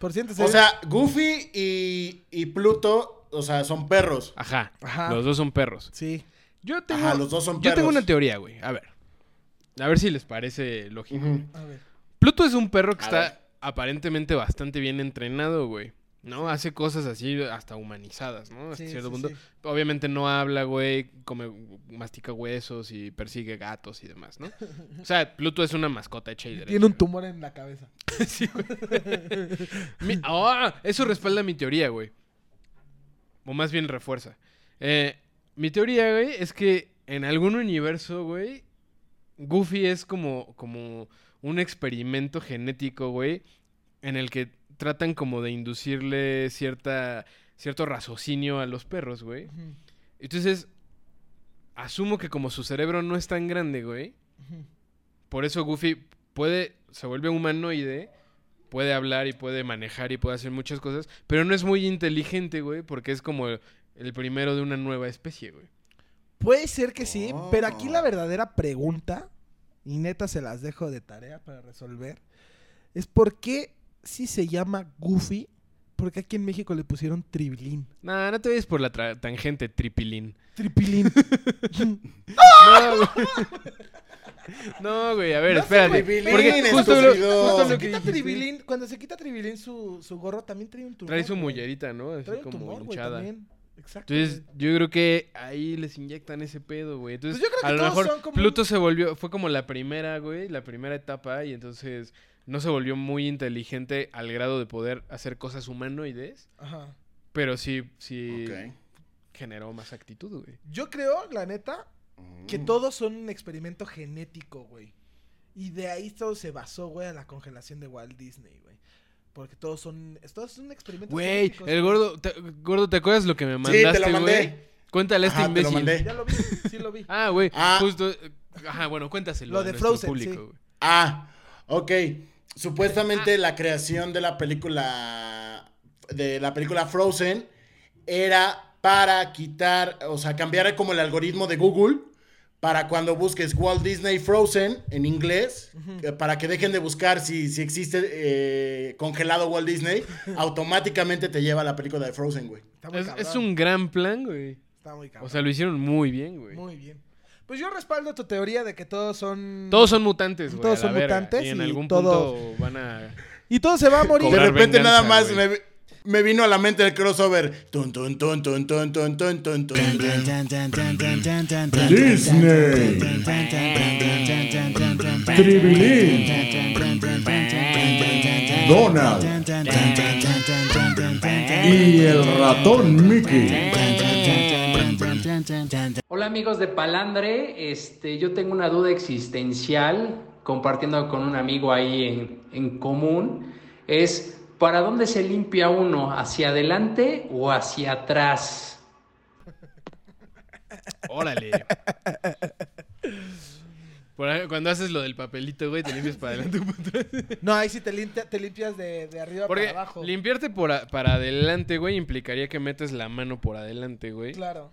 [SPEAKER 2] Por ciento,
[SPEAKER 4] O sea, Goofy y, y Pluto, o sea, son perros.
[SPEAKER 3] Ajá.
[SPEAKER 2] Ajá.
[SPEAKER 3] Los dos son perros.
[SPEAKER 2] Sí.
[SPEAKER 3] Yo tengo,
[SPEAKER 4] Ajá, los dos son perros.
[SPEAKER 3] yo tengo una teoría, güey. A ver. A ver si les parece lógico.
[SPEAKER 4] Ujú.
[SPEAKER 2] A ver.
[SPEAKER 3] Pluto es un perro que
[SPEAKER 4] A
[SPEAKER 3] está
[SPEAKER 4] ver.
[SPEAKER 3] aparentemente bastante bien entrenado, güey. ¿No? Hace cosas así hasta humanizadas, ¿no? Hasta
[SPEAKER 2] Sí,
[SPEAKER 3] cierto
[SPEAKER 2] sí,
[SPEAKER 3] punto.
[SPEAKER 2] sí.
[SPEAKER 3] Obviamente no habla, güey, come, mastica huesos y persigue gatos y demás, ¿no? O sea, Pluto es una mascota hecha y derecha.
[SPEAKER 2] Tiene un
[SPEAKER 3] güey.
[SPEAKER 2] tumor en la cabeza.
[SPEAKER 3] Sí, güey. Mi- ah, eso respalda mi teoría, güey. O más bien refuerza. Eh, mi teoría, güey, es que en algún universo, güey, Goofy es como, como un experimento genético, güey, en el que tratan como de inducirle cierta, cierto raciocinio a los perros, güey.
[SPEAKER 2] Ujú,
[SPEAKER 3] Entonces, asumo que como su cerebro no es tan grande, güey,
[SPEAKER 2] ujú.
[SPEAKER 3] por eso Goofy puede, se vuelve humanoide, puede hablar y puede manejar y puede hacer muchas cosas, pero no es muy inteligente, güey, porque es como el primero de una nueva especie, güey.
[SPEAKER 2] Puede ser que sí,
[SPEAKER 4] Oh.
[SPEAKER 2] pero aquí la verdadera pregunta, y neta se las dejo de tarea para resolver, es por qué si se llama Goofy, porque aquí en México le pusieron Tribilín.
[SPEAKER 3] Nah, no te vayas por la tra- tangente tripilín.
[SPEAKER 2] [laughs] Tripilín.
[SPEAKER 3] No, güey. [laughs] No, güey, a ver,
[SPEAKER 2] No sé,
[SPEAKER 3] espérate.
[SPEAKER 4] güey,
[SPEAKER 3] porque
[SPEAKER 4] Tripilín,
[SPEAKER 3] justo lo,
[SPEAKER 4] estúpido.
[SPEAKER 3] justo
[SPEAKER 2] cuando, se
[SPEAKER 3] lo que
[SPEAKER 2] quita
[SPEAKER 3] dijiste,
[SPEAKER 2] Tribilín, cuando se quita Tribilín su, su gorro también trae un tumor.
[SPEAKER 3] trae su
[SPEAKER 2] güey.
[SPEAKER 3] mollerita, ¿no? Así
[SPEAKER 2] Trae un
[SPEAKER 3] como
[SPEAKER 2] tumor, güey,
[SPEAKER 3] hinchada.
[SPEAKER 2] también. Exacto.
[SPEAKER 3] Entonces,
[SPEAKER 2] güey.
[SPEAKER 3] yo creo que ahí les inyectan ese pedo, güey. Entonces,
[SPEAKER 2] Pues yo creo que
[SPEAKER 3] a lo
[SPEAKER 2] todos
[SPEAKER 3] mejor
[SPEAKER 2] son como
[SPEAKER 3] Pluto
[SPEAKER 2] un-
[SPEAKER 3] se volvió, fue como la primera, güey, la primera etapa, y entonces no se volvió muy inteligente al grado de poder hacer cosas humanoides,
[SPEAKER 2] Ajá.
[SPEAKER 3] pero sí, sí
[SPEAKER 4] Ok.
[SPEAKER 3] generó más actitud, güey.
[SPEAKER 2] Yo creo, la neta, que
[SPEAKER 4] Mm.
[SPEAKER 2] todos son un experimento genético, güey. Y de ahí todo se basó, güey, a la congelación de Walt Disney, güey. Porque todos son, todos son experimentos
[SPEAKER 3] Güey,
[SPEAKER 2] genéticos.
[SPEAKER 3] el gordo, te, gordo, ¿te acuerdas lo que me
[SPEAKER 4] Sí, te
[SPEAKER 3] mandaste,
[SPEAKER 4] lo
[SPEAKER 3] güey?
[SPEAKER 4] mandé.
[SPEAKER 3] Cuéntale a este
[SPEAKER 4] Ajá, te lo
[SPEAKER 3] imbécil.
[SPEAKER 4] mandé.
[SPEAKER 2] Ya lo vi, sí lo vi.
[SPEAKER 3] Ah, güey,
[SPEAKER 4] Ah.
[SPEAKER 3] justo. Ajá, bueno, cuéntaselo.
[SPEAKER 2] Lo
[SPEAKER 3] a
[SPEAKER 2] de
[SPEAKER 3] nuestro
[SPEAKER 2] Frozen, sí.
[SPEAKER 3] güey.
[SPEAKER 4] Ah, ok. Supuestamente la creación de la película de la película Frozen era para quitar, o sea, cambiar como el algoritmo de Google para cuando busques Walt Disney Frozen en inglés, eh, para que dejen de buscar si, si existe eh, congelado Walt Disney, automáticamente te lleva a la película de Frozen, güey.
[SPEAKER 2] Está muy
[SPEAKER 3] Es,
[SPEAKER 2] cabrón.
[SPEAKER 3] es un gran plan, güey.
[SPEAKER 2] Está muy cabrón.
[SPEAKER 3] O sea, lo hicieron muy bien, güey.
[SPEAKER 2] muy bien. Pues yo respaldo tu teoría de que todos son...
[SPEAKER 3] Todos son mutantes, güey.
[SPEAKER 2] Todos
[SPEAKER 3] a la
[SPEAKER 2] son
[SPEAKER 3] verga.
[SPEAKER 2] mutantes
[SPEAKER 3] Y en
[SPEAKER 2] y
[SPEAKER 3] algún
[SPEAKER 2] todo-
[SPEAKER 3] punto van a.
[SPEAKER 2] Y todo se va a morir.
[SPEAKER 4] De
[SPEAKER 3] Cobrar
[SPEAKER 4] repente nada
[SPEAKER 3] venganza,
[SPEAKER 4] más
[SPEAKER 3] güey.
[SPEAKER 4] me, vi- me vino a la mente el crossover. Tun, tun, tun, tun, tun, tun, tun, tun, tun.
[SPEAKER 9] Disney. Tribilín. Donald. Y el ratón Mickey.
[SPEAKER 10] Hola amigos de Palandre, este, yo tengo una duda existencial compartiendo con un amigo ahí en, en común, es ¿para dónde se limpia uno? ¿Hacia adelante o hacia atrás?
[SPEAKER 3] Órale. Por ahí, cuando haces lo del papelito, güey, te limpias para adelante.
[SPEAKER 2] [laughs] No, ahí sí te, limpia- te limpias de, de arriba
[SPEAKER 3] Porque
[SPEAKER 2] para abajo.
[SPEAKER 3] limpiarte por a- para adelante, güey, implicaría que metes la mano por adelante, güey.
[SPEAKER 2] Claro.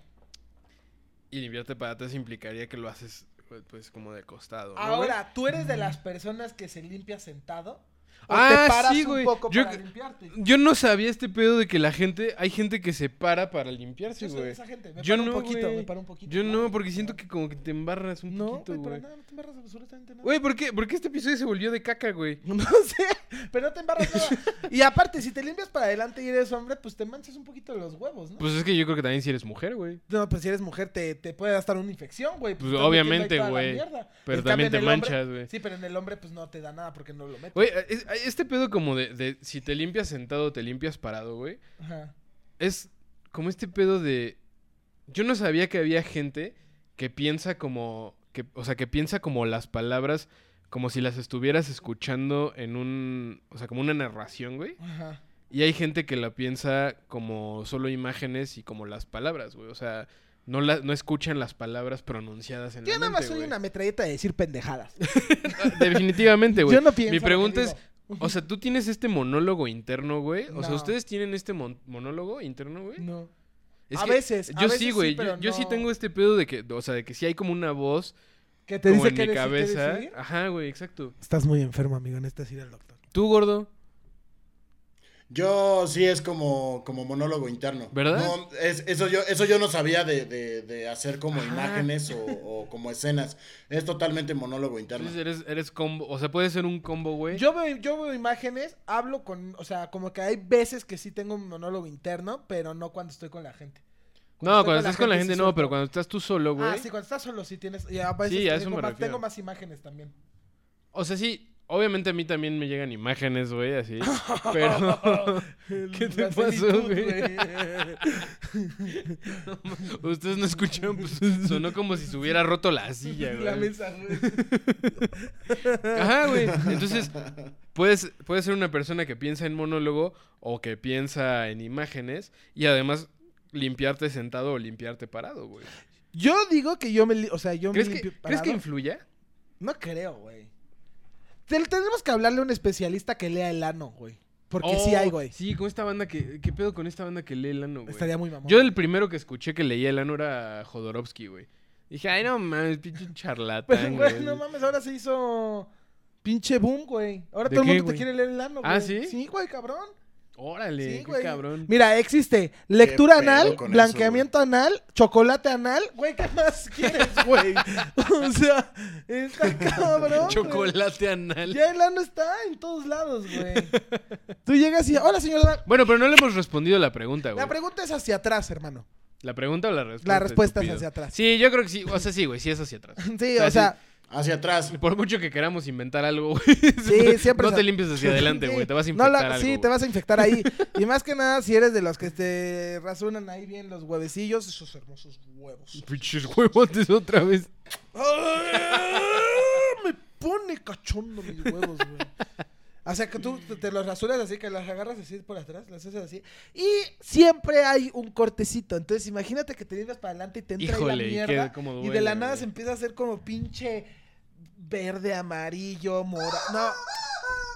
[SPEAKER 3] Y limpiarte para atrás implicaría que lo haces, pues, pues, como de costado. ¿no, güey?
[SPEAKER 2] Ahora, ¿tú eres de las personas que se limpia sentado? ¿O
[SPEAKER 3] Mm. Ah,
[SPEAKER 2] te paras
[SPEAKER 3] sí,
[SPEAKER 2] un
[SPEAKER 3] güey.
[SPEAKER 2] poco
[SPEAKER 3] Yo-
[SPEAKER 2] para limpiarte?
[SPEAKER 3] Yo no sabía este pedo de que la gente. Hay gente que se para para limpiarse,
[SPEAKER 2] Yo soy de
[SPEAKER 3] güey.
[SPEAKER 2] esa gente. Me
[SPEAKER 3] Yo
[SPEAKER 2] paro
[SPEAKER 3] no,
[SPEAKER 2] un poquito,
[SPEAKER 3] güey.
[SPEAKER 2] me paro un poquito.
[SPEAKER 3] Yo no, porque siento que como que te embarras un
[SPEAKER 2] No,
[SPEAKER 3] poquito,
[SPEAKER 2] güey, para
[SPEAKER 3] güey.
[SPEAKER 2] nada, no te embarras absolutamente nada.
[SPEAKER 3] Güey, ¿por qué? ¿por qué este episodio se volvió de caca, güey?
[SPEAKER 2] [laughs] No sé, pero no te embarras
[SPEAKER 3] [laughs]
[SPEAKER 2] nada. Y aparte, si te limpias para adelante y eres hombre, pues te manchas un poquito los huevos, ¿no?
[SPEAKER 3] Pues es que yo creo que también si eres mujer, güey.
[SPEAKER 2] No, pues si eres mujer te, te puede dar una infección, güey.
[SPEAKER 3] Pues,
[SPEAKER 2] te estás metiendo ahí
[SPEAKER 3] obviamente,
[SPEAKER 2] toda la
[SPEAKER 3] güey.
[SPEAKER 2] mierda.
[SPEAKER 3] Pero
[SPEAKER 2] En
[SPEAKER 3] también
[SPEAKER 2] cambio, en
[SPEAKER 3] te
[SPEAKER 2] el hombre-
[SPEAKER 3] manchas, güey.
[SPEAKER 2] Sí, pero en el hombre pues no te da nada porque no lo metes.
[SPEAKER 3] Güey, es- este pedo como de, de si te limpias sentado, te limpias parado, güey.
[SPEAKER 2] Ajá.
[SPEAKER 3] Es como este pedo de. Yo no sabía que había gente que piensa como. Que, o sea, que piensa como las palabras. Como si las estuvieras escuchando en un. O sea, como una narración, güey.
[SPEAKER 2] Ajá.
[SPEAKER 3] Y hay gente que la piensa como solo imágenes y como las palabras, güey. O sea, no, la, no escuchan las palabras pronunciadas en
[SPEAKER 2] Yo
[SPEAKER 3] la
[SPEAKER 2] nada
[SPEAKER 3] mente,
[SPEAKER 2] más soy
[SPEAKER 3] güey. [laughs] Ah,
[SPEAKER 2] una metralleta de decir pendejadas.
[SPEAKER 3] Definitivamente, güey.
[SPEAKER 2] Yo no pienso
[SPEAKER 3] Mi
[SPEAKER 2] lo que
[SPEAKER 3] pregunta es,
[SPEAKER 2] digo.
[SPEAKER 3] o sea, ¿tú tienes este monólogo interno, güey? O sea,
[SPEAKER 2] No.
[SPEAKER 3] ¿ustedes tienen este mon- monólogo interno, güey?
[SPEAKER 2] No.
[SPEAKER 3] Es
[SPEAKER 2] A
[SPEAKER 3] que
[SPEAKER 2] veces, a
[SPEAKER 3] Yo
[SPEAKER 2] veces
[SPEAKER 3] sí,
[SPEAKER 2] sí,
[SPEAKER 3] güey.
[SPEAKER 2] pero
[SPEAKER 3] yo, yo sí
[SPEAKER 2] no.
[SPEAKER 3] tengo este pedo de que, o sea, de que sí hay como una voz
[SPEAKER 2] Que te
[SPEAKER 3] como
[SPEAKER 2] dice
[SPEAKER 3] en
[SPEAKER 2] que
[SPEAKER 3] mi
[SPEAKER 2] eres- que eres
[SPEAKER 3] cabeza. ah,
[SPEAKER 2] seguir.
[SPEAKER 3] Ajá, güey, exacto.
[SPEAKER 1] Estás muy enfermo, amigo. Necesitas ir al doctor.
[SPEAKER 3] Tú, gordo.
[SPEAKER 4] Yo sí es como, como monólogo interno.
[SPEAKER 3] ¿Verdad?
[SPEAKER 4] No, es- eso, yo, eso yo no sabía de, de- de hacer como imágenes o, o como escenas. Es totalmente monólogo interno.
[SPEAKER 3] Entonces eres, eres combo. O sea, puede ser un combo, güey.
[SPEAKER 2] Yo veo, yo veo imágenes, hablo con, o sea, como que hay veces que sí tengo un monólogo interno, pero no cuando estoy con la gente.
[SPEAKER 3] No,
[SPEAKER 2] estoy
[SPEAKER 3] cuando estás con la gente,
[SPEAKER 2] sí
[SPEAKER 3] no,
[SPEAKER 2] suelto.
[SPEAKER 3] pero cuando estás tú solo, güey.
[SPEAKER 2] Ah, sí, cuando estás solo sí tienes. Y a veces
[SPEAKER 3] Sí, a eso
[SPEAKER 2] tengo,
[SPEAKER 3] me
[SPEAKER 2] más,
[SPEAKER 3] refiero.
[SPEAKER 2] tengo más imágenes
[SPEAKER 3] [laughs]
[SPEAKER 2] también.
[SPEAKER 3] O sea, sí, obviamente a mí también me llegan imágenes, güey,
[SPEAKER 2] [laughs]
[SPEAKER 3] así. Pero. [laughs] ¿Qué te
[SPEAKER 2] La
[SPEAKER 3] pasó,
[SPEAKER 2] felitud,
[SPEAKER 3] güey? [laughs] Ustedes no escucharon, pues sonó como si se hubiera roto la silla, güey.
[SPEAKER 2] La mesa, güey.
[SPEAKER 3] Ajá, güey. Entonces, puedes, puedes ser una persona que piensa en monólogo o que piensa en imágenes y además limpiarte sentado o limpiarte parado, güey.
[SPEAKER 2] Yo digo que yo me, li- o sea, yo me
[SPEAKER 3] ¿Crees, que,
[SPEAKER 2] limpio
[SPEAKER 3] ¿Crees que
[SPEAKER 2] parado.
[SPEAKER 3] influya?
[SPEAKER 2] No creo, güey. Te- Tenemos que hablarle a un especialista que lea el ano, güey. Porque sí
[SPEAKER 3] Oh,
[SPEAKER 2] hay, güey.
[SPEAKER 3] Sí, con esta banda que. ¿Qué pedo con esta banda que lee el ano, güey?
[SPEAKER 2] Estaría muy mamón.
[SPEAKER 3] Yo el primero que escuché que leía el ano era Jodorowsky, güey. Dije, ay, no mames, pinche
[SPEAKER 2] Pero,
[SPEAKER 3] charlatán,
[SPEAKER 2] Pues, güey, no
[SPEAKER 3] güey.
[SPEAKER 2] mames, ahora se hizo pinche boom, güey. Ahora
[SPEAKER 3] ¿De
[SPEAKER 2] todo el
[SPEAKER 3] qué,
[SPEAKER 2] mundo te
[SPEAKER 3] güey?
[SPEAKER 2] quiere leer el ano, güey.
[SPEAKER 3] ¿Ah, sí?
[SPEAKER 2] Sí, güey, cabrón.
[SPEAKER 3] Órale,
[SPEAKER 2] sí,
[SPEAKER 3] qué
[SPEAKER 2] güey.
[SPEAKER 3] cabrón.
[SPEAKER 2] Mira, existe lectura
[SPEAKER 4] pedo
[SPEAKER 2] anal,
[SPEAKER 4] con eso,
[SPEAKER 2] blanqueamiento anal, chocolate anal. Güey, ¿qué
[SPEAKER 3] [laughs]
[SPEAKER 2] más quieres, güey? o sea, está cabrón. güey.
[SPEAKER 3] Chocolate anal.
[SPEAKER 2] Ya el ano está en todos lados,
[SPEAKER 3] [laughs]
[SPEAKER 2] güey. Tú llegas y, hola, señora.
[SPEAKER 3] Bueno, pero no le hemos respondido la pregunta, güey.
[SPEAKER 2] La pregunta es hacia atrás, hermano. [clears throat]
[SPEAKER 3] ¿La pregunta o la respuesta?
[SPEAKER 2] La respuesta es
[SPEAKER 3] estúpido?
[SPEAKER 2] hacia atrás.
[SPEAKER 3] Sí, yo creo que sí. O sea, sí, güey, sí es hacia atrás.
[SPEAKER 2] [laughs] Sí,
[SPEAKER 3] sea,
[SPEAKER 2] o sea,
[SPEAKER 4] Hacia atrás.
[SPEAKER 3] Por mucho que queramos inventar algo, güey.
[SPEAKER 2] Sí, siempre
[SPEAKER 3] [laughs] No
[SPEAKER 2] es
[SPEAKER 3] te
[SPEAKER 2] a-
[SPEAKER 3] limpias hacia adelante,
[SPEAKER 2] [laughs] Sí,
[SPEAKER 3] güey. Te vas a
[SPEAKER 2] no la-
[SPEAKER 3] infectar algo,
[SPEAKER 2] Sí,
[SPEAKER 3] güey.
[SPEAKER 2] te vas a infectar
[SPEAKER 3] [laughs]
[SPEAKER 2] ahí. Y más que nada, si eres de los que te rasunan ahí bien los huevecillos, esos hermosos huevos.
[SPEAKER 3] Pinches huevotes otra vez.
[SPEAKER 2] ¡Ah! Me pone cachondo mis huevos, güey. O sea, que tú te, te los rasuras así, que las agarras así por atrás, las haces así. Y siempre hay un cortecito. Entonces, imagínate que te limpias para adelante y te entra ahí
[SPEAKER 3] Híjole, y
[SPEAKER 2] la
[SPEAKER 3] qué-
[SPEAKER 2] mierda.
[SPEAKER 3] cómo
[SPEAKER 2] y
[SPEAKER 3] duele,
[SPEAKER 2] de la nada
[SPEAKER 3] güey.
[SPEAKER 2] se empieza a hacer como pinche verde, amarillo, mora. No.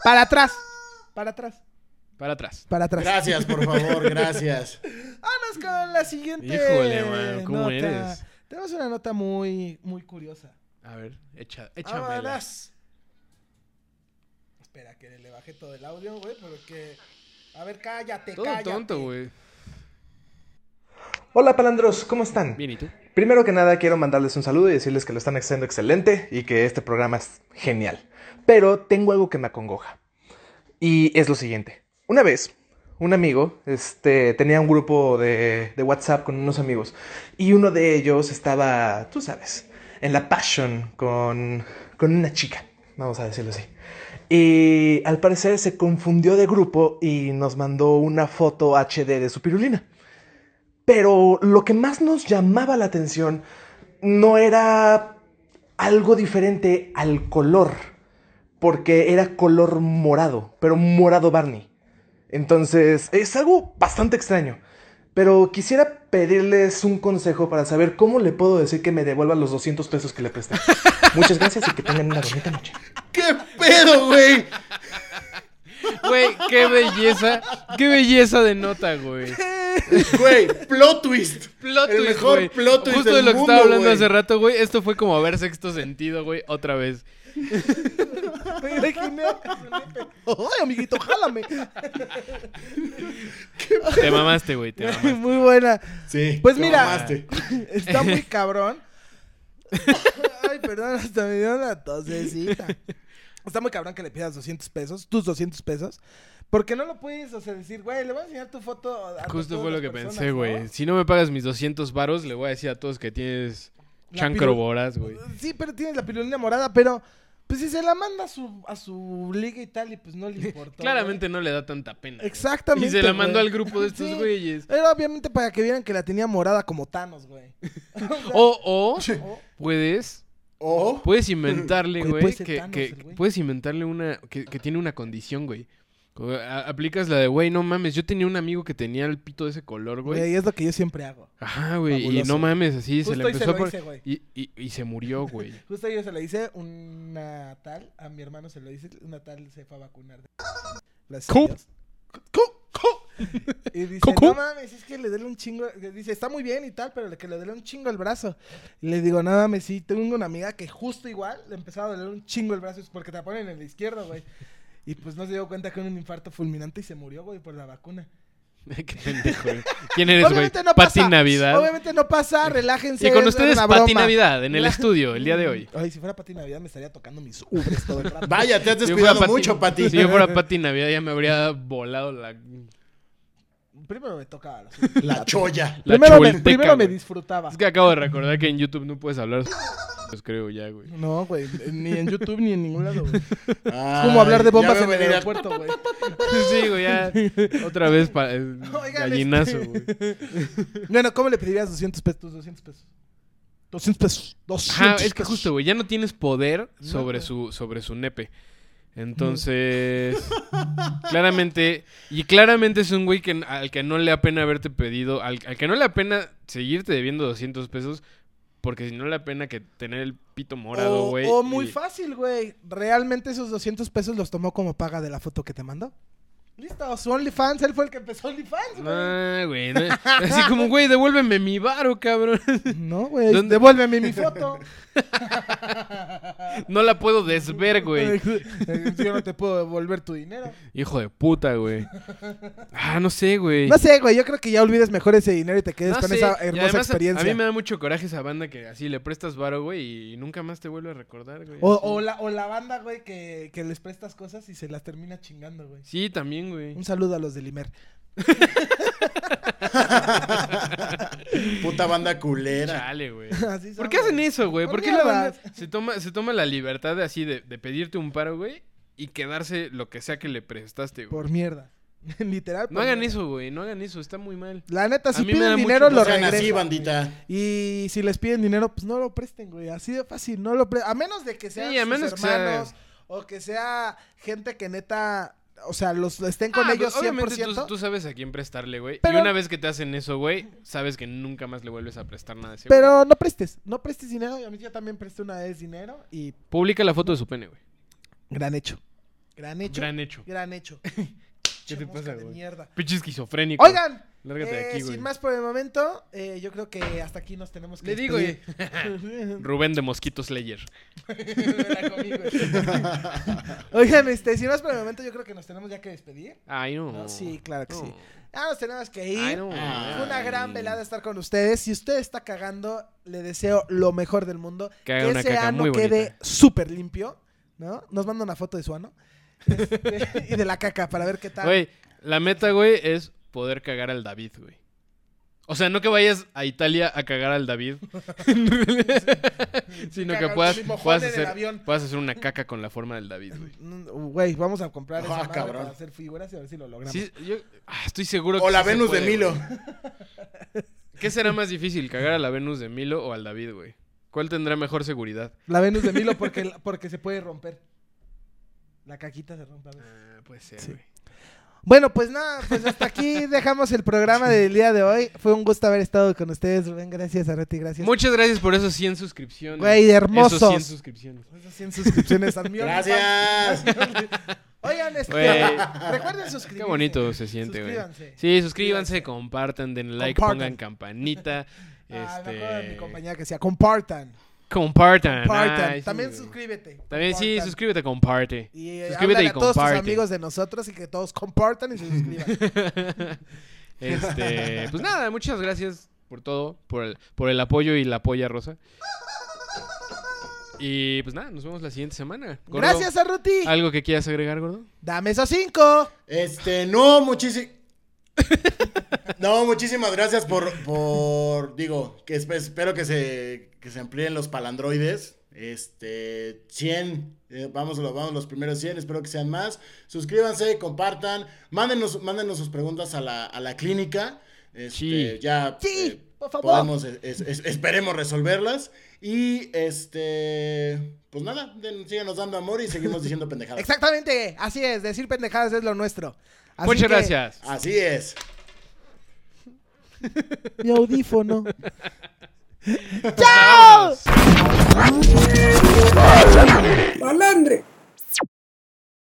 [SPEAKER 2] Para atrás. Para atrás.
[SPEAKER 3] Para atrás.
[SPEAKER 2] Para atrás.
[SPEAKER 4] Gracias, por favor, gracias.
[SPEAKER 2] Vamos con la siguiente.
[SPEAKER 3] Híjole, man, ¿cómo
[SPEAKER 2] nota.
[SPEAKER 3] eres?
[SPEAKER 2] Tenemos una nota muy, muy curiosa.
[SPEAKER 3] A ver, echa,
[SPEAKER 2] Ah,
[SPEAKER 3] échamela.
[SPEAKER 2] ¡Vámonos! Espera, que le baje todo el audio, güey, porque. A ver, cállate,
[SPEAKER 3] Todo
[SPEAKER 2] cállate.
[SPEAKER 3] tonto,
[SPEAKER 2] [laughs]
[SPEAKER 3] güey.
[SPEAKER 11] Hola palandros, ¿cómo están?
[SPEAKER 3] Bien, ¿y tú?
[SPEAKER 11] Primero que nada quiero mandarles un saludo y decirles que lo están haciendo excelente y que este programa es genial. Pero tengo algo que me acongoja. Y es lo siguiente. Una vez, un amigo este, tenía un grupo de, de WhatsApp con unos amigos y uno de ellos estaba, tú sabes, en la passion con, con una chica, vamos a decirlo así. Y al parecer se confundió de grupo y nos mandó una foto HD de su pirulina. Pero lo que más nos llamaba la atención no era algo diferente al color, porque era color morado, pero morado Barney. Entonces es algo bastante extraño. Pero quisiera pedirles un consejo para saber cómo le puedo decir que me devuelvan los 200 pesos que le presté. Muchas gracias y que tengan una bonita noche.
[SPEAKER 4] ¡Qué pedo, güey!
[SPEAKER 3] Güey, qué belleza, qué belleza de
[SPEAKER 2] [laughs]
[SPEAKER 3] nota, güey.
[SPEAKER 4] Güey, plot twist.
[SPEAKER 3] Plot
[SPEAKER 4] El
[SPEAKER 3] twist,
[SPEAKER 4] mejor
[SPEAKER 3] güey.
[SPEAKER 4] plot twist
[SPEAKER 3] Justo de
[SPEAKER 4] del
[SPEAKER 3] lo que
[SPEAKER 4] mundo,
[SPEAKER 3] estaba hablando
[SPEAKER 4] güey.
[SPEAKER 3] hace rato, güey. Esto fue como ver sexto sentido, güey, otra vez.
[SPEAKER 2] Me
[SPEAKER 3] [laughs]
[SPEAKER 2] imaginé. Ay, amiguito, jálame.
[SPEAKER 3] Te mamaste, güey,
[SPEAKER 2] [laughs]
[SPEAKER 3] te mamaste.
[SPEAKER 2] Muy buena.
[SPEAKER 4] Sí.
[SPEAKER 2] Pues
[SPEAKER 4] te
[SPEAKER 2] mira,
[SPEAKER 4] mamaste.
[SPEAKER 2] [laughs] está
[SPEAKER 3] [laughs]
[SPEAKER 2] muy cabrón. [laughs] Ay, perdón, hasta me dio una tosecita. Está muy cabrón que le pidas 200 pesos, tus 200 pesos. Porque no lo puedes, o sea, decir, güey, le voy a enseñar tu foto. A a
[SPEAKER 3] Justo
[SPEAKER 2] todas
[SPEAKER 3] fue lo
[SPEAKER 2] las
[SPEAKER 3] que
[SPEAKER 2] personas,
[SPEAKER 3] pensé,
[SPEAKER 2] ¿no?
[SPEAKER 3] güey. Si no me pagas mis 200 varos, le voy a decir a todos que tienes
[SPEAKER 2] La
[SPEAKER 3] chancro
[SPEAKER 2] piru-
[SPEAKER 3] voraz, güey.
[SPEAKER 2] Sí, pero tienes la pirulina morada, pero pues si se la manda a su, a su liga y tal, y pues no
[SPEAKER 3] [laughs]
[SPEAKER 2] le importó. güey.
[SPEAKER 3] Claramente no le da tanta pena.
[SPEAKER 2] Exactamente.
[SPEAKER 3] Y se la
[SPEAKER 2] güey.
[SPEAKER 3] mandó al grupo de estos
[SPEAKER 2] Sí.
[SPEAKER 3] güeyes.
[SPEAKER 2] Era obviamente para que vieran que la tenía morada como Thanos, güey.
[SPEAKER 3] O,
[SPEAKER 2] [laughs]
[SPEAKER 3] o, puedes,
[SPEAKER 4] Oh,
[SPEAKER 3] puedes inventarle,
[SPEAKER 2] Güey,
[SPEAKER 3] güey,
[SPEAKER 2] puede ser
[SPEAKER 3] que,
[SPEAKER 2] Thanos
[SPEAKER 3] que-
[SPEAKER 2] el güey.
[SPEAKER 3] puedes inventarle una, que, que tiene una condición, güey. Como, a- Aplicas la de, güey, no mames, yo tenía un amigo que tenía el pito de ese color,
[SPEAKER 2] Güey,
[SPEAKER 3] güey.
[SPEAKER 2] es lo que yo siempre hago.
[SPEAKER 3] Ajá, güey, y
[SPEAKER 2] Fabuloso.
[SPEAKER 3] no mames, así se
[SPEAKER 2] Justo
[SPEAKER 3] le
[SPEAKER 2] hoy se
[SPEAKER 3] empezó
[SPEAKER 2] lo
[SPEAKER 3] a
[SPEAKER 2] hice,
[SPEAKER 3] poner-
[SPEAKER 2] güey.
[SPEAKER 3] y, y, y se murió, güey. [laughs]
[SPEAKER 2] Justo yo se le hice una tal, a mi hermano se lo hice, una tal se fue a vacunar. Gracias a
[SPEAKER 3] Cup.
[SPEAKER 2] Dios.
[SPEAKER 3] Cu- cu-
[SPEAKER 2] Y dice,
[SPEAKER 3] Cucú.
[SPEAKER 2] no mames, es que le duele un chingo. le Dice, está muy bien y tal, pero que le duele un chingo el brazo. Y le digo, no mames, sí, tengo una amiga que justo igual le empezaba a doler un chingo el brazo. Es porque te la ponen en el izquierdo, güey. Y pues no se dio cuenta que era un infarto fulminante y se murió, güey, por la vacuna.
[SPEAKER 3] Qué pendejo, güey.
[SPEAKER 2] [laughs]
[SPEAKER 3] ¿Quién eres, güey?
[SPEAKER 2] Obviamente no
[SPEAKER 3] Pati
[SPEAKER 2] pasa.
[SPEAKER 3] Navidad.
[SPEAKER 2] Obviamente no pasa, relájense.
[SPEAKER 3] Y con
[SPEAKER 2] es
[SPEAKER 3] ustedes,
[SPEAKER 2] una
[SPEAKER 3] Pati
[SPEAKER 2] broma. [laughs]
[SPEAKER 3] Navidad, en el
[SPEAKER 2] La-
[SPEAKER 3] estudio, el día de hoy.
[SPEAKER 2] Mm. Ay, si fuera Pati Navidad me estaría tocando mis ubres todo
[SPEAKER 3] [laughs]
[SPEAKER 2] el rato.
[SPEAKER 4] Vaya, te has
[SPEAKER 3] Si yo
[SPEAKER 4] descuidado
[SPEAKER 3] fuera Pati-
[SPEAKER 4] mucho, Pati.
[SPEAKER 3] Si yo fuera Pati Navidad, ya me habría volado la, la
[SPEAKER 2] Primero me tocaba. los-
[SPEAKER 4] La cholla.
[SPEAKER 2] primero me,
[SPEAKER 3] chulteca,
[SPEAKER 2] primero me
[SPEAKER 3] güey.
[SPEAKER 2] disfrutaba.
[SPEAKER 3] Es que acabo de recordar que en YouTube no puedes hablar. [laughs] Pues creo ya, güey.
[SPEAKER 2] No, güey, ni en YouTube ni en ningún lado, güey. Ah,
[SPEAKER 4] Es
[SPEAKER 2] Como hablar de bombas en el aeropuerto, güey.
[SPEAKER 3] Sí, güey,
[SPEAKER 2] [laughs]
[SPEAKER 3] ya. Otra vez para el
[SPEAKER 2] Oigan,
[SPEAKER 3] gallinazo,
[SPEAKER 2] este-
[SPEAKER 3] güey.
[SPEAKER 2] Bueno, ¿cómo le pedirías 200 pesos? tus 200 pesos. 200 pesos. 200
[SPEAKER 3] Ajá, es que
[SPEAKER 2] pesos.
[SPEAKER 3] justo, güey, ya no tienes poder sobre
[SPEAKER 2] güey.
[SPEAKER 3] su, sobre su nepe. Entonces, claramente, y claramente es un güey que, al que no le da pena haberte pedido, al, al que no le da pena seguirte debiendo 200 pesos, porque si no le da pena que tener el pito morado,
[SPEAKER 2] o,
[SPEAKER 3] güey.
[SPEAKER 2] o muy
[SPEAKER 3] y-
[SPEAKER 2] fácil, güey. ¿Realmente esos 200 pesos los tomó como paga de la foto que te mandó? Listo, su OnlyFans, él fue el que empezó OnlyFans, güey.
[SPEAKER 3] No, Ah, güey. no. Así como, güey, devuélveme mi varo, cabrón. [laughs]
[SPEAKER 2] No, güey.
[SPEAKER 3] ¿Dónde-
[SPEAKER 2] Devuélveme mi foto.
[SPEAKER 3] [laughs] No la puedo [laughs] desver, güey.
[SPEAKER 2] Yo no te puedo devolver tu dinero.
[SPEAKER 3] Hijo de puta, güey. Ah, no sé, güey.
[SPEAKER 2] No sé, güey. Yo creo que ya olvides mejor ese dinero y te quedes
[SPEAKER 3] No
[SPEAKER 2] con
[SPEAKER 3] sé,
[SPEAKER 2] esa
[SPEAKER 3] y
[SPEAKER 2] hermosa
[SPEAKER 3] además, a-
[SPEAKER 2] experiencia.
[SPEAKER 3] A mí me da mucho coraje esa banda que así le prestas varo, güey, y nunca más te vuelve a recordar, güey.
[SPEAKER 2] O,
[SPEAKER 3] así.
[SPEAKER 2] o la, o la banda, güey, que, que les prestas cosas y se las termina chingando, güey.
[SPEAKER 3] Sí, también, güey.
[SPEAKER 2] Un saludo a los del Imer.
[SPEAKER 4] [laughs] Puta banda culera.
[SPEAKER 3] Chale,
[SPEAKER 2] [laughs]
[SPEAKER 3] güey.
[SPEAKER 2] [laughs] Así
[SPEAKER 3] ¿Por
[SPEAKER 2] son,
[SPEAKER 3] qué hacen
[SPEAKER 2] güey.
[SPEAKER 3] eso, güey?
[SPEAKER 2] Son
[SPEAKER 3] ¿Por qué la banda
[SPEAKER 2] mierdas.
[SPEAKER 3] se toma, se toma la libertad de así de, de pedirte un paro, güey, y quedarse lo que sea que le prestaste, güey?
[SPEAKER 2] Por mierda. [laughs] Literal.
[SPEAKER 3] No
[SPEAKER 2] por
[SPEAKER 3] hagan
[SPEAKER 2] mierda.
[SPEAKER 3] eso, güey, no hagan eso, está muy mal.
[SPEAKER 2] La neta, si
[SPEAKER 3] A mí me da
[SPEAKER 2] piden
[SPEAKER 3] mucho
[SPEAKER 2] dinero,
[SPEAKER 4] No
[SPEAKER 2] lo
[SPEAKER 3] coraje.
[SPEAKER 4] sean así,
[SPEAKER 2] regresan.
[SPEAKER 4] bandita.
[SPEAKER 2] Y si les piden dinero, pues no lo presten, güey. Así de fácil, no lo presten. A menos de que sean
[SPEAKER 3] Sí, a
[SPEAKER 2] sus
[SPEAKER 3] menos que sea-
[SPEAKER 2] hermanos o que sea gente que neta, o sea, los estén con
[SPEAKER 3] Ah,
[SPEAKER 2] ellos
[SPEAKER 3] pues, obviamente
[SPEAKER 2] 100%.
[SPEAKER 3] Tú, tú sabes a quién prestarle, güey.
[SPEAKER 2] Pero-
[SPEAKER 3] Y una vez que te hacen eso, güey, sabes que nunca más le vuelves a prestar nada de ese güey.
[SPEAKER 2] Pero no prestes, no prestes dinero. A mí yo también presté una vez dinero y
[SPEAKER 3] Publica la foto de su pene, güey.
[SPEAKER 2] gran hecho. Gran hecho. Gran,
[SPEAKER 3] Gran hecho.
[SPEAKER 2] hecho.
[SPEAKER 3] [laughs] ¿Qué te pasa, güey?
[SPEAKER 2] Mierda.
[SPEAKER 3] Pinche esquizofrénico.
[SPEAKER 2] Oigan,
[SPEAKER 3] Lárgate de
[SPEAKER 2] eh,
[SPEAKER 3] aquí, güey.
[SPEAKER 2] sin más por el momento, eh, yo creo que hasta aquí nos tenemos que
[SPEAKER 3] Le digo, eh.
[SPEAKER 2] despedir.
[SPEAKER 3] Este [laughs] Rubén de Mosquito Slayer.
[SPEAKER 2] Me la comí,
[SPEAKER 3] Ah. [laughs]
[SPEAKER 2] güey. [laughs] Oigan, este, sin más por el momento, yo creo que nos tenemos ya que despedir.
[SPEAKER 3] Ay, no.
[SPEAKER 2] No, sí, claro que
[SPEAKER 3] No.
[SPEAKER 2] sí. Ya nos tenemos que
[SPEAKER 3] Ay,
[SPEAKER 2] ir.
[SPEAKER 3] no. Mm.
[SPEAKER 2] Fue una
[SPEAKER 3] Ay.
[SPEAKER 2] gran velada estar con ustedes. Si usted está cagando, le deseo lo mejor del mundo.
[SPEAKER 3] Que haga una
[SPEAKER 2] ese
[SPEAKER 3] caca
[SPEAKER 2] ano
[SPEAKER 3] muy
[SPEAKER 2] quede
[SPEAKER 3] bonita.
[SPEAKER 2] súper limpio, ¿no? Nos manda una foto de su ano. Este, [laughs] y de la caca para ver qué tal.
[SPEAKER 3] Güey, la meta, güey, es poder cagar al David, güey. O sea, no que vayas a Italia a cagar al David, [laughs] sino que
[SPEAKER 2] Caga
[SPEAKER 3] puedas,
[SPEAKER 2] con mi mojón
[SPEAKER 3] puedas,
[SPEAKER 2] en el
[SPEAKER 3] hacer,
[SPEAKER 2] avión.
[SPEAKER 3] puedas hacer una caca con la forma del David, güey.
[SPEAKER 2] Mm, Güey, vamos a comprar
[SPEAKER 4] Ah,
[SPEAKER 2] esa madre
[SPEAKER 4] cabrón.
[SPEAKER 2] para hacer figuras y a ver si lo logramos.
[SPEAKER 3] Sí, yo ah, estoy seguro que
[SPEAKER 4] O la
[SPEAKER 3] sí se
[SPEAKER 4] Venus de
[SPEAKER 3] puede, güey.
[SPEAKER 4] Milo.
[SPEAKER 3] ¿Qué será más difícil, cagar a la Venus de Milo o al David, güey? ¿Cuál tendrá mejor seguridad?
[SPEAKER 2] La Venus de Milo porque, porque se puede romper. La caquita se rompe a veces.
[SPEAKER 3] Ah, puede ser,
[SPEAKER 2] Sí.
[SPEAKER 3] güey.
[SPEAKER 2] Bueno, pues nada, pues hasta
[SPEAKER 3] [laughs]
[SPEAKER 2] aquí dejamos el programa del día de hoy. Fue un gusto haber estado con ustedes, Rubén. Gracias, Arati, gracias.
[SPEAKER 3] Muchas gracias por esos 100 suscripciones.
[SPEAKER 2] Güey, de hermosos.
[SPEAKER 3] Esos 100 suscripciones.
[SPEAKER 2] Esas 100 suscripciones al mío.
[SPEAKER 4] Gracias.
[SPEAKER 2] [laughs] Oigan, este,
[SPEAKER 3] Güey.
[SPEAKER 2] recuerden suscribirse.
[SPEAKER 3] Qué bonito se siente, güey.
[SPEAKER 2] Suscríbanse.
[SPEAKER 3] Sí, suscríbanse, compartan, denle like,
[SPEAKER 2] Compartan.
[SPEAKER 3] pongan campanita.
[SPEAKER 2] [laughs] Ah, me acuerdo de mi
[SPEAKER 3] Este,
[SPEAKER 2] compañía que decía, compartan.
[SPEAKER 3] compartan.
[SPEAKER 2] Compartan.
[SPEAKER 3] ay, sí,
[SPEAKER 2] También
[SPEAKER 3] güey.
[SPEAKER 2] suscríbete.
[SPEAKER 3] También sí,
[SPEAKER 2] compartan.
[SPEAKER 3] suscríbete, comparte.
[SPEAKER 2] Y eh,
[SPEAKER 3] suscríbete
[SPEAKER 2] háblale
[SPEAKER 3] y
[SPEAKER 2] a todos tus
[SPEAKER 3] comparte.
[SPEAKER 2] amigos de nosotros y que todos compartan y se suscriban.
[SPEAKER 3] [laughs] Este, pues nada, muchas gracias por todo, por el, por el apoyo y la polla rosa. Y pues nada, nos vemos la siguiente semana. [laughs] Gordo,
[SPEAKER 2] Gracias a Ruti.
[SPEAKER 3] ¿Algo que quieras agregar, gordo?
[SPEAKER 2] Dame esos cinco.
[SPEAKER 4] [laughs] Este, no, muchísimas. [laughs] no, muchísimas gracias por, por digo, que espe- espero que se, que se amplíen los palandroides. Este, 100, eh, vamos, lo- vamos los primeros 100, espero que sean más. Suscríbanse, compartan, mándenos, mándenos sus preguntas a la, a la clínica. Este,
[SPEAKER 3] Sí.
[SPEAKER 4] ya
[SPEAKER 2] Sí,
[SPEAKER 4] eh,
[SPEAKER 2] por favor.
[SPEAKER 4] podemos, es- es- es- esperemos resolverlas. Y este, pues nada, den- síganos dando amor y seguimos diciendo [laughs]
[SPEAKER 3] Pues,
[SPEAKER 4] pendejadas.
[SPEAKER 2] Exactamente, así es, decir pendejadas es lo nuestro. Así
[SPEAKER 3] muchas
[SPEAKER 2] que-
[SPEAKER 3] gracias.
[SPEAKER 4] Así es.
[SPEAKER 2] Mi audífono.
[SPEAKER 3] ¡Chao!
[SPEAKER 9] Palandre.